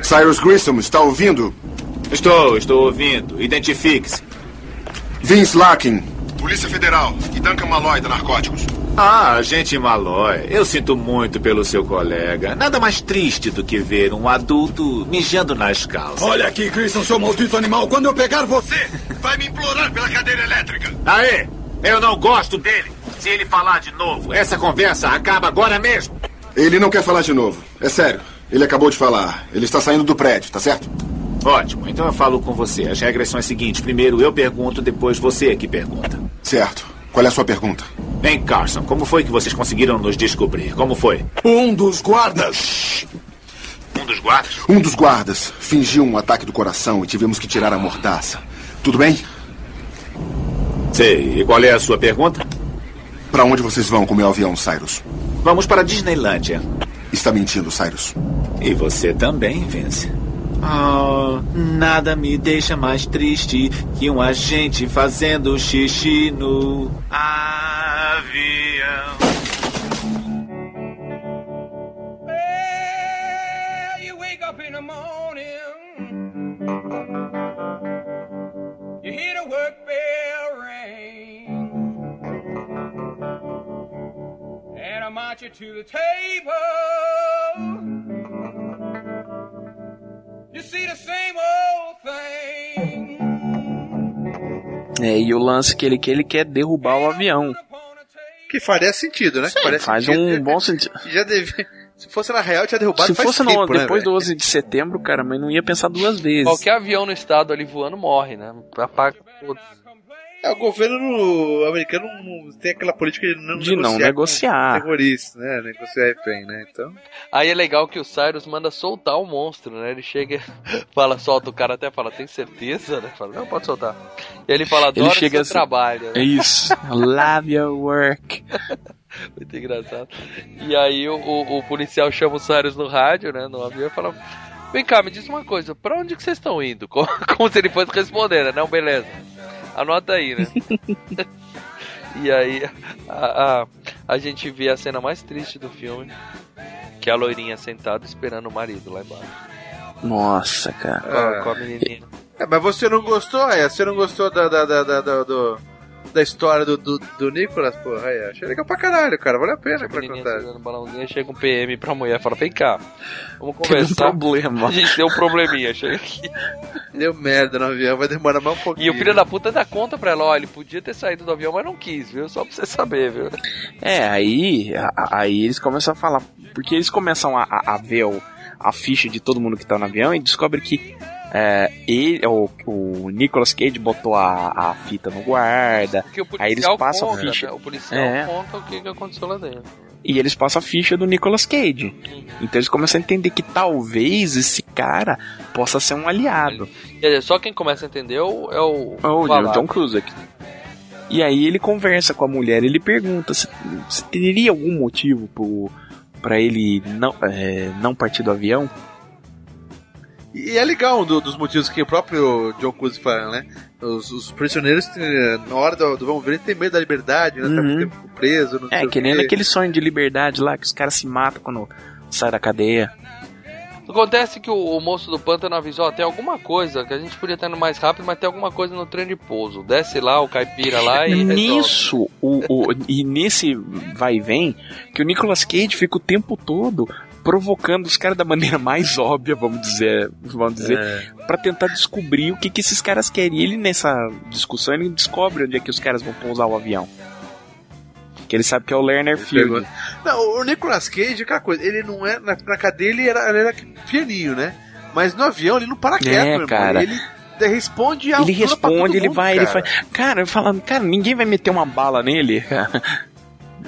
[SPEAKER 10] Cyrus Grissom, está ouvindo?
[SPEAKER 9] Estou, estou ouvindo. Identifique-se.
[SPEAKER 10] Vince Larkin. Polícia Federal e Duncan Malloy da Narcóticos.
[SPEAKER 9] Ah, agente Malloy, eu sinto muito pelo seu colega. Nada mais triste do que ver um adulto mijando nas calças.
[SPEAKER 10] Olha aqui, Grissom, seu maldito animal. Quando eu pegar você, vai me implorar pela cadeira elétrica.
[SPEAKER 9] Aê! Eu não gosto dele. Se ele falar de novo, essa conversa acaba agora mesmo.
[SPEAKER 10] Ele não quer falar de novo. É sério. Ele acabou de falar. Ele está saindo do prédio, tá certo?
[SPEAKER 9] Ótimo, então eu falo com você. As regras são as seguintes: primeiro eu pergunto, depois você que pergunta.
[SPEAKER 10] Certo. Qual é a sua pergunta?
[SPEAKER 9] Hein, Carson, como foi que vocês conseguiram nos descobrir? Como foi?
[SPEAKER 10] Um dos guardas.
[SPEAKER 9] Um dos guardas?
[SPEAKER 10] Um dos guardas fingiu um ataque do coração e tivemos que tirar a mordaça. Tudo bem?
[SPEAKER 9] Sei. E qual é a sua pergunta?
[SPEAKER 10] Para onde vocês vão com meu avião, Cyrus?
[SPEAKER 9] Vamos para a Disneylândia.
[SPEAKER 10] Está mentindo, Cyrus.
[SPEAKER 9] E você também, Vince. Oh, nada me deixa mais triste que um agente fazendo xixi no avião.
[SPEAKER 6] É, e o lance que ele quer, ele quer derrubar o avião. né?
[SPEAKER 7] Que faria sentido, né? Que faria
[SPEAKER 6] Faz
[SPEAKER 7] sentido.
[SPEAKER 6] um bom sentido.
[SPEAKER 7] Já deve... Se fosse na real, tinha derrubado
[SPEAKER 6] Se
[SPEAKER 7] faz
[SPEAKER 6] fosse
[SPEAKER 7] tempo,
[SPEAKER 6] não,
[SPEAKER 7] né,
[SPEAKER 6] depois
[SPEAKER 7] velho?
[SPEAKER 6] do 11 de setembro, cara, mas não ia pensar duas vezes.
[SPEAKER 4] Qualquer avião no estado ali voando morre, né? Apaga todos.
[SPEAKER 7] É, o governo americano não tem aquela política de não
[SPEAKER 6] De não
[SPEAKER 7] com
[SPEAKER 6] negociar.
[SPEAKER 7] terroristas, né? Negociar refém, né? Então...
[SPEAKER 4] Aí é legal que o Cyrus manda soltar o monstro, né? Ele chega, fala, solta o cara até fala, tem certeza? Né? Fala, não, pode soltar. E ele fala, adoro
[SPEAKER 6] Ele chega
[SPEAKER 4] seu
[SPEAKER 6] assim-
[SPEAKER 4] trabalho.
[SPEAKER 6] É
[SPEAKER 4] Né?
[SPEAKER 6] isso. Love your work.
[SPEAKER 4] Muito engraçado. E aí o, o- o policial chama o Cyrus no rádio, né? No avião e fala, vem cá, me diz uma coisa, pra onde que vocês estão indo? Como, como se ele fosse responder, né? Não, beleza. Anota aí, né? e aí a, a, a gente vê a cena mais triste do filme, que é a loirinha sentada esperando o marido lá embaixo.
[SPEAKER 6] Nossa, cara.
[SPEAKER 4] Com a- com a menininha.
[SPEAKER 7] É, mas você não gostou, é? Você não gostou da, da, da, da, da, do- da história do, do, do Nicolas, porra? Aí, achei legal pra caralho, cara. Vale a pena
[SPEAKER 4] A
[SPEAKER 7] pra
[SPEAKER 4] menininha
[SPEAKER 7] contar.
[SPEAKER 4] segurando o balãozinho, chega um PM pra mulher, fala, vem cá, vamos
[SPEAKER 6] Teve um
[SPEAKER 4] conversar. A
[SPEAKER 6] problema.
[SPEAKER 4] gente deu um probleminha, chega aqui.
[SPEAKER 7] Deu merda no avião, vai demorar mais um pouquinho.
[SPEAKER 4] E o filho da puta dá conta pra ela, ó, ele podia ter saído do avião, mas não quis, viu? Só pra você saber, viu?
[SPEAKER 6] É, aí, a- a- aí eles começam a falar. Porque eles começam a, a- a ver o- a ficha de todo mundo que tá no avião e descobre que é, ele, o, o Nicolas Cage botou a, a fita no guarda.
[SPEAKER 4] Porque o policial
[SPEAKER 6] Aí eles passam
[SPEAKER 4] conta,
[SPEAKER 6] ficha.
[SPEAKER 4] né? O policial
[SPEAKER 6] É.
[SPEAKER 4] conta o que, que aconteceu lá dentro.
[SPEAKER 6] E eles passam a ficha do Nicolas Cage. Então eles começam a entender que talvez esse cara possa ser um aliado.
[SPEAKER 4] Quer dizer, só quem começa a entender é o... É o
[SPEAKER 6] É o
[SPEAKER 4] Valado.
[SPEAKER 6] John Cusack. E aí ele conversa com a mulher, ele pergunta se, se teria algum motivo pro, pra ele não, é, não partir do avião.
[SPEAKER 7] E é legal um do- dos motivos que o próprio John Cusy fala, né? Os, os prisioneiros, eh, na hora do, do vamos ver, eles têm medo da liberdade, né? Tá
[SPEAKER 6] Uhum.
[SPEAKER 7] muito tempo preso, não sei
[SPEAKER 6] É,
[SPEAKER 7] o
[SPEAKER 6] que nem
[SPEAKER 7] quê.
[SPEAKER 6] naquele sonho de liberdade lá, que os caras se matam quando sai da cadeia.
[SPEAKER 4] Acontece que o, o moço do pântano avisou, ó, tem alguma coisa, que a gente podia estar indo mais rápido, mas tem alguma coisa no trem de pouso. Desce lá, o caipira lá e resolve.
[SPEAKER 6] Nisso, o, o- e nesse vai e vem, que o Nicolas Cage fica o tempo todo provocando os caras da maneira mais óbvia, vamos dizer, vamos dizer,
[SPEAKER 7] É.
[SPEAKER 6] pra tentar descobrir o que, que esses caras querem. E ele nessa discussão ele descobre onde é que os caras vão pousar o avião. Que ele sabe que é o Lerner Field.
[SPEAKER 7] Não, o Nicolas Cage, aquela coisa, ele não é. Na, na cadeia ele era, ele era pianinho, né? Mas no avião ele não para quieto, meu irmão.
[SPEAKER 6] É, cara.
[SPEAKER 7] Ele de- responde a
[SPEAKER 6] Ele
[SPEAKER 7] altura Tá pra todo
[SPEAKER 6] responde, ele
[SPEAKER 7] mundo,
[SPEAKER 6] vai, ele
[SPEAKER 7] cara.
[SPEAKER 6] faz. Cara, eu falando, cara, ninguém vai meter uma bala nele.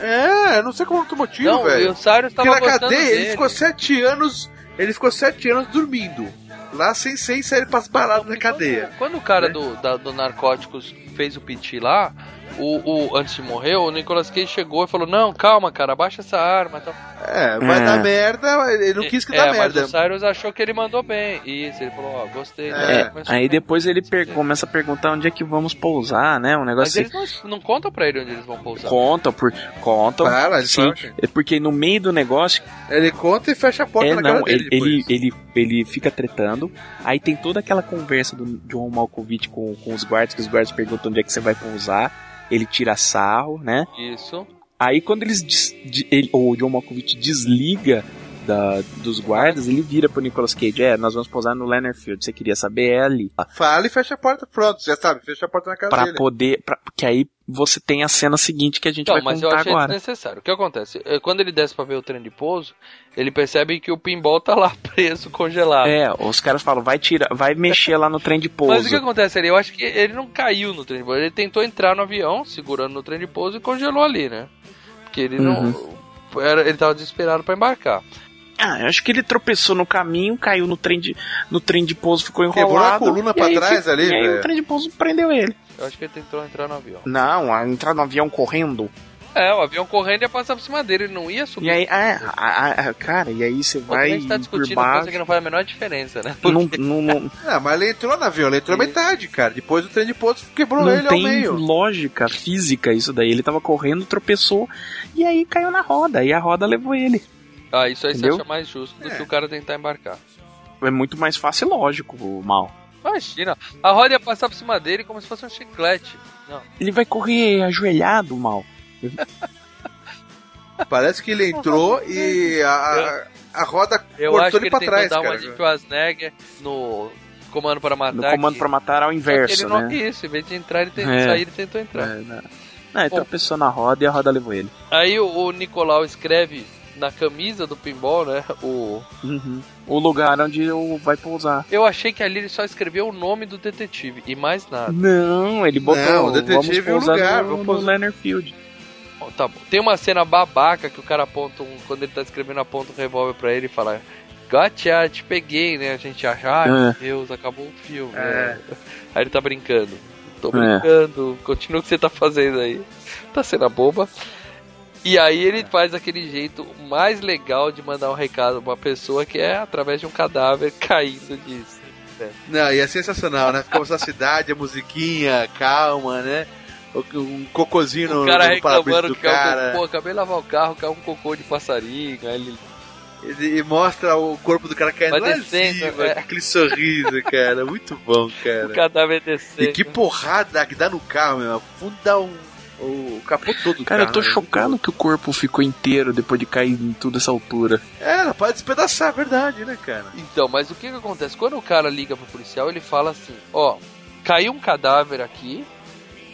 [SPEAKER 7] É, eu não sei qual é outro motivo,
[SPEAKER 4] Não,
[SPEAKER 7] velho.
[SPEAKER 4] e o Cyrus
[SPEAKER 7] Porque
[SPEAKER 4] tava
[SPEAKER 7] na
[SPEAKER 4] gostando
[SPEAKER 7] cadeia
[SPEAKER 4] dele.
[SPEAKER 7] ele ficou sete anos. Ele ficou sete anos dormindo. Lá sem sem sair pras paradas na cadeia. Né?
[SPEAKER 4] Quando o cara do, da- do Narcóticos fez o piti lá, o, o- antes de morrer, o Nicolas Cage chegou e falou, não, calma, cara, abaixa essa arma e tal.
[SPEAKER 7] É, vai
[SPEAKER 6] É.
[SPEAKER 7] dar merda, ele não quis que
[SPEAKER 4] é,
[SPEAKER 7] dá merda.
[SPEAKER 4] Mas o Cyrus achou que ele mandou bem. Isso, ele falou, ó, gostei. né?
[SPEAKER 6] É,
[SPEAKER 4] Mas-
[SPEAKER 6] aí depois ele per- começa a perguntar onde é que vamos pousar, né? Um
[SPEAKER 4] Mas
[SPEAKER 6] negócio assim.
[SPEAKER 4] eles não, não contam pra ele onde eles vão pousar.
[SPEAKER 6] Conta, por, conta.
[SPEAKER 4] um
[SPEAKER 7] Para, ele
[SPEAKER 6] sim.
[SPEAKER 7] fala.
[SPEAKER 6] É porque no meio do negócio.
[SPEAKER 7] Ele conta e fecha a porta
[SPEAKER 6] É,
[SPEAKER 7] na cara
[SPEAKER 6] não,
[SPEAKER 7] dele
[SPEAKER 6] ele, ele,
[SPEAKER 7] depois.
[SPEAKER 6] ele, ele fica tretando. Aí tem toda aquela conversa do John Malkovich com, com os guardas, que os guardas perguntam onde é que você vai pousar. Ele tira sarro, né?
[SPEAKER 4] Isso.
[SPEAKER 6] Aí quando eles des- de- ele- o John Malkovich desliga da- dos guardas, ele vira pro Nicolas Cage, é, nós vamos pousar no Leonard Field, você queria saber, é ali.
[SPEAKER 7] Fala e fecha a porta, pronto, já sabe, fecha a porta na cara
[SPEAKER 6] Pra
[SPEAKER 7] dele.
[SPEAKER 6] poder, pra, porque aí você tem a cena seguinte que a gente
[SPEAKER 4] Então,
[SPEAKER 6] vai
[SPEAKER 4] mas eu
[SPEAKER 6] contar
[SPEAKER 4] achei
[SPEAKER 6] agora.
[SPEAKER 4] desnecessário. O que acontece? É, Quando ele desce pra ver o trem de pouso, ele percebe que o pinball tá lá preso, congelado.
[SPEAKER 6] É, os caras falam, vai tirar, vai mexer lá no trem de
[SPEAKER 4] Mas o que
[SPEAKER 6] pouso.
[SPEAKER 4] acontece ali? Eu acho que ele não caiu no trem de pouso. Ele tentou entrar no avião, segurando no trem de pouso e congelou ali, né? Porque ele
[SPEAKER 6] Uhum.
[SPEAKER 4] não. Era, ele tava desesperado pra embarcar.
[SPEAKER 6] Ah, eu acho que ele tropeçou no caminho, caiu no trem de, no trem de pouso, ficou enrolado.
[SPEAKER 7] Quebrou a coluna
[SPEAKER 6] e
[SPEAKER 7] pra
[SPEAKER 6] aí
[SPEAKER 7] trás
[SPEAKER 6] fica-
[SPEAKER 7] ali,
[SPEAKER 6] E aí
[SPEAKER 7] velho.
[SPEAKER 6] o trem de pouso prendeu ele.
[SPEAKER 4] Eu acho que ele tentou entrar no avião.
[SPEAKER 6] Não, a entrar no avião correndo.
[SPEAKER 4] É, o avião correndo ia passar por cima dele, ele não ia subir.
[SPEAKER 6] E aí, ah, ah, ah, cara, e aí você
[SPEAKER 4] Pô, também
[SPEAKER 6] vai
[SPEAKER 4] a gente tá
[SPEAKER 6] por
[SPEAKER 4] discutindo coisa
[SPEAKER 6] baixo.
[SPEAKER 4] que não faz a menor diferença, né?
[SPEAKER 6] Não, não, não,
[SPEAKER 7] Ah, mas ele entrou no avião, ele entrou
[SPEAKER 4] Ele-
[SPEAKER 7] metade, cara. Depois o trem de pouso quebrou
[SPEAKER 6] não
[SPEAKER 7] ele ao
[SPEAKER 6] tem
[SPEAKER 7] meio.
[SPEAKER 6] lógica física isso daí. Ele tava correndo, tropeçou e aí caiu na roda. E a roda levou ele.
[SPEAKER 4] Ah, isso aí
[SPEAKER 6] Hum. Entendeu?
[SPEAKER 4] você acha mais justo do
[SPEAKER 7] É.
[SPEAKER 4] que o cara tentar embarcar.
[SPEAKER 6] É muito mais fácil e lógico o mal.
[SPEAKER 4] Imagina, a roda ia passar por cima dele como se fosse um chiclete.
[SPEAKER 6] Ele vai correr ajoelhado, o mal.
[SPEAKER 7] Parece que ele entrou e a, a roda
[SPEAKER 4] Eu
[SPEAKER 7] cortou
[SPEAKER 4] acho que
[SPEAKER 7] ele
[SPEAKER 4] ele
[SPEAKER 7] pra
[SPEAKER 4] tentou
[SPEAKER 7] trás,
[SPEAKER 4] dar
[SPEAKER 7] cara.
[SPEAKER 4] uma de Schwarzenegger no Comando para Matar.
[SPEAKER 6] No comando
[SPEAKER 4] que-
[SPEAKER 6] pra matar
[SPEAKER 4] Só
[SPEAKER 6] ao
[SPEAKER 4] É que
[SPEAKER 6] inverso,
[SPEAKER 4] ele não
[SPEAKER 6] né?
[SPEAKER 4] Isso, em vez de entrar, ele tentou
[SPEAKER 6] É.
[SPEAKER 4] sair, ele tentou entrar.
[SPEAKER 6] É, não. Não, ele
[SPEAKER 4] Bom.
[SPEAKER 6] tropeçou na roda e a roda levou ele.
[SPEAKER 4] Aí o, o Nicolau escreve na camisa do pinball, né? O...
[SPEAKER 6] Uhum. O lugar onde o vai pousar.
[SPEAKER 4] Eu achei que ali ele só escreveu o nome do detetive e mais nada.
[SPEAKER 6] Não, ele botou.
[SPEAKER 7] Não, o detetive
[SPEAKER 6] vamos
[SPEAKER 7] é
[SPEAKER 6] pousar
[SPEAKER 7] o lugar,
[SPEAKER 6] no,
[SPEAKER 7] vamos
[SPEAKER 6] no
[SPEAKER 7] pousar.
[SPEAKER 6] Leonard Field.
[SPEAKER 4] Bom, tá bom. Tem uma cena babaca que o cara aponta um. Quando ele tá escrevendo, aponta um revólver pra ele e fala. Gotcha, te peguei, né? A gente acha, ai meu
[SPEAKER 6] É.
[SPEAKER 4] Deus, acabou o filme.
[SPEAKER 6] É.
[SPEAKER 4] né? Aí ele tá brincando. Tô
[SPEAKER 6] É.
[SPEAKER 4] brincando, continua o que você tá fazendo aí. Tá cena boba. E aí
[SPEAKER 6] É.
[SPEAKER 4] ele faz aquele jeito mais legal de mandar um recado pra uma pessoa que é através de um cadáver caindo disso.
[SPEAKER 7] Não, e é sensacional, né? Ficamos na cidade, a musiquinha, calma, né? O- Um cocôzinho
[SPEAKER 4] O
[SPEAKER 7] no,
[SPEAKER 4] cara
[SPEAKER 7] no para-brisa
[SPEAKER 4] reclamando
[SPEAKER 7] do
[SPEAKER 4] que caiu um
[SPEAKER 7] cara.
[SPEAKER 4] cocô, acabei de lavar o carro, caiu um cocô de passarinho, aí ele
[SPEAKER 7] E, e mostra o corpo do cara caindo
[SPEAKER 4] Vai
[SPEAKER 7] lá em
[SPEAKER 4] descendo,
[SPEAKER 7] cima,
[SPEAKER 4] é.
[SPEAKER 7] aquele sorriso, cara. Muito bom,
[SPEAKER 4] o né?
[SPEAKER 7] cara.
[SPEAKER 4] cadáver é descendo.
[SPEAKER 7] E que porrada que dá no carro, meu. Afunda um, o capô todo do
[SPEAKER 6] Cara, eu
[SPEAKER 7] carro,
[SPEAKER 6] tô
[SPEAKER 7] né?
[SPEAKER 6] chocado que o corpo ficou inteiro depois de cair em toda essa altura.
[SPEAKER 7] É, ela pode despedaçar, é verdade, né, cara?
[SPEAKER 4] Então, mas o que, que acontece? Quando o cara liga pro policial, ele fala assim: ó, caiu um cadáver aqui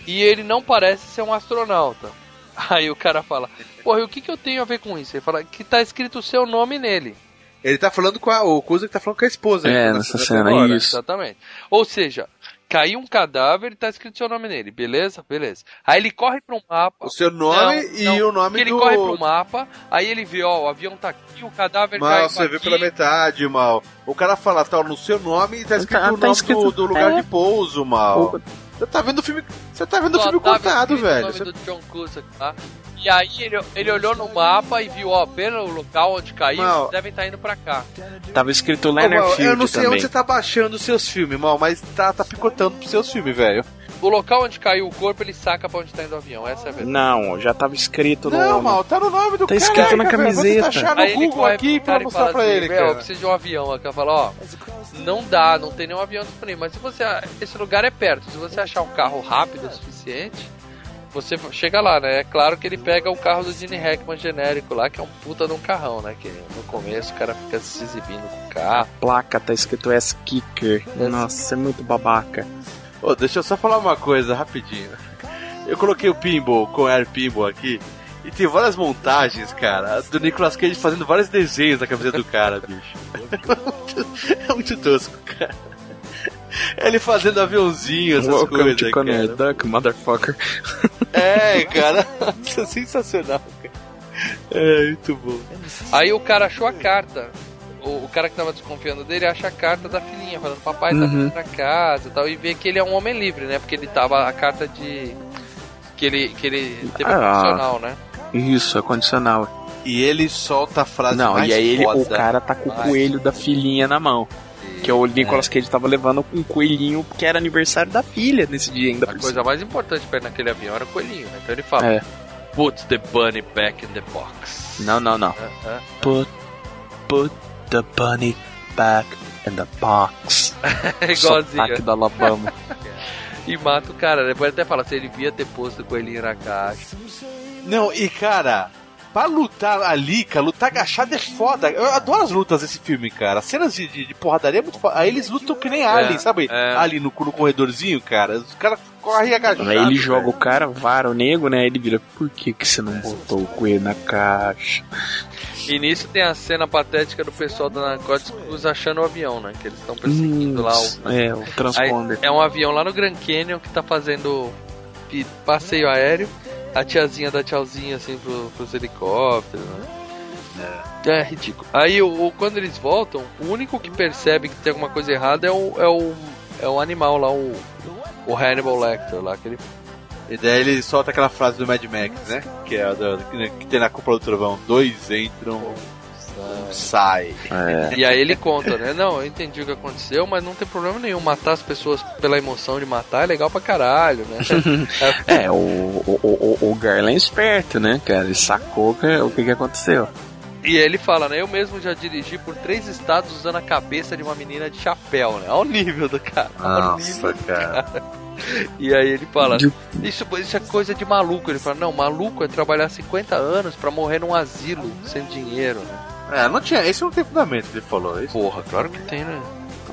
[SPEAKER 4] e ele não parece ser um astronauta. Aí o cara fala: porra, e o que, que eu tenho a ver com isso? Ele fala que tá escrito o seu nome nele.
[SPEAKER 7] Ele tá falando com a. O Kuzo que tá falando com a esposa. né?
[SPEAKER 6] É, nessa cena,
[SPEAKER 7] agora.
[SPEAKER 6] é isso.
[SPEAKER 4] Exatamente. Ou seja, caiu um cadáver e tá escrito o seu nome nele, beleza? Beleza. Aí ele corre pro mapa.
[SPEAKER 7] O seu nome
[SPEAKER 4] Não,
[SPEAKER 7] e
[SPEAKER 4] não,
[SPEAKER 7] o nome
[SPEAKER 4] porque ele
[SPEAKER 7] do.
[SPEAKER 4] corre pro mapa, aí ele vê, ó, o avião tá aqui, o cadáver
[SPEAKER 7] Mal,
[SPEAKER 4] caiu
[SPEAKER 7] você vê
[SPEAKER 4] aqui.
[SPEAKER 7] pela metade, Mal. O cara fala tal no seu nome e tá escrito
[SPEAKER 6] Tá-
[SPEAKER 7] o
[SPEAKER 6] tá
[SPEAKER 7] nome
[SPEAKER 6] escrito-
[SPEAKER 7] do, do lugar de
[SPEAKER 6] é.
[SPEAKER 7] pouso, Mal. Você tá vendo o filme. Você tá vendo o
[SPEAKER 4] Só
[SPEAKER 7] filme
[SPEAKER 4] tava
[SPEAKER 7] cortado,
[SPEAKER 4] escrito o
[SPEAKER 7] velho.
[SPEAKER 4] nome
[SPEAKER 7] Você-
[SPEAKER 4] do John Cusack, tá? E aí ele, ele olhou no mapa e viu, ó, pelo local onde caiu,
[SPEAKER 7] Mal.
[SPEAKER 4] eles devem estar indo pra cá.
[SPEAKER 6] Tava escrito
[SPEAKER 7] Ô,
[SPEAKER 6] Leonard
[SPEAKER 7] tá, Mal,
[SPEAKER 6] Field
[SPEAKER 7] eu não sei
[SPEAKER 6] também.
[SPEAKER 7] onde você tá baixando os seus filmes, Mal, mas tá, tá picotando pros seus filmes, velho.
[SPEAKER 4] O local onde caiu o corpo, ele saca pra onde tá indo o avião, essa é a verdade.
[SPEAKER 6] Não, já tava escrito no.
[SPEAKER 7] Não, Mal, tá no nome do
[SPEAKER 6] Tá
[SPEAKER 7] cara.
[SPEAKER 6] escrito na
[SPEAKER 7] Velho. Você
[SPEAKER 6] camiseta.
[SPEAKER 7] tá achando
[SPEAKER 4] Aí
[SPEAKER 7] o
[SPEAKER 4] ele
[SPEAKER 7] Google
[SPEAKER 4] corre
[SPEAKER 7] aqui
[SPEAKER 4] pro
[SPEAKER 7] pra
[SPEAKER 4] cara e
[SPEAKER 7] mostrar
[SPEAKER 4] fala
[SPEAKER 7] pra
[SPEAKER 4] assim,
[SPEAKER 7] ele,
[SPEAKER 4] "Meu, Eu
[SPEAKER 7] cara.
[SPEAKER 4] preciso de um avião. Aí o cara fala, ó, não dá, não tem nenhum avião disponível. Mas se você. Esse lugar é perto. Se você achar um carro rápido o suficiente, Você chega lá, né? É claro que ele pega o carro do Gene Hackman genérico lá, que é um puta de um carrão, né? Que no começo o cara fica se exibindo com o carro.
[SPEAKER 6] Placa tá escrito S-Kicker. Nossa, é muito babaca.
[SPEAKER 5] Ô, deixa eu só falar uma coisa rapidinho. Eu coloquei o Pinball com Air Pinball aqui. E tem várias montagens, cara, do Nicolas Cage fazendo vários desenhos na cabeça do cara, bicho. é muito tosco, cara. Ele fazendo aviãozinho, essas
[SPEAKER 6] Welcome to
[SPEAKER 5] coisas, cara.
[SPEAKER 6] Connor Duck, motherfucker.
[SPEAKER 5] É, cara. Sensacional, cara. É, muito bom.
[SPEAKER 4] Aí o cara achou a carta. O, o cara que tava desconfiando dele acha a carta da filhinha, falando: Papai
[SPEAKER 6] Uhum.
[SPEAKER 4] tá vindo pra casa e tal. E vê que ele é um homem livre, né? Porque ele tava a carta de. Que ele, que ele teve
[SPEAKER 6] Ah.
[SPEAKER 4] profissional, né?
[SPEAKER 6] Isso, é condicional.
[SPEAKER 7] E ele solta a frase
[SPEAKER 6] Não,
[SPEAKER 7] mais
[SPEAKER 6] e aí ele,
[SPEAKER 7] foda.
[SPEAKER 6] o cara tá com o coelho da filhinha na mão. Que é o
[SPEAKER 4] É.
[SPEAKER 6] Nicolas Cage tava levando um coelhinho que era aniversário da filha nesse dia ainda.
[SPEAKER 4] A
[SPEAKER 6] por
[SPEAKER 4] coisa mais importante pra ele naquele avião era o coelhinho, né? Então ele fala:
[SPEAKER 6] É.
[SPEAKER 4] Put the bunny back in the box.
[SPEAKER 6] cima. Não, não, não.
[SPEAKER 4] Aham.
[SPEAKER 6] Put, put the bunny back in the box.
[SPEAKER 4] É igualzinho.
[SPEAKER 6] Sotaque do Alabama.
[SPEAKER 4] E mata o cara. Depois ele até fala assim: ele via ter posto o coelhinho na caixa.
[SPEAKER 7] Não, e cara, pra lutar ali, cara, lutar agachado é foda. Eu adoro as lutas desse filme, cara. As cenas de, de, de porradaria é muito foda. Aí eles lutam que nem alien, sabe?
[SPEAKER 4] é.
[SPEAKER 7] Ali no, no corredorzinho, cara. Os caras correm agachados.
[SPEAKER 6] Aí ele joga o cara, vara o nego, né? Ele vira, por que que você
[SPEAKER 4] É.
[SPEAKER 6] não botou o coelho na caixa?
[SPEAKER 4] E nisso tem a cena patética do pessoal da Narcóticos achando o avião, né? Que eles estão perseguindo lá o
[SPEAKER 6] É, o
[SPEAKER 4] Aí,
[SPEAKER 6] transponder.
[SPEAKER 4] é um avião lá no Grand Canyon que tá fazendo pi- passeio aéreo. A tiazinha dá tchauzinho assim pro, pros helicópteros, né? É. ridículo. Aí o, o- quando eles voltam, o único que percebe que tem alguma coisa errada é o, é o, é o animal lá, o, o Hannibal Lecter lá. Que ele,
[SPEAKER 7] E daí ele solta aquela frase do Mad Max, né? Que é a da, que tem na Cúpula do Trovão. Dois entram, um sai.
[SPEAKER 4] e aí ele conta, né? Não, eu entendi o que aconteceu, mas não tem problema nenhum. Matar as pessoas pela emoção de matar é legal pra caralho, né?
[SPEAKER 6] É, o, o, o, o- o Garland é esperto, né, cara? Ele sacou que- o que que aconteceu.
[SPEAKER 4] E ele fala, né? Eu mesmo já dirigi por três estados usando a cabeça de uma menina de chapéu, né? Olha o nível do cara. Olha o nível.
[SPEAKER 7] cara.
[SPEAKER 4] E aí ele fala,
[SPEAKER 6] De-
[SPEAKER 4] isso, isso é coisa de maluco. Ele fala, não, maluco é trabalhar 50 anos pra morrer num asilo sem dinheiro, né?
[SPEAKER 7] É, não tinha, esse não tem fundamento que ele falou. é Esse-
[SPEAKER 4] Porra, claro que tem, né?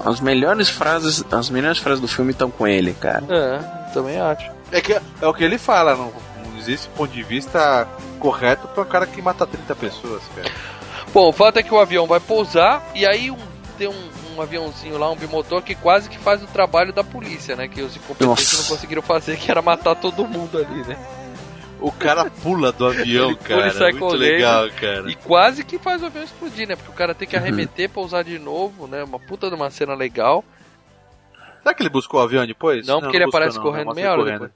[SPEAKER 6] As melhores frases, as melhores frases do filme estão com ele, cara.
[SPEAKER 4] É, também acho.
[SPEAKER 7] É, que, é o que ele fala, não, não existe ponto de vista correto pra um cara que mata 30 pessoas, cara.
[SPEAKER 4] Bom, o fato é que o avião vai pousar e aí um- tem um, um aviãozinho lá, um bimotor, que quase que faz o trabalho da polícia, né? Que os incompetentes
[SPEAKER 6] Nossa.
[SPEAKER 4] não conseguiram fazer, que era matar todo mundo ali, né?
[SPEAKER 7] O cara pula do avião,
[SPEAKER 4] Ele pula
[SPEAKER 7] cara.
[SPEAKER 4] e sai
[SPEAKER 7] muito
[SPEAKER 4] correndo.
[SPEAKER 7] legal, cara. Uhum.
[SPEAKER 4] E quase que faz o avião explodir, né? Porque o cara tem que arremeter, pousar de novo, né? Uma puta de uma cena legal.
[SPEAKER 7] Será que ele buscou o avião depois?
[SPEAKER 4] Não, porque ele
[SPEAKER 7] buscou,
[SPEAKER 4] aparece
[SPEAKER 7] não,
[SPEAKER 4] correndo
[SPEAKER 7] mostra
[SPEAKER 4] meia
[SPEAKER 7] ele
[SPEAKER 4] hora
[SPEAKER 7] É.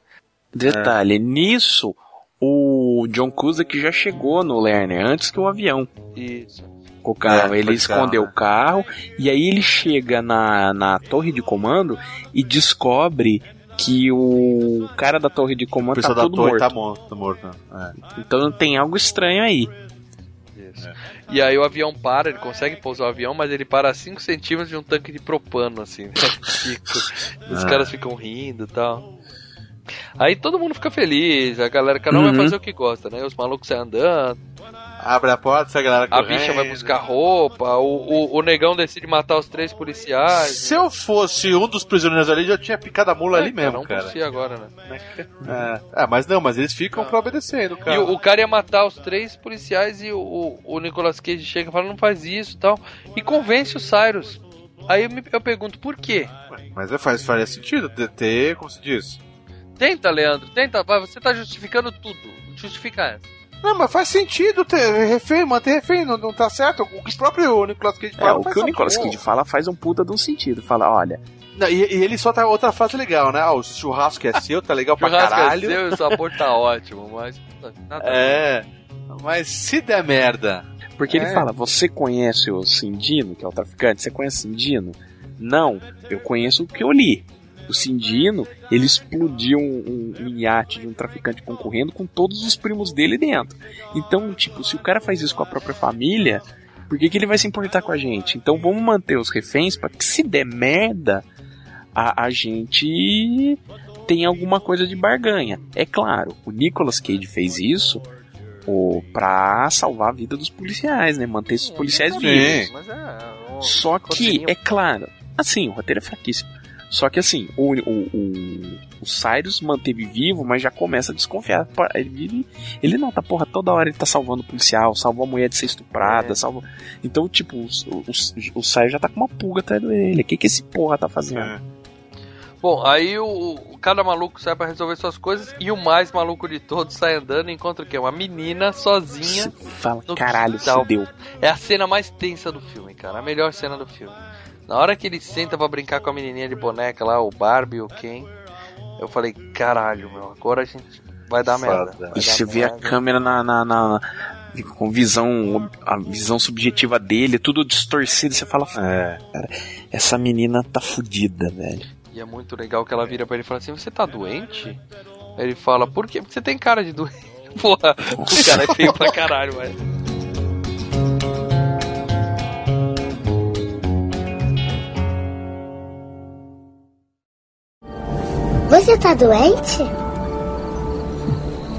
[SPEAKER 6] Detalhe, nisso, o John Cusack já chegou no Lerner, antes que o avião.
[SPEAKER 4] Isso.
[SPEAKER 6] com o carro.
[SPEAKER 7] É,
[SPEAKER 6] ele
[SPEAKER 7] foi de carro,
[SPEAKER 6] escondeu
[SPEAKER 7] né?
[SPEAKER 6] o carro e aí ele chega na, na torre de comando e descobre que o cara da torre de
[SPEAKER 7] O
[SPEAKER 6] comando tá
[SPEAKER 7] pessoal da
[SPEAKER 6] todo
[SPEAKER 7] torre
[SPEAKER 6] morto.
[SPEAKER 7] tá morto. Tá morto. É.
[SPEAKER 6] Então tem algo estranho aí.
[SPEAKER 4] isso. É. E aí o avião para, ele consegue pousar o avião, mas ele para a 5 centímetros de um tanque de propano, assim, né? Ridículo. Os
[SPEAKER 7] Ah.
[SPEAKER 4] caras ficam rindo e tal. Aí todo mundo fica feliz, a galera, cada um vai
[SPEAKER 6] Uhum.
[SPEAKER 4] fazer o que gosta, né? Os malucos saem andando,
[SPEAKER 7] Abre a porta, sai a galera
[SPEAKER 4] a
[SPEAKER 7] correndo.
[SPEAKER 4] bicha vai buscar roupa, o, o, o negão decide matar os três policiais.
[SPEAKER 7] Se eu fosse um dos prisioneiros ali, já tinha picado a mula ali
[SPEAKER 4] É,
[SPEAKER 7] mesmo,
[SPEAKER 4] não
[SPEAKER 7] cara.
[SPEAKER 4] consigo agora, né?
[SPEAKER 7] É. Ah, mas não, mas eles ficam pra obedecendo, cara.
[SPEAKER 4] E o, o cara ia matar os três policiais e o, o, o Nicolas Cage chega e fala, não faz isso e tal. E convence o Cyrus. Aí eu, me- eu pergunto, por quê?
[SPEAKER 7] Mas é, faz, faria sentido de- ter, como se diz?
[SPEAKER 4] Tenta, Leandro, tenta. vai, Você tá justificando tudo. Justifica essa.
[SPEAKER 7] Não, mas faz sentido ter refém, manter refém, não, não tá certo. O que o próprio Nicolas Cage
[SPEAKER 6] É,
[SPEAKER 7] fala
[SPEAKER 6] o
[SPEAKER 7] faz
[SPEAKER 6] que o
[SPEAKER 7] essa
[SPEAKER 6] Nicolas
[SPEAKER 7] porra.
[SPEAKER 6] Cage fala faz um puta de um sentido. Fala, olha,
[SPEAKER 7] Não, e, e ele solta outra frase legal, né? Ah, o churrasco é seu, tá legal pra
[SPEAKER 4] Churrasco
[SPEAKER 7] caralho.
[SPEAKER 4] é seu tá e o sabor tá ótimo, mas... puta, Nada
[SPEAKER 7] É, mas se der merda.
[SPEAKER 6] porque
[SPEAKER 7] É.
[SPEAKER 6] ele fala, você conhece o Sindino, que é o traficante? Você conhece o Sindino? Não, eu conheço o que eu li. O Sindino, ele explodiu um, um- um iate de um traficante concorrendo com todos os primos dele dentro. Então, tipo, se o cara faz isso com a própria família, por que, que ele vai se importar com a gente? Então vamos manter os reféns para que se der merda, a, a gente tem alguma coisa de barganha. É claro, o Nicolas Cage fez isso o, pra salvar a vida dos policiais, né? Manter esses policiais vivos.
[SPEAKER 7] Mas é, um
[SPEAKER 6] Só que,
[SPEAKER 7] roteirinho-
[SPEAKER 6] é claro, assim, o roteiro é fraquíssimo. Só que assim, o, o, o, o Cyrus manteve vivo, mas já começa a desconfiar. Pô, Ele, vive- ele não, tá porra, toda hora ele tá salvando o policial, salvou a mulher de ser estuprada, salvou. Então, tipo, o, o, o Cyrus já tá com uma pulga atrás dele. O que que esse porra tá fazendo?
[SPEAKER 4] Bom, aí o, o- cada maluco sai pra resolver suas coisas e o mais maluco de todos sai andando e encontra o quê? Uma menina sozinha.
[SPEAKER 6] Fala,
[SPEAKER 4] No
[SPEAKER 6] caralho,
[SPEAKER 4] quintal.
[SPEAKER 6] fudeu.
[SPEAKER 4] É a cena mais tensa do filme, cara. A melhor cena do filme. Na hora que ele senta pra brincar com a menininha de boneca lá, o Barbie ou quem, eu falei, caralho, meu, agora a gente vai dar merda. Vai
[SPEAKER 6] E
[SPEAKER 4] dar
[SPEAKER 6] você vê a
[SPEAKER 4] merda.
[SPEAKER 6] câmera na, na, na- com visão, a visão subjetiva dele, tudo distorcido. Você fala, cara, essa menina tá fudida, velho.
[SPEAKER 4] E é muito legal que ela vira pra ele e fala assim, você tá doente? Aí ele fala, por quê? Porque você tem cara de doente. Porra, o cara é feio pra caralho, velho.
[SPEAKER 12] Você tá doente?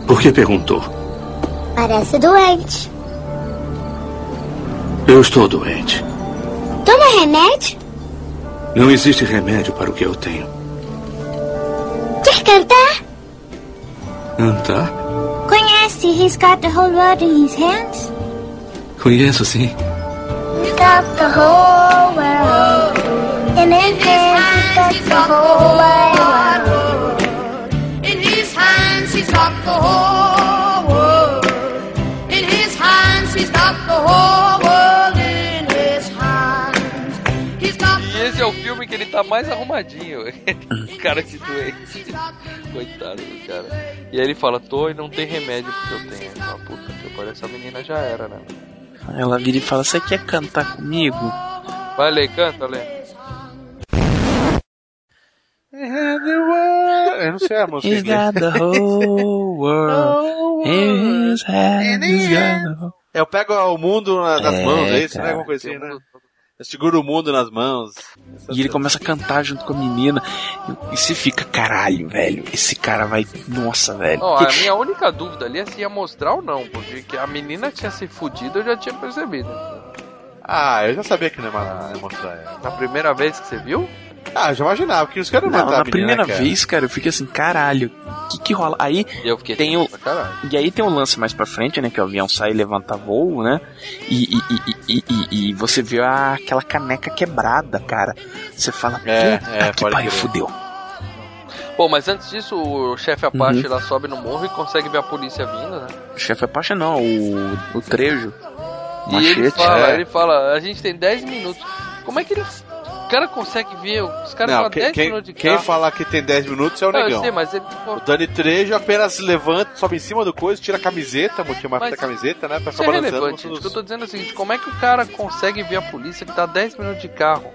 [SPEAKER 10] Por que perguntou?
[SPEAKER 12] Parece doente.
[SPEAKER 10] Eu estou doente.
[SPEAKER 12] Toma remédio?
[SPEAKER 10] Não existe remédio para o que eu tenho.
[SPEAKER 12] Quer cantar?
[SPEAKER 10] Cantar?
[SPEAKER 12] Conhece He's Got the Whole World in His Hands?
[SPEAKER 10] Conheço sim.
[SPEAKER 12] He's got the whole world in His hands. He's got the whole world
[SPEAKER 13] In his hands he's got the whole world. In his hands he's got the whole world in his hands. He's got
[SPEAKER 4] E esse é o filme que ele tá mais arrumadinho. O cara de doente. Coitado do cara. E aí ele fala, tô e não tem remédio porque eu tenho. Ele fala, puta que pariu, essa menina já era, né?
[SPEAKER 6] Aí Ela vira e fala, você quer cantar comigo?
[SPEAKER 4] Vai, Lê, canta, Lê.
[SPEAKER 7] Eu não sei a música.
[SPEAKER 6] He's got the whole world in his hands. He's got the whole-
[SPEAKER 7] Eu pego o mundo na- nas
[SPEAKER 6] É,
[SPEAKER 7] mãos, é isso? Não
[SPEAKER 6] cara.
[SPEAKER 7] é alguma coisa
[SPEAKER 4] um
[SPEAKER 7] assim, né? Eu seguro o mundo nas mãos.
[SPEAKER 6] E ele começa a cantar junto com a menina. E você fica, caralho, velho. Esse cara vai. Nossa, velho.
[SPEAKER 4] Ó, a
[SPEAKER 6] que-
[SPEAKER 4] minha única dúvida ali é se ia mostrar ou não, porque que a menina tinha se fudido eu já tinha percebido.
[SPEAKER 7] Ah, eu já sabia que não ia ma- ia mostrar ela.
[SPEAKER 4] Na primeira vez que você viu?
[SPEAKER 7] Ah, eu já imaginava, porque os caras não
[SPEAKER 4] é
[SPEAKER 6] Não,
[SPEAKER 7] mataram
[SPEAKER 6] na
[SPEAKER 7] a menina,
[SPEAKER 4] né,
[SPEAKER 6] primeira
[SPEAKER 7] cara.
[SPEAKER 6] vez, cara, eu fiquei assim, caralho, o que, que rola? Aí
[SPEAKER 4] Eu fiquei
[SPEAKER 6] Tem o-
[SPEAKER 4] pra caralho.
[SPEAKER 6] E aí tem um lance mais pra frente, né? Que o avião sai e levanta voo, né? E, e, e, e, e, e você vê a- aquela caneca quebrada, cara. Você fala,
[SPEAKER 7] É,
[SPEAKER 6] puta
[SPEAKER 7] é,
[SPEAKER 6] que
[SPEAKER 7] pode crer.
[SPEAKER 6] pariu, fudeu.
[SPEAKER 4] Bom, mas antes disso, o chefe Apache lá sobe no morro e consegue ver a polícia vindo, né?
[SPEAKER 6] O chefe Apache não, o, o trejo. o
[SPEAKER 4] E ele
[SPEAKER 6] Machete.
[SPEAKER 4] fala,
[SPEAKER 7] é.
[SPEAKER 4] ele fala, a gente tem 10 minutos. Como é que eles. O cara consegue ver? Os caras
[SPEAKER 7] Não,
[SPEAKER 4] falam
[SPEAKER 7] quem,
[SPEAKER 4] 10
[SPEAKER 7] quem,
[SPEAKER 4] minutos de
[SPEAKER 7] quem
[SPEAKER 4] carro.
[SPEAKER 7] falar que tem 10 minutos é o
[SPEAKER 4] Não, eu
[SPEAKER 7] negão.
[SPEAKER 4] sei, mas ele. tipo, pô,
[SPEAKER 7] O Dani Trejo apenas se levanta, sobe em cima do coisa, tira a camiseta, motiva uma
[SPEAKER 4] Mas
[SPEAKER 7] da camiseta, né? Pra
[SPEAKER 4] isso
[SPEAKER 7] ficar
[SPEAKER 4] é
[SPEAKER 7] balançando.
[SPEAKER 4] relevante.
[SPEAKER 7] com
[SPEAKER 4] gente. O que eu
[SPEAKER 7] todos-
[SPEAKER 4] tô dizendo é o seguinte: como é que o cara consegue ver a polícia que tá 10 minutos de carro?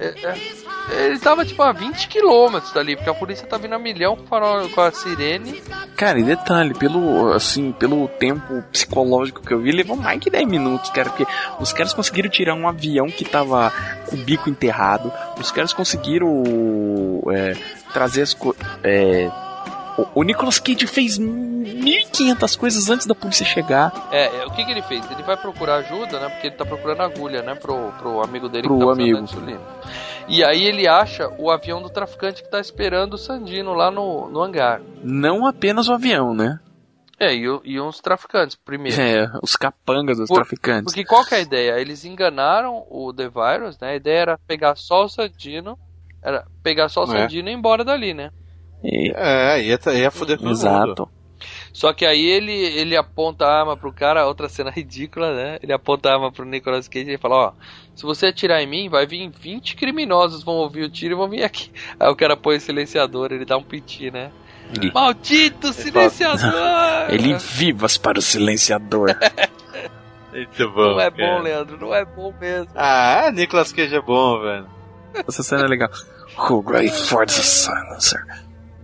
[SPEAKER 4] É- é- ele tava tipo a 20 quilômetros dali, porque a polícia tá vindo a milhão com, o farol- com a sirene.
[SPEAKER 6] Cara, e detalhe, pelo, assim, pelo tempo psicológico que eu vi, levou mais que 10 minutos, cara, porque os caras conseguiram tirar um avião que tava com o bico enterrado, os caras conseguiram é, trazer as coisas. o, o Nicolas Cage fez 1500 coisas antes da polícia chegar
[SPEAKER 4] É, é, o que que ele fez? Ele vai procurar ajuda, né? Porque ele tá procurando agulha, né? Pro, pro amigo dele
[SPEAKER 6] Pro
[SPEAKER 4] que tá precisando
[SPEAKER 6] amigo.
[SPEAKER 4] da insulina. E aí ele acha o avião do traficante que tá esperando o Sandino lá no, no hangar.
[SPEAKER 6] não apenas o avião, né?
[SPEAKER 4] É, e, o- e uns traficantes, primeiro.
[SPEAKER 6] É, os capangas dos
[SPEAKER 4] Por-
[SPEAKER 6] traficantes.
[SPEAKER 4] Porque qual que é a ideia? Eles enganaram o The Virus, né? A ideia era pegar só o Sandino. Era pegar só o
[SPEAKER 7] É.
[SPEAKER 4] Sandino e ir embora dali, né?
[SPEAKER 6] E-
[SPEAKER 7] É, ia, tá- ia foder com
[SPEAKER 6] exato.
[SPEAKER 4] Só que aí ele, ele aponta a arma pro cara, outra cena ridícula, né? Ele aponta a arma pro Nicolas Cage e ele fala, ó, se você atirar em mim, vai vir 20 criminosos, vão ouvir o tiro e vão vir aqui. Aí o cara põe o silenciador, ele dá um piti, né?
[SPEAKER 6] Ele-
[SPEAKER 4] Maldito silenciador! é
[SPEAKER 6] Ele vivas para o silenciador.
[SPEAKER 7] Muito bom.
[SPEAKER 4] Não é
[SPEAKER 7] cara.
[SPEAKER 4] bom, Leandro, não é bom mesmo.
[SPEAKER 7] Ah, Nicolas Cage é bom, velho.
[SPEAKER 6] Essa cena é legal. Who great for the silencer?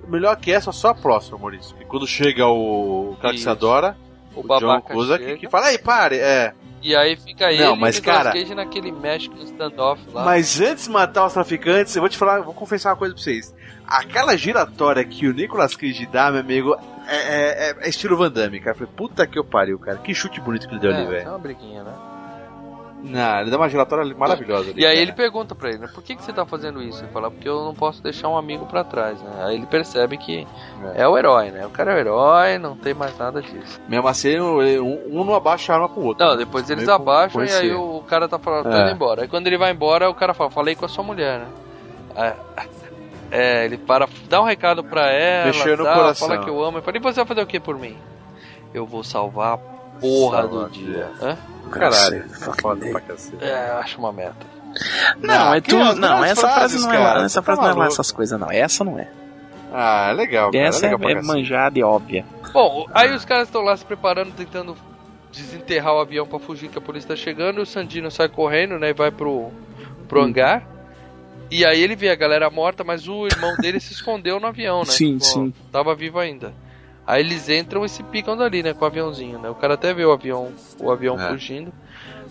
[SPEAKER 7] Melhor que essa, só a próxima, Maurício. E quando chega o, o cara que se
[SPEAKER 4] Isso.
[SPEAKER 7] adora,
[SPEAKER 4] O
[SPEAKER 7] o John
[SPEAKER 4] babaca
[SPEAKER 7] Cusack,
[SPEAKER 4] chega.
[SPEAKER 7] que fala, aí, pare, é.
[SPEAKER 4] E aí fica ele
[SPEAKER 7] Não, mas,
[SPEAKER 4] e Nicolas
[SPEAKER 7] cara-
[SPEAKER 4] Cage naquele México no standoff lá.
[SPEAKER 7] Mas antes de matar os traficantes, eu vou te falar, vou confessar uma coisa pra vocês. Aquela giratória que o Nicolas Cage dá, meu amigo, é, é- é- é estilo Van Damme, cara. Eu falei, puta que eu pariu, cara. Que chute bonito que ele deu
[SPEAKER 4] é,
[SPEAKER 7] ali,
[SPEAKER 4] é
[SPEAKER 7] velho.
[SPEAKER 4] uma briguinha, né?
[SPEAKER 7] Não, ele dá uma giratória maravilhosa ali.
[SPEAKER 4] E aí
[SPEAKER 7] cara.
[SPEAKER 4] ele pergunta pra ele, né, por que, que você tá fazendo isso? Ele fala, porque eu não posso deixar um amigo pra trás, né? Aí ele percebe que é, o herói, né? O cara é o herói, não tem mais nada disso.
[SPEAKER 14] Mesmo assim, um, um não abaixa a arma pro outro.
[SPEAKER 4] Não, depois eles
[SPEAKER 14] Meio com-
[SPEAKER 4] abaixam
[SPEAKER 14] com
[SPEAKER 4] e
[SPEAKER 14] esse-
[SPEAKER 4] aí o cara tá falando, tá
[SPEAKER 14] É.
[SPEAKER 4] indo embora. Aí quando ele vai embora, o cara fala, falei com a sua mulher, né? Ah, É, ele para, dá um recado pra ela,
[SPEAKER 14] Mexeu no
[SPEAKER 4] tal,
[SPEAKER 14] coração.
[SPEAKER 4] fala que eu amo. Eu falei, e você vai fazer o que por mim? Eu vou salvar a porra do dia. Hã?
[SPEAKER 7] Caralho, tá foda pra cacete.
[SPEAKER 4] É, eu acho uma meta.
[SPEAKER 6] Não, é tu,
[SPEAKER 7] aquelas
[SPEAKER 6] não
[SPEAKER 7] duas
[SPEAKER 6] essa
[SPEAKER 7] frases,
[SPEAKER 6] frase não é
[SPEAKER 7] cara,
[SPEAKER 6] lá. Essa
[SPEAKER 7] tá
[SPEAKER 6] frase não é lá
[SPEAKER 7] maluco.
[SPEAKER 6] essas coisas, não. Essa não é.
[SPEAKER 7] Ah, legal, cara.
[SPEAKER 6] Essa
[SPEAKER 7] legal pra
[SPEAKER 6] é, é
[SPEAKER 7] cacete.
[SPEAKER 6] manjada e óbvia.
[SPEAKER 4] Bom, aí os caras estão lá se preparando, tentando desenterrar o avião pra fugir que a polícia tá chegando. O Sandino sai correndo, né? E vai pro, pro
[SPEAKER 6] Hum.
[SPEAKER 4] hangar. E aí ele vê a galera morta, mas o irmão dele se escondeu no avião, né?
[SPEAKER 6] Sim, sim.
[SPEAKER 4] Tava vivo ainda. Aí eles entram e se picam dali, né? Com o aviãozinho, né? O cara até vê o avião, o avião
[SPEAKER 6] É.
[SPEAKER 4] fugindo.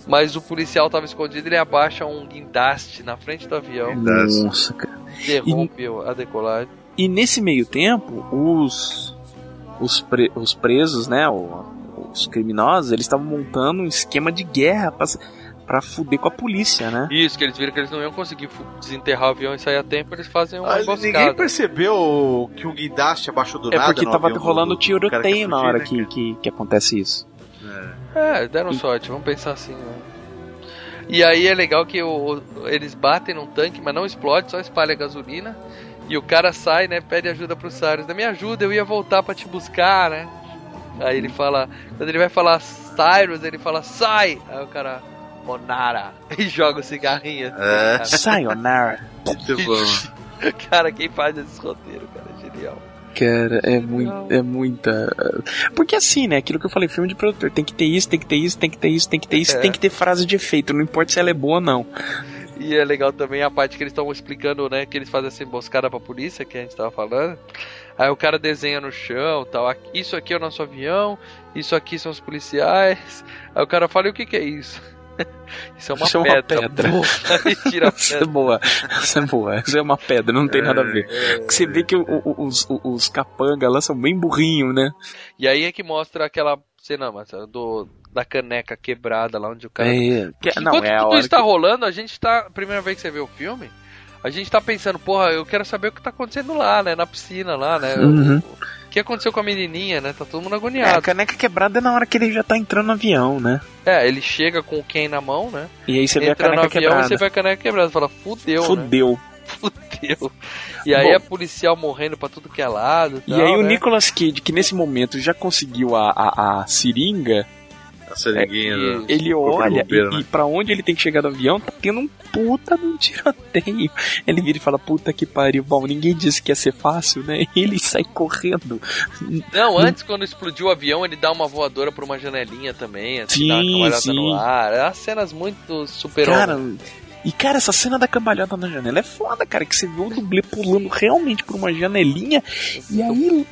[SPEAKER 4] Mas o policial tava escondido, ele abaixa um guindaste na frente do avião.
[SPEAKER 6] Nossa, cara.
[SPEAKER 4] Derrube a decolagem.
[SPEAKER 6] E nesse meio tempo, os os, pre- os presos, né, o- os criminosos, eles estavam montando um esquema de guerra pra, se- pra fuder com a polícia, né?
[SPEAKER 4] Isso, que eles viram que eles não iam conseguir fu- desenterrar o avião e sair a tempo, eles fazem uma
[SPEAKER 7] Ah,
[SPEAKER 4] emboscada.
[SPEAKER 7] ninguém percebeu que o guindaste abaixou do
[SPEAKER 6] é
[SPEAKER 7] nada.
[SPEAKER 6] porque
[SPEAKER 7] no
[SPEAKER 6] tava
[SPEAKER 7] avião do-
[SPEAKER 6] rolando
[SPEAKER 7] do cara que
[SPEAKER 6] tiroteio
[SPEAKER 7] ia
[SPEAKER 6] na
[SPEAKER 7] fugir,
[SPEAKER 6] hora
[SPEAKER 7] né?
[SPEAKER 6] que, que, que acontece isso.
[SPEAKER 4] É, deram sorte, vamos pensar assim, né? E aí é legal que o- o- eles batem num tanque, mas não explode, só espalha gasolina. E o cara sai, né? Pede ajuda pro Cyrus. Me ajuda, eu ia voltar pra te buscar, né? Aí ele fala. Quando ele vai falar Cyrus, ele fala sai! Aí o cara. Monara! E joga o cigarrinho.
[SPEAKER 7] É.
[SPEAKER 4] assim, cara.
[SPEAKER 6] Sayonara.
[SPEAKER 7] tipo,
[SPEAKER 4] Cara, quem faz esse roteiro, cara? É genial.
[SPEAKER 6] Cara, é, mui- é muita. Porque assim, né? Aquilo que eu falei, filme de produtor. Tem que ter isso, tem que ter isso, tem que ter isso, tem que ter isso,
[SPEAKER 4] É.
[SPEAKER 6] tem que ter frase de efeito. Não importa se ela é boa ou não.
[SPEAKER 4] E é legal também a parte que eles estão explicando, né? Que eles fazem essa emboscada pra polícia, que a gente tava falando. Aí o cara desenha no chão tal. "Aqui- Isso aqui é o nosso avião, isso aqui são os policiais. Aí o cara fala, e o que que é isso? Isso é uma
[SPEAKER 6] Isso é uma
[SPEAKER 4] pedra.
[SPEAKER 6] pedra.
[SPEAKER 4] porra." E tira a
[SPEAKER 6] Isso é
[SPEAKER 4] pedra.
[SPEAKER 6] boa. Isso é boa. Isso é uma pedra, não tem nada a ver. Você vê que o- o- os, o- os capanga lá são bem burrinho, né?
[SPEAKER 4] E aí é que mostra aquela cena mas, do, da caneca quebrada lá onde o cara...
[SPEAKER 6] É, que- não,
[SPEAKER 4] Enquanto
[SPEAKER 6] é a
[SPEAKER 4] tudo
[SPEAKER 6] hora
[SPEAKER 4] isso tá
[SPEAKER 6] que-
[SPEAKER 4] rolando, a gente tá... Primeira vez que você vê o filme... A gente tá pensando, porra, eu quero saber o que tá acontecendo lá, né? Na piscina lá, né?
[SPEAKER 6] Uhum.
[SPEAKER 4] O que aconteceu com a menininha, né? Tá todo mundo
[SPEAKER 6] É, a
[SPEAKER 4] agoniado.
[SPEAKER 6] caneca quebrada é na hora que ele já tá entrando no avião, né?
[SPEAKER 4] É, ele chega com o Ken na mão, né?
[SPEAKER 6] E aí você vê a
[SPEAKER 4] Entra no
[SPEAKER 6] caneca
[SPEAKER 4] avião e você
[SPEAKER 6] quebrada.
[SPEAKER 4] vê a caneca quebrada. Você fala, fudeu, né?
[SPEAKER 6] Fudeu.
[SPEAKER 4] Fudeu. E aí
[SPEAKER 6] Bom.
[SPEAKER 4] a policial morrendo pra tudo que é lado.
[SPEAKER 6] E
[SPEAKER 4] tal,
[SPEAKER 6] aí o
[SPEAKER 4] né?
[SPEAKER 6] Nicolas Cage, que nesse momento já conseguiu a, a, a seringa,
[SPEAKER 7] A
[SPEAKER 4] é
[SPEAKER 7] seringuinha. do-
[SPEAKER 6] ele
[SPEAKER 7] do corpo de
[SPEAKER 6] olha
[SPEAKER 7] bombeiro,
[SPEAKER 6] e,
[SPEAKER 7] né?
[SPEAKER 6] e pra onde ele tem que chegar do avião, tá tendo um puta de um tiroteio. Ele vira e fala, puta que pariu, bom, ninguém disse que ia ser fácil, né? E ele sai correndo.
[SPEAKER 4] Não, antes quando explodiu o avião, ele dá uma voadora pra uma janelinha também. Assim, dá uma
[SPEAKER 6] Sim,
[SPEAKER 4] cambalhota
[SPEAKER 6] sim.
[SPEAKER 4] no ar. É umas cenas muito super
[SPEAKER 6] Cara, e cara, essa cena da cambalhota na janela é foda, cara, que você vê o dublê pulando realmente por uma janelinha e aí...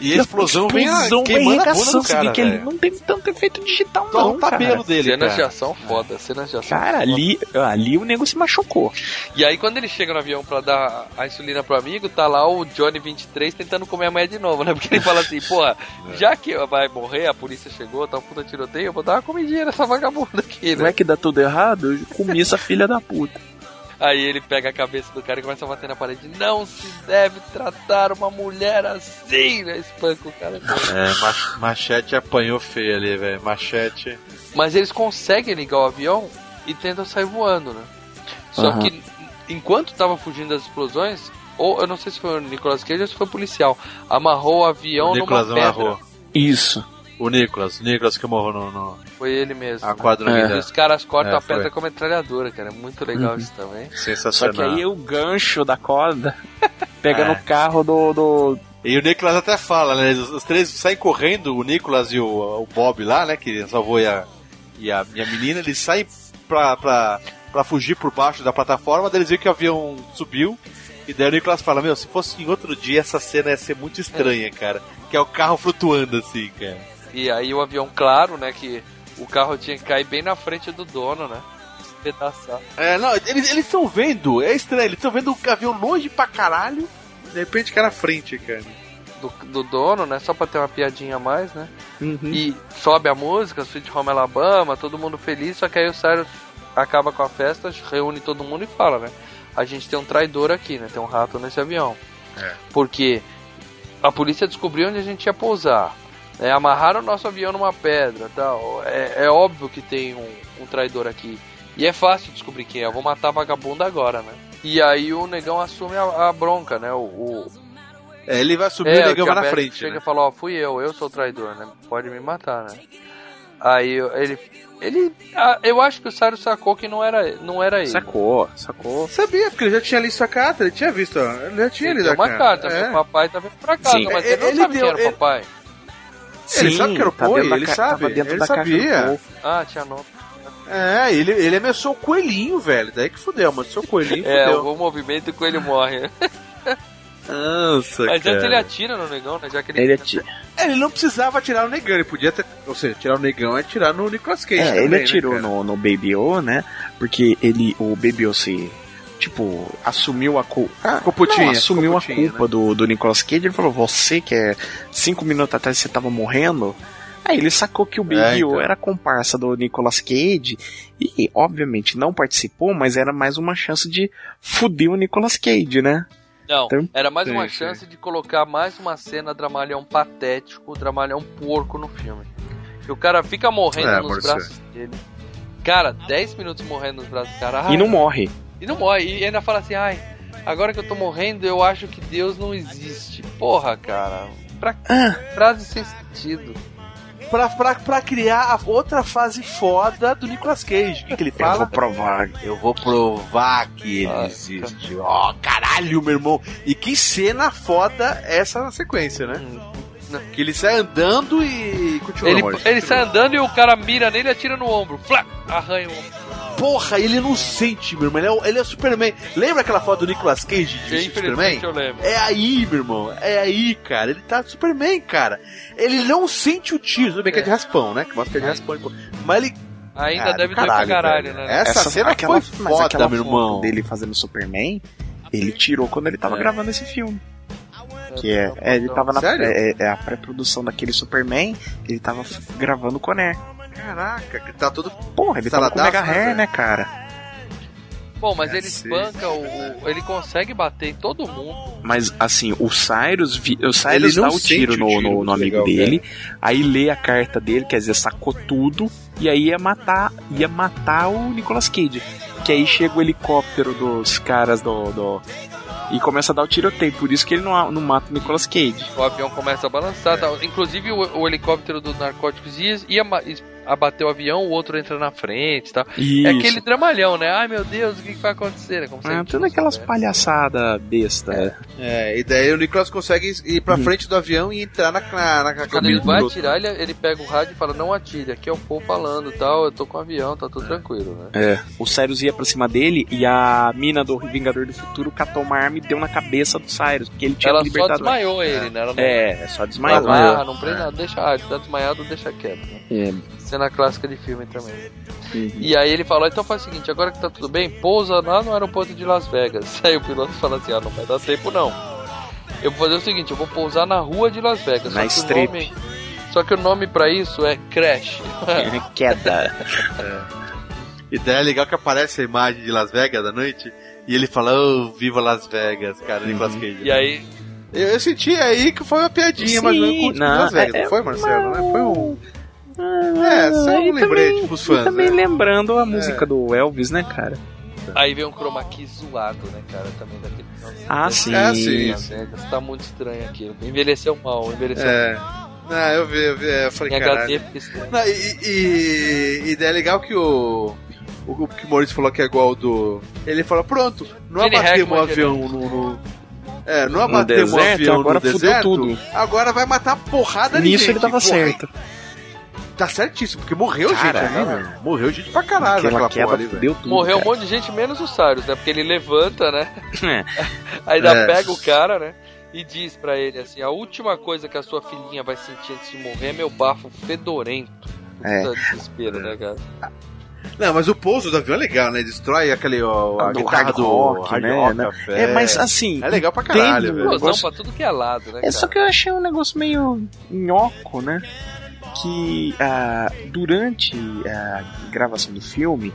[SPEAKER 7] E a explosão vem a- queimando a bunda do
[SPEAKER 6] arregaçando, você vê
[SPEAKER 7] cara,
[SPEAKER 6] que ele
[SPEAKER 7] velho. um
[SPEAKER 6] não tem tanto efeito digital
[SPEAKER 7] Torra
[SPEAKER 6] não,
[SPEAKER 7] o cabelo
[SPEAKER 6] cara.
[SPEAKER 7] dele,
[SPEAKER 4] Cenas de
[SPEAKER 7] cara.
[SPEAKER 4] ação foda, cenas de ação
[SPEAKER 6] Cara, ali, ali o nego se machucou.
[SPEAKER 4] E aí quando ele chega no avião pra dar a insulina pro amigo, tá lá o Johnny 23 tentando comer a mulher de novo, né? Porque ele fala assim, porra, já que vai morrer, a polícia chegou, tá um puta tiroteio, eu vou dar uma comidinha nessa vagabunda aqui,
[SPEAKER 6] Não
[SPEAKER 4] né?
[SPEAKER 6] é que dá tudo errado? Eu comi essa filha da puta.
[SPEAKER 4] Aí ele pega a cabeça do cara e começa a bater na parede. Não se deve tratar uma mulher assim, né? Espanca o cara.
[SPEAKER 7] É, mach- machete apanhou feio ali, velho. Machete.
[SPEAKER 4] Mas eles conseguem ligar o avião e tentam sair voando, né? Só
[SPEAKER 7] Aham.
[SPEAKER 4] que enquanto tava fugindo das explosões, ou eu não sei se foi o Nicolas Cage ou se foi o policial, amarrou o avião
[SPEAKER 7] O Nicolas
[SPEAKER 4] numa pedra.
[SPEAKER 7] amarrou.
[SPEAKER 6] Isso.
[SPEAKER 7] O Nicolas, o Nicolas que morreu no. no-
[SPEAKER 4] Foi ele mesmo.
[SPEAKER 7] A quadra
[SPEAKER 4] né?
[SPEAKER 7] unida.
[SPEAKER 4] E os caras cortam
[SPEAKER 7] É,
[SPEAKER 4] a pedra
[SPEAKER 7] foi.
[SPEAKER 4] com a metralhadora, cara. É muito legal
[SPEAKER 6] Uhum.
[SPEAKER 4] isso também.
[SPEAKER 6] Só
[SPEAKER 7] Sensacional.
[SPEAKER 6] que aí o gancho da corda pega
[SPEAKER 7] É.
[SPEAKER 6] no carro do. do...
[SPEAKER 7] E o Nicolas até fala, né? Os, os três saem correndo, o Nicolas e o, o Bob lá, né? Que salvou e a, e a, e a menina, eles saem pra, pra, pra fugir por baixo da plataforma, daí eles veem que o avião subiu. E daí o Nicolas fala, meu, se fosse em outro dia, essa cena ia ser muito estranha, cara. Que é o carro flutuando assim, cara.
[SPEAKER 4] E aí o avião, claro, né? Que o carro tinha que cair bem na frente do dono, né? Pedaçar.
[SPEAKER 7] É, não, eles estão vendo, é estranho, eles estão vendo o avião longe pra caralho. De repente cai na frente, cara.
[SPEAKER 4] Do, do dono, né? Só pra ter uma piadinha a mais, né? E sobe a música, Sweet Home Alabama, todo mundo feliz, só que aí o Cyrus acaba com a festa, reúne todo mundo e fala, né? A gente tem um traidor aqui, né? Tem um rato nesse avião. Porque a polícia descobriu onde a gente ia pousar. né? amarraram o nosso avião numa pedra tal. É, é óbvio que tem um, um traidor aqui. E é fácil descobrir quem é. Eu vou matar a vagabunda agora, né? E aí o negão assume a, a bronca, né? O, o-
[SPEAKER 7] É, ele vai subir e o negão
[SPEAKER 4] que a
[SPEAKER 7] vai na
[SPEAKER 4] Beth
[SPEAKER 7] frente.
[SPEAKER 4] Chega
[SPEAKER 7] né?
[SPEAKER 4] e fala, ó, fui eu, eu sou o traidor, né? Pode me matar, né? Aí eu- ele. Ele. ah, Eu acho que o Cyrus sacou que não era, não era
[SPEAKER 7] É
[SPEAKER 4] ele.
[SPEAKER 6] Sacou, sacou.
[SPEAKER 7] Sabia, porque ele já tinha lido a carta, ele tinha visto, ó, ele já tinha
[SPEAKER 4] Ele
[SPEAKER 7] lido
[SPEAKER 4] deu
[SPEAKER 7] a
[SPEAKER 4] uma carta,
[SPEAKER 7] é.
[SPEAKER 4] meu papai tá vindo pra casa,
[SPEAKER 7] Sim. É,
[SPEAKER 4] mas ele,
[SPEAKER 7] Ele
[SPEAKER 4] não sabe
[SPEAKER 7] deu-
[SPEAKER 4] quem era o
[SPEAKER 7] ele-
[SPEAKER 4] papai.
[SPEAKER 7] Ele sabe que era o
[SPEAKER 6] tá
[SPEAKER 7] Poe,
[SPEAKER 6] dentro da
[SPEAKER 7] ele
[SPEAKER 6] ca-
[SPEAKER 7] sabe,
[SPEAKER 6] tava dentro
[SPEAKER 7] ele
[SPEAKER 6] da caixa do
[SPEAKER 7] sabia.
[SPEAKER 6] Poe.
[SPEAKER 4] Ah, tinha nota.
[SPEAKER 7] É, ele, ele ameaçou o coelhinho, velho. Daí que fudeu, mano. Seu coelhinho
[SPEAKER 4] É,
[SPEAKER 7] fudeu.
[SPEAKER 4] algum movimento com ele morre.
[SPEAKER 7] Nossa,
[SPEAKER 4] Mas antes
[SPEAKER 7] cara.
[SPEAKER 4] ele atira no negão, né? Já que ele,
[SPEAKER 6] Ele atira.
[SPEAKER 7] É, Ele não precisava atirar no negão, ele podia ter. Ou seja, tirar o negão é tirar no Nicolas Cage.
[SPEAKER 6] É,
[SPEAKER 7] também,
[SPEAKER 6] ele
[SPEAKER 7] né,
[SPEAKER 6] atirou
[SPEAKER 7] cara?
[SPEAKER 6] no, no Baby O, né? Porque ele, o Baby O se, tipo, assumiu a culpa.
[SPEAKER 7] Ficou putinho,
[SPEAKER 6] assumiu
[SPEAKER 7] ficou né?
[SPEAKER 6] a
[SPEAKER 7] putinho,
[SPEAKER 6] culpa do, do Nicolas Cage. Ele falou, você que é cinco minutos atrás você tava morrendo. Aí ele sacou que o Baby
[SPEAKER 7] É, então.
[SPEAKER 6] O era comparsa do Nicolas Cage e, obviamente, não participou, mas era mais uma chance de fuder o Nicolas Cage, né?
[SPEAKER 4] Não,
[SPEAKER 6] Então-
[SPEAKER 4] era mais
[SPEAKER 6] Sim,
[SPEAKER 4] uma
[SPEAKER 6] sim.
[SPEAKER 4] chance de colocar mais uma cena dramalhão patético, dramalhão porco no filme. E o cara fica morrendo
[SPEAKER 6] É,
[SPEAKER 4] nos
[SPEAKER 6] amor,
[SPEAKER 4] braços dele. Cara, 10 minutos morrendo nos braços do cara.
[SPEAKER 6] E não
[SPEAKER 4] Ai,
[SPEAKER 7] Ah,
[SPEAKER 6] morre.
[SPEAKER 4] E não morre. E ainda fala assim, ai, agora que eu tô morrendo, eu acho que Deus não existe. Porra, cara. Pra
[SPEAKER 6] Ah.
[SPEAKER 4] frase sem sentido.
[SPEAKER 7] Pra, pra, pra criar a outra fase foda do Nicolas Cage. O que, que ele fala?
[SPEAKER 6] Eu vou provar.
[SPEAKER 7] Eu vou provar que ele
[SPEAKER 4] Ah, tá.
[SPEAKER 7] existe. Ó, caralho, meu irmão. E que cena foda é essa na sequência, né? Que ele sai andando e continua.
[SPEAKER 4] Ele,
[SPEAKER 7] Morris,
[SPEAKER 4] ele
[SPEAKER 7] continua.
[SPEAKER 4] sai andando e o cara mira nele e atira no ombro. Flá! Arranha o ombro.
[SPEAKER 7] Porra, ele não sente, meu irmão. Ele é, o- ele é o Superman. Lembra aquela foto do Nicolas Cage de vestido de Superman?
[SPEAKER 4] Infelizmente eu lembro.
[SPEAKER 7] É aí, meu irmão. É aí, cara. Ele tá Superman, cara. Ele não sente o tiro. Tudo bem que é de raspão, né? Que mostra que é de raspão. Mas ele.
[SPEAKER 4] Ainda
[SPEAKER 6] É,
[SPEAKER 7] Ah, do
[SPEAKER 4] deve doer pra caralho,
[SPEAKER 7] velho.
[SPEAKER 4] né?
[SPEAKER 7] Essa, cena é
[SPEAKER 6] aquela,
[SPEAKER 7] foi
[SPEAKER 6] mas
[SPEAKER 7] foda,
[SPEAKER 6] aquela
[SPEAKER 7] meu
[SPEAKER 6] foto
[SPEAKER 7] irmão.
[SPEAKER 6] dele fazendo Superman, ele tirou quando ele tava
[SPEAKER 7] É.
[SPEAKER 6] gravando esse filme. Que é, é, ele tava na
[SPEAKER 7] Sério?
[SPEAKER 6] é, é a pré-produção daquele Superman, ele tava f- gravando Né. o Conair.
[SPEAKER 7] Caraca, que tá todo.
[SPEAKER 6] Porra, ele tava com
[SPEAKER 7] Saladaço,
[SPEAKER 6] Mega
[SPEAKER 7] né,
[SPEAKER 6] Hair,
[SPEAKER 7] velho?
[SPEAKER 6] né, cara?
[SPEAKER 4] Bom,
[SPEAKER 6] É
[SPEAKER 4] mas ele
[SPEAKER 6] assim.
[SPEAKER 7] Cacete.
[SPEAKER 4] espanca o, o- Ele consegue bater em todo mundo.
[SPEAKER 6] Mas assim, o Cyrus, vi- o Cyrus
[SPEAKER 7] Ele não
[SPEAKER 6] dá o
[SPEAKER 7] sente
[SPEAKER 6] tiro
[SPEAKER 7] o
[SPEAKER 6] no,
[SPEAKER 7] tiro,
[SPEAKER 6] no- no
[SPEAKER 7] muito legal,
[SPEAKER 6] amigo dele, aí lê a carta dele, quer dizer, sacou tudo, e aí ia matar, ia matar o Nicolas Cage. Que aí chega o helicóptero dos caras do. do- e começa a dar o tiroteio, por isso que ele não, não mata o Nicolas Cage.
[SPEAKER 4] O avião começa a
[SPEAKER 6] É.
[SPEAKER 4] balançar. tal. Inclusive o, o helicóptero dos narcóticos ia, ia ma- is- abater o avião, o outro entra na frente e tal.
[SPEAKER 6] Isso.
[SPEAKER 4] É aquele dramalhão, né? Ai meu Deus, o que, que vai acontecer? É como se
[SPEAKER 6] Ah,
[SPEAKER 4] ele
[SPEAKER 6] tudo aquelas palhaçadas besta.
[SPEAKER 7] É, e daí o Nicolas consegue ir pra frente do avião e entrar na, na, na, na
[SPEAKER 4] Quando ele
[SPEAKER 7] cabine do
[SPEAKER 4] vai
[SPEAKER 7] piloto.
[SPEAKER 4] atirar, ele, ele pega o rádio e fala, não atire, aqui é o Paul falando e tal, eu tô com o avião, tá tudo tranquilo, né?
[SPEAKER 6] É. O Cyrus ia pra cima dele e a mina do Vingador do Futuro catou uma arma e deu na cabeça do Cyrus, porque ele tinha
[SPEAKER 4] Ela
[SPEAKER 6] que
[SPEAKER 4] só
[SPEAKER 6] libertar
[SPEAKER 4] desmaiou ele, né? Ela não-
[SPEAKER 6] É, só
[SPEAKER 4] Ela
[SPEAKER 6] desmaiou.
[SPEAKER 4] barra, não prende nada, deixa, ah, ele tá desmaiado, deixa quieto. né?
[SPEAKER 6] É.
[SPEAKER 4] Cena clássica de filme também. E aí ele falou, então faz o seguinte, agora que tá tudo bem, pousa lá no aeroporto de Las Vegas. Aí o piloto fala assim, ah, não vai dar tempo não. Eu vou fazer o seguinte, eu vou pousar na rua de Las Vegas. só
[SPEAKER 6] Na
[SPEAKER 4] que o
[SPEAKER 6] strip.
[SPEAKER 4] nome, Só que o nome pra isso é Crash.
[SPEAKER 6] Queda.
[SPEAKER 7] E daí é legal que aparece a imagem de Las Vegas à noite e ele fala, ô, viva Las Vegas, cara, Nicolas Cage.
[SPEAKER 4] Uhum. E aí
[SPEAKER 7] Eu, eu senti aí que foi uma piadinha, mas não com o
[SPEAKER 6] Sim,
[SPEAKER 7] time de
[SPEAKER 6] não,
[SPEAKER 7] Las Vegas,
[SPEAKER 6] é-
[SPEAKER 7] não foi, Marcelo? né? Foi um.
[SPEAKER 6] Ah,
[SPEAKER 7] É, só
[SPEAKER 6] e
[SPEAKER 7] um lembrete
[SPEAKER 6] também-
[SPEAKER 7] pros
[SPEAKER 6] e
[SPEAKER 7] fãs.
[SPEAKER 6] também
[SPEAKER 7] né? É.
[SPEAKER 6] lembrando a música do Elvis, né, cara?
[SPEAKER 4] Aí vem um chroma key zoado, né, cara? Também daquele.
[SPEAKER 6] Ah, sim.
[SPEAKER 7] É, sim,
[SPEAKER 4] Las Vegas, Tá muito estranho aquilo. Envelheceu mal, envelheceu
[SPEAKER 7] É.
[SPEAKER 4] mal.
[SPEAKER 7] Ah, eu vi, eu vi, é, eu
[SPEAKER 4] Em
[SPEAKER 7] falei,
[SPEAKER 4] HD
[SPEAKER 7] caralho.
[SPEAKER 4] fica estranho.
[SPEAKER 7] Não, e, e, e daí é legal que o. O o que o Maurício falou que é igual ao do. Ele fala, pronto, não
[SPEAKER 4] Gene
[SPEAKER 7] abatemos
[SPEAKER 4] Hackman,
[SPEAKER 7] o avião no. no- É, não
[SPEAKER 6] No
[SPEAKER 7] abatemos o
[SPEAKER 6] deserto,
[SPEAKER 7] avião
[SPEAKER 6] agora
[SPEAKER 7] no
[SPEAKER 6] fudeu
[SPEAKER 7] deserto,
[SPEAKER 6] tudo.
[SPEAKER 7] agora vai matar a porrada de
[SPEAKER 6] Nisso
[SPEAKER 7] gente,
[SPEAKER 6] ele
[SPEAKER 7] porra.
[SPEAKER 6] tava certo.
[SPEAKER 7] Tá certíssimo, porque morreu
[SPEAKER 6] Cara,
[SPEAKER 7] gente ali,
[SPEAKER 6] cara.
[SPEAKER 7] meu. Morreu gente pra caralho
[SPEAKER 6] Aquela
[SPEAKER 7] naquela porra
[SPEAKER 6] queda
[SPEAKER 7] ali, velho.
[SPEAKER 6] deu tudo.
[SPEAKER 4] Morreu um
[SPEAKER 6] cara.
[SPEAKER 4] monte de gente, menos o Cyrus, né? Porque ele levanta, né? Aí
[SPEAKER 6] É.
[SPEAKER 4] ainda pega o cara, né? E diz pra ele assim: a última coisa que a sua filhinha vai sentir antes de morrer é meu bafo fedorento.
[SPEAKER 7] É.
[SPEAKER 4] Desespero, né, cara?
[SPEAKER 7] Não, mas o pouso do avião é legal, né? Destrói aquele. Ó, a
[SPEAKER 6] Ah, do
[SPEAKER 7] guitarra
[SPEAKER 6] hard
[SPEAKER 7] do
[SPEAKER 6] rock,
[SPEAKER 7] hard
[SPEAKER 6] né?
[SPEAKER 7] rock,
[SPEAKER 6] Né?
[SPEAKER 7] café.
[SPEAKER 6] É, mas, assim,
[SPEAKER 7] É legal pra
[SPEAKER 6] entendo
[SPEAKER 7] caralho,
[SPEAKER 6] o
[SPEAKER 7] velho.
[SPEAKER 6] negócio.
[SPEAKER 4] Pra tudo que é lado, né,
[SPEAKER 6] É
[SPEAKER 4] cara?
[SPEAKER 6] só que eu achei um negócio meio nhoco, né? Que ah, durante ah, a gravação do filme,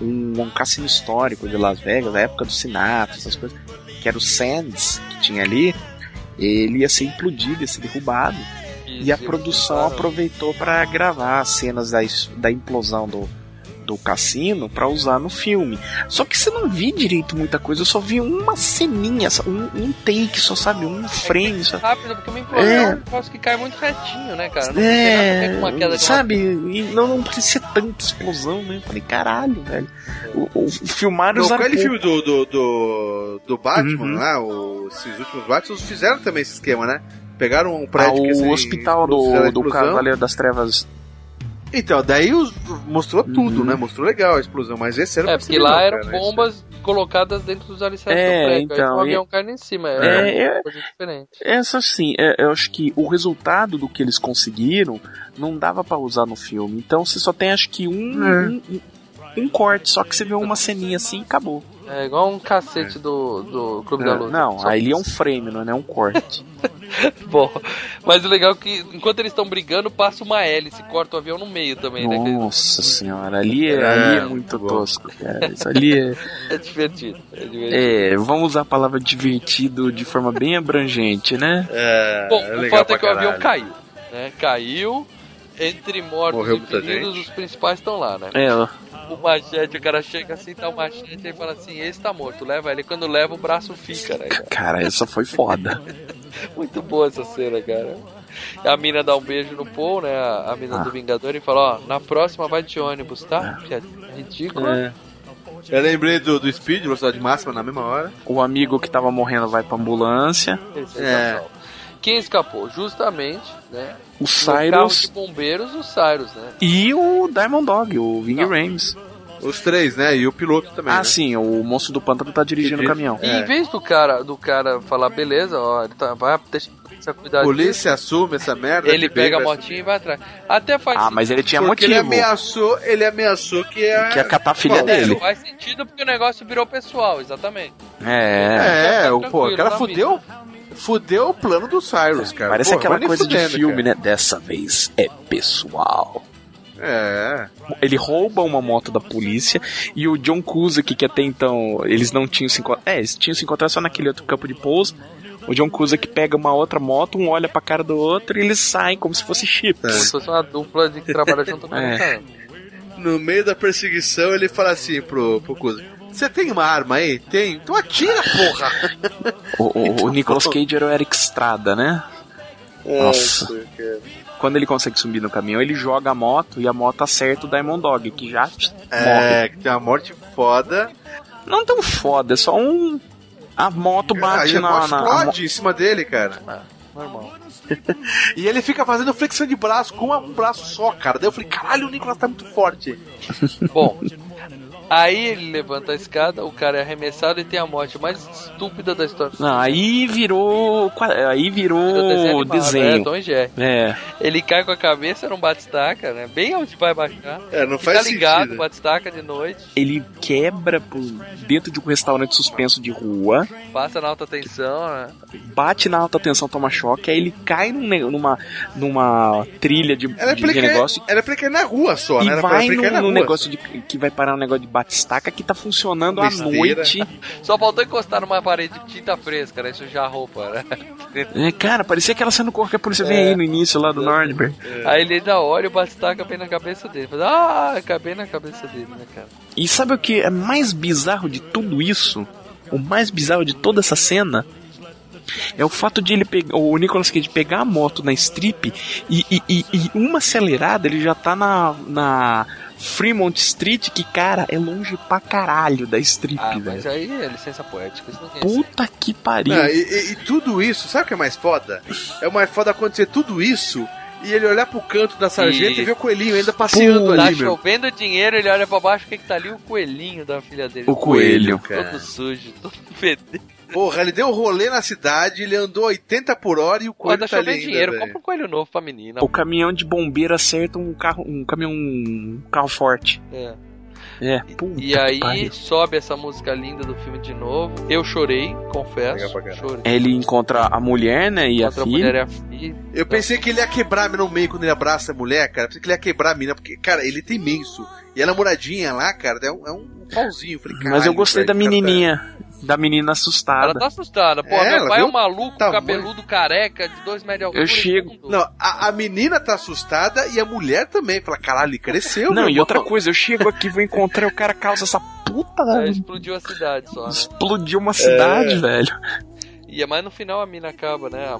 [SPEAKER 6] um, um cassino histórico de Las Vegas, na época do Sinatra, essas coisas, que era o Sands que tinha ali, ele ia ser implodido, ia ser derrubado. E a produção é aproveitou para gravar as cenas da, es- da implosão do, do cassino para usar no filme. Só que você não vi direito muita coisa, eu só vi uma ceninha, só- um, um take, só sabe, um frame. Só.
[SPEAKER 4] Rápido, porque uma implosão é
[SPEAKER 6] É.
[SPEAKER 4] um negócio que cai muito retinho, né, cara? Não tem nada a ver
[SPEAKER 6] É,
[SPEAKER 4] com uma queda de uma
[SPEAKER 6] sabe, e não, não parecia tanta explosão, né? Eu Falei, caralho, velho. O, o, filmaram
[SPEAKER 7] No,
[SPEAKER 6] usaram
[SPEAKER 7] aquele
[SPEAKER 6] pouco.
[SPEAKER 7] filme do, do, do, do Batman,
[SPEAKER 6] Uhum.
[SPEAKER 7] lá, o- esses últimos Batman, fizeram também esse esquema, né? Pegaram um prédio
[SPEAKER 6] Ah,
[SPEAKER 7] que,
[SPEAKER 6] o
[SPEAKER 7] assim,
[SPEAKER 6] hospital
[SPEAKER 7] fizeram a
[SPEAKER 6] do, do
[SPEAKER 7] explosão.
[SPEAKER 6] Cavaleiro das Trevas.
[SPEAKER 7] Então, daí os- mostrou tudo,
[SPEAKER 6] Uhum.
[SPEAKER 7] né? Mostrou legal a explosão, mas esse
[SPEAKER 4] É,
[SPEAKER 7] era pra
[SPEAKER 4] porque
[SPEAKER 7] civil,
[SPEAKER 4] lá
[SPEAKER 7] cara,
[SPEAKER 4] eram
[SPEAKER 7] esse-
[SPEAKER 4] bombas colocadas dentro dos alicerces
[SPEAKER 6] É,
[SPEAKER 4] do prédio. aí
[SPEAKER 6] então,
[SPEAKER 4] o avião
[SPEAKER 6] e-
[SPEAKER 4] caindo em cima.
[SPEAKER 6] É,
[SPEAKER 4] É,
[SPEAKER 6] é-
[SPEAKER 4] uma coisa diferente.
[SPEAKER 6] Essa sim, é, eu acho que o resultado do que eles conseguiram não dava pra usar no filme. Então você só tem acho que um,
[SPEAKER 4] É.
[SPEAKER 6] um, um- um corte, só que você vê uma ceninha assim e acabou.
[SPEAKER 4] É igual um cacete do, do Clube da
[SPEAKER 6] Não,
[SPEAKER 4] Luta.
[SPEAKER 6] não,
[SPEAKER 4] Só-
[SPEAKER 6] aí ele é um frame, não é nem um corte.
[SPEAKER 4] Bom, mas o legal é que enquanto eles estão brigando, passa uma hélice e corta o avião no meio também, né? Que-
[SPEAKER 6] Nossa senhora, ali é,
[SPEAKER 4] É,
[SPEAKER 6] ali é
[SPEAKER 4] muito
[SPEAKER 6] muito
[SPEAKER 4] bom.
[SPEAKER 6] tosco, cara. Isso ali é.
[SPEAKER 4] É divertido. É divertido.
[SPEAKER 6] É, vamos usar a palavra divertido de forma bem abrangente, né?
[SPEAKER 7] É,
[SPEAKER 4] Bom, o fato é que o avião caiu. Né? Caiu. Entre mortos
[SPEAKER 6] Morreu
[SPEAKER 4] e
[SPEAKER 6] muita
[SPEAKER 4] feridos, os principais estão lá, né?
[SPEAKER 6] É, ó.
[SPEAKER 4] O machete, o cara chega assim, tá o machete e fala assim: esse tá morto, leva ele. Quando leva, o braço fica, né? cara?
[SPEAKER 6] Cara, essa foi foda.
[SPEAKER 4] Muito boa essa cena, cara. A mina dá um beijo no Paul, né? A a mina do Vingador e fala: Ó, na próxima vai de ônibus, tá? Que é ridículo.
[SPEAKER 7] Eu lembrei do, do Speed, velocidade máxima na mesma hora.
[SPEAKER 6] O amigo que tava morrendo vai pra ambulância.
[SPEAKER 4] É. Quem escapou? Justamente, né?
[SPEAKER 6] O
[SPEAKER 4] No carro de
[SPEAKER 6] Cyrus
[SPEAKER 4] bombeiros, o Cyrus, né?
[SPEAKER 6] e o Diamond Dog, o Ving Rames.
[SPEAKER 7] Os três, né? É. E o piloto também.
[SPEAKER 6] Ah, sim, o monstro do pântano tá dirigindo o caminhão.
[SPEAKER 4] E em vez do cara, do cara falar, beleza, ó, ele tá, vai, deixa, deixa cuidar disso",
[SPEAKER 7] Polícia assume essa
[SPEAKER 6] é
[SPEAKER 7] merda.
[SPEAKER 4] ele
[SPEAKER 7] FBI
[SPEAKER 4] pega a
[SPEAKER 7] vai
[SPEAKER 4] motinha
[SPEAKER 6] né?
[SPEAKER 4] e vai atrás. Até faz
[SPEAKER 6] Ah, mas ele tinha
[SPEAKER 7] Porque
[SPEAKER 6] motivo.
[SPEAKER 7] ele é ameaçou, ele ameaçou que ia...
[SPEAKER 6] Que ia catar a filha
[SPEAKER 7] Bom,
[SPEAKER 6] dele.
[SPEAKER 4] Não faz sentido porque o negócio virou pessoal, exatamente.
[SPEAKER 6] É,
[SPEAKER 7] É, o pô, o
[SPEAKER 4] tranquilo,
[SPEAKER 7] cara
[SPEAKER 4] tá
[SPEAKER 7] fudeu, fudeu o plano do Cyrus, cara.
[SPEAKER 6] Parece
[SPEAKER 7] É, Pô,
[SPEAKER 6] aquela
[SPEAKER 7] vai nem
[SPEAKER 6] coisa de
[SPEAKER 7] fudendo,
[SPEAKER 6] filme,
[SPEAKER 7] cara.
[SPEAKER 6] né? Dessa vez é pessoal.
[SPEAKER 7] É.
[SPEAKER 6] Ele rouba uma moto da polícia e o John Cusack, que até então eles não tinham se encontrado. É, eles tinham se encontrado só naquele outro campo de pouso. O John Cusack pega uma outra moto, um olha pra cara do outro e eles saem como se fosse
[SPEAKER 4] Como
[SPEAKER 7] É.
[SPEAKER 6] chips.
[SPEAKER 4] se fosse uma dupla de que trabalha junto com
[SPEAKER 6] É.
[SPEAKER 4] é.
[SPEAKER 7] No meio da perseguição, ele fala assim pro, pro Cusa: Você tem uma arma aí? Tem? Então atira, porra!
[SPEAKER 6] O, o- o Nicolas Cage era o Eric Estrada, né? Nossa. Quando ele consegue subir no caminhão, ele joga a moto e a moto acerta o Diamond Dog, que já
[SPEAKER 7] É,
[SPEAKER 6] morre.
[SPEAKER 7] que tem uma morte foda.
[SPEAKER 6] Não tão foda, é só um. A moto bate
[SPEAKER 7] Aí a
[SPEAKER 6] na.
[SPEAKER 7] moto
[SPEAKER 6] na- a
[SPEAKER 7] explode
[SPEAKER 6] mo-
[SPEAKER 7] em cima dele, cara.
[SPEAKER 4] Normal.
[SPEAKER 7] e ele fica fazendo flexão de braço com um braço só, cara. Daí eu falei: Caralho, o Nicolas tá muito forte.
[SPEAKER 4] Bom. Aí ele levanta a escada, o cara é arremessado e tem a morte mais estúpida da história.
[SPEAKER 6] Não, aí virou. qua- Aí
[SPEAKER 4] Virou
[SPEAKER 6] virou
[SPEAKER 4] animado,
[SPEAKER 6] desenho.
[SPEAKER 4] É, Tom e Jerry.
[SPEAKER 6] É.
[SPEAKER 4] Ele cai com a cabeça num batistaca, né? Bem onde vai baixar.
[SPEAKER 7] É, não
[SPEAKER 4] Fica
[SPEAKER 6] faz
[SPEAKER 4] ligado,
[SPEAKER 6] sentido.
[SPEAKER 4] batistaca de noite,
[SPEAKER 6] Ele quebra por dentro de um restaurante suspenso de rua,
[SPEAKER 4] passa na alta tensão, né?
[SPEAKER 6] bate na alta tensão, toma choque, aí ele cai num ne- numa, numa trilha de,
[SPEAKER 7] Era
[SPEAKER 6] de,
[SPEAKER 7] pra, ele
[SPEAKER 6] de
[SPEAKER 7] cair-
[SPEAKER 6] negócio
[SPEAKER 7] era pra ele cair na rua só,
[SPEAKER 6] e
[SPEAKER 7] é né? Era pra
[SPEAKER 6] vai
[SPEAKER 7] ele
[SPEAKER 6] num,
[SPEAKER 7] cair na
[SPEAKER 6] num
[SPEAKER 7] rua.
[SPEAKER 6] negócio de, que vai parar um negócio de batistaca que tá funcionando à
[SPEAKER 4] Besteira.
[SPEAKER 6] noite.
[SPEAKER 4] Só faltou encostar numa parede de tinta fresca, né? Sujar a roupa, né?
[SPEAKER 6] É, cara, parecia aquela cena corra que a polícia
[SPEAKER 7] É.
[SPEAKER 6] vem aí no início lá do Nordberg.
[SPEAKER 4] Aí ele ainda olha e o batistaca bem na cabeça dele. Fala, ah, acabei na cabeça dele, né, cara?
[SPEAKER 6] E sabe o que é mais bizarro de tudo isso? O mais bizarro de toda essa cena é o fato de ele pegar o Nicolas Cage pegar a moto na strip e, e, e- e uma acelerada ele já tá na, na Fremont Street, que cara, é longe pra caralho da strip,
[SPEAKER 4] Ah, mas
[SPEAKER 6] velho.
[SPEAKER 4] aí é licença poética. Isso não tem
[SPEAKER 6] Puta que pariu.
[SPEAKER 7] Não, e, e- e tudo isso, sabe o que é mais foda? É mais foda acontecer tudo isso e ele olhar pro canto da sarjeta e,
[SPEAKER 4] E-
[SPEAKER 7] ver o coelhinho ainda passeando
[SPEAKER 4] tá
[SPEAKER 7] ali,
[SPEAKER 6] é
[SPEAKER 7] meu.
[SPEAKER 4] chovendo dinheiro, ele olha pra baixo, o que que tá ali? O coelhinho da filha dele.
[SPEAKER 6] O coelho,
[SPEAKER 4] Todo sujo, todo fedido.
[SPEAKER 7] Porra, ele deu um rolê na cidade, ele andou 80 por hora e o coelho
[SPEAKER 4] Quando
[SPEAKER 7] tá
[SPEAKER 4] chover
[SPEAKER 7] ali ainda,
[SPEAKER 4] dinheiro,
[SPEAKER 7] velho.
[SPEAKER 4] compra um coelho novo pra menina.
[SPEAKER 6] O caminhão de bombeiro acerta um carro, um caminhão, um carro forte.
[SPEAKER 4] É.
[SPEAKER 6] É, puta
[SPEAKER 4] E
[SPEAKER 6] que
[SPEAKER 4] aí
[SPEAKER 6] pariu.
[SPEAKER 4] sobe essa música linda do filme de novo. Eu chorei, confesso. Chorei.
[SPEAKER 6] Ele encontra a mulher, né, e a
[SPEAKER 4] Outra
[SPEAKER 6] É filha.
[SPEAKER 4] mulher é a filha.
[SPEAKER 6] um
[SPEAKER 7] Eu pensei que ele ia quebrar a mina no meio quando ele abraça a mulher, cara. Pensei que ele ia quebrar a mina, porque, cara, ele tem imenso. E a namoradinha lá, cara, é um, é um pauzinho. Falei,
[SPEAKER 6] Mas eu
[SPEAKER 7] caralho,
[SPEAKER 6] gostei da
[SPEAKER 7] velho, cara,
[SPEAKER 6] menininha, da menina assustada.
[SPEAKER 4] Ela tá assustada. Pô,
[SPEAKER 7] É,
[SPEAKER 4] meu
[SPEAKER 7] ela
[SPEAKER 4] pai é
[SPEAKER 7] viu?
[SPEAKER 4] um maluco,
[SPEAKER 7] Tamanho.
[SPEAKER 4] cabeludo, careca, de dois metros de altura.
[SPEAKER 6] Eu chego.
[SPEAKER 4] Tipo,
[SPEAKER 7] Não, a, a menina tá assustada e a mulher também. Fala, caralho, ele cresceu,
[SPEAKER 6] Não,
[SPEAKER 7] meu
[SPEAKER 6] e
[SPEAKER 7] irmão.
[SPEAKER 6] outra coisa, eu chego aqui vou encontrar o cara causa essa puta.
[SPEAKER 4] É, explodiu a cidade só, né?
[SPEAKER 6] Explodiu uma cidade,
[SPEAKER 4] É.
[SPEAKER 6] velho.
[SPEAKER 4] E é mais no final a mina acaba, né? A,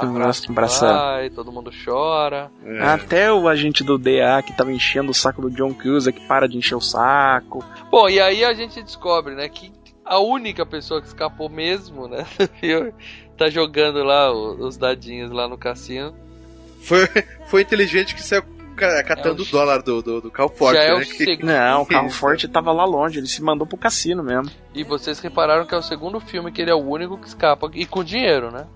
[SPEAKER 6] Todo mundo abraçado.
[SPEAKER 4] vai, todo mundo chora.
[SPEAKER 7] é.
[SPEAKER 6] Até o agente do DA que tava enchendo o saco do John Cusack para de encher o saco.
[SPEAKER 4] Bom, e aí a gente descobre, né, que a única pessoa que escapou mesmo, né, do filme, tá jogando lá o- os dadinhos lá no cassino.
[SPEAKER 7] Foi, foi inteligente que saiu ca- catando
[SPEAKER 4] É
[SPEAKER 7] o dólar do, do, do Cal Forte, né? Que-
[SPEAKER 6] Não, o carro
[SPEAKER 7] Isso.
[SPEAKER 6] forte tava lá longe, ele se mandou pro cassino mesmo.
[SPEAKER 4] E vocês repararam que é o segundo filme que ele é o único que escapa. E com dinheiro, né?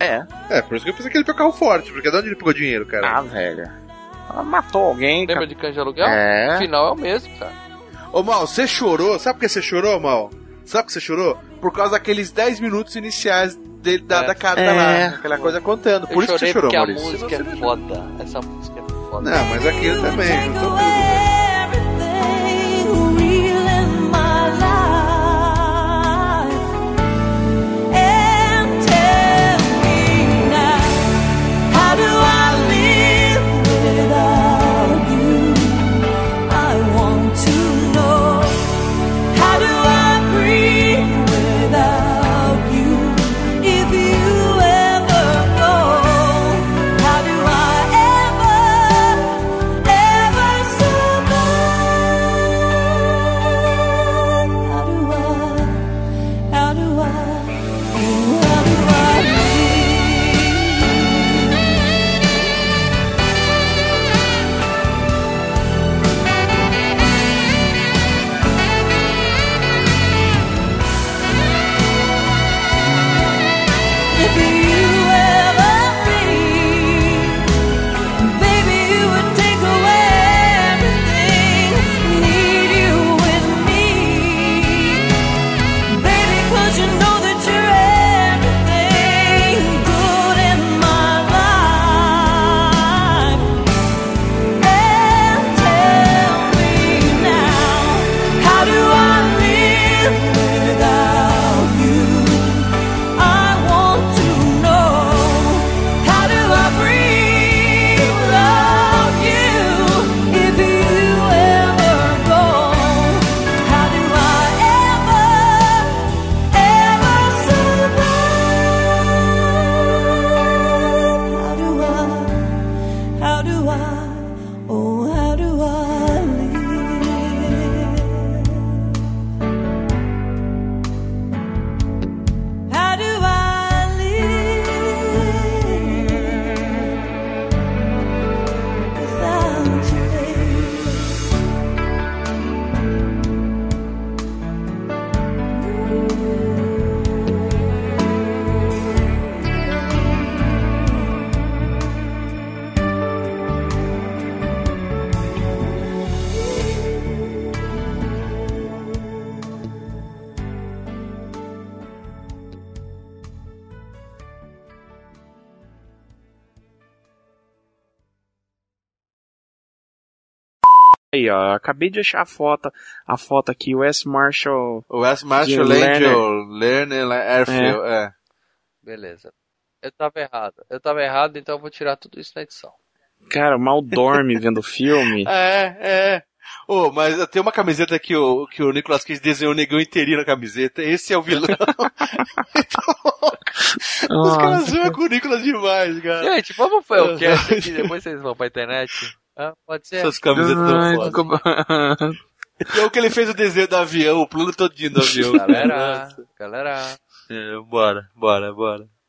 [SPEAKER 6] É.
[SPEAKER 7] É, por isso que eu pensei que ele pegou carro forte, porque de onde ele pegou dinheiro, cara?
[SPEAKER 6] Ah, velho. Ela matou alguém.
[SPEAKER 4] Lembra de Canja Aluguel?
[SPEAKER 6] É.
[SPEAKER 4] O final é o mesmo, cara.
[SPEAKER 6] Ah.
[SPEAKER 7] Ô, Mal, você chorou? Sabe por que você chorou, Mal? Sabe por que você chorou? Por causa daqueles 10 minutos iniciais dele, da, da carta
[SPEAKER 4] É.
[SPEAKER 7] lá. Aquela coisa contando. Por
[SPEAKER 4] eu
[SPEAKER 7] isso que você
[SPEAKER 4] chorei
[SPEAKER 7] chorou,
[SPEAKER 4] porque
[SPEAKER 7] Maurício.
[SPEAKER 4] a música é foda. Essa música é foda.
[SPEAKER 7] Não, mas aquilo também. não tô-
[SPEAKER 13] How do I, how do I live? If you ever leave, baby, you would take away everything. Need you with me, baby, 'cause you know that you're everything good in my life. And tell me now, how do I live without you? I want to know how do I breathe without you? If you ever go, how do I ever, ever survive? How do I? How do I? Oh, how do I live? How do I live without you,
[SPEAKER 6] Aí, ó, acabei de achar a foto, a foto aqui, West Marshall.
[SPEAKER 7] West Marshall Angel, Lerner Airfield, é.
[SPEAKER 4] Beleza. Eu tava errado. Eu tava errado, então eu vou tirar tudo isso na edição.
[SPEAKER 6] Cara, mal dorme vendo o filme.
[SPEAKER 7] É, é. Ô, mas tem uma camiseta que o, que o Nicolas Cage desenhou o negão inteirinho na camiseta. Esse é o vilão. Os
[SPEAKER 6] Ah,
[SPEAKER 7] caras zoam com o Nicolas demais, cara.
[SPEAKER 4] Gente, vamos fazer o cast aqui, depois vocês vão pra internet. Ah, pode ser?
[SPEAKER 7] Essas camisetas
[SPEAKER 6] Ai,
[SPEAKER 7] tão fodas. E é o que ele fez o desenho do avião, o plano todinho do avião.
[SPEAKER 4] Galera, galera.
[SPEAKER 7] É, bora, bora, bora.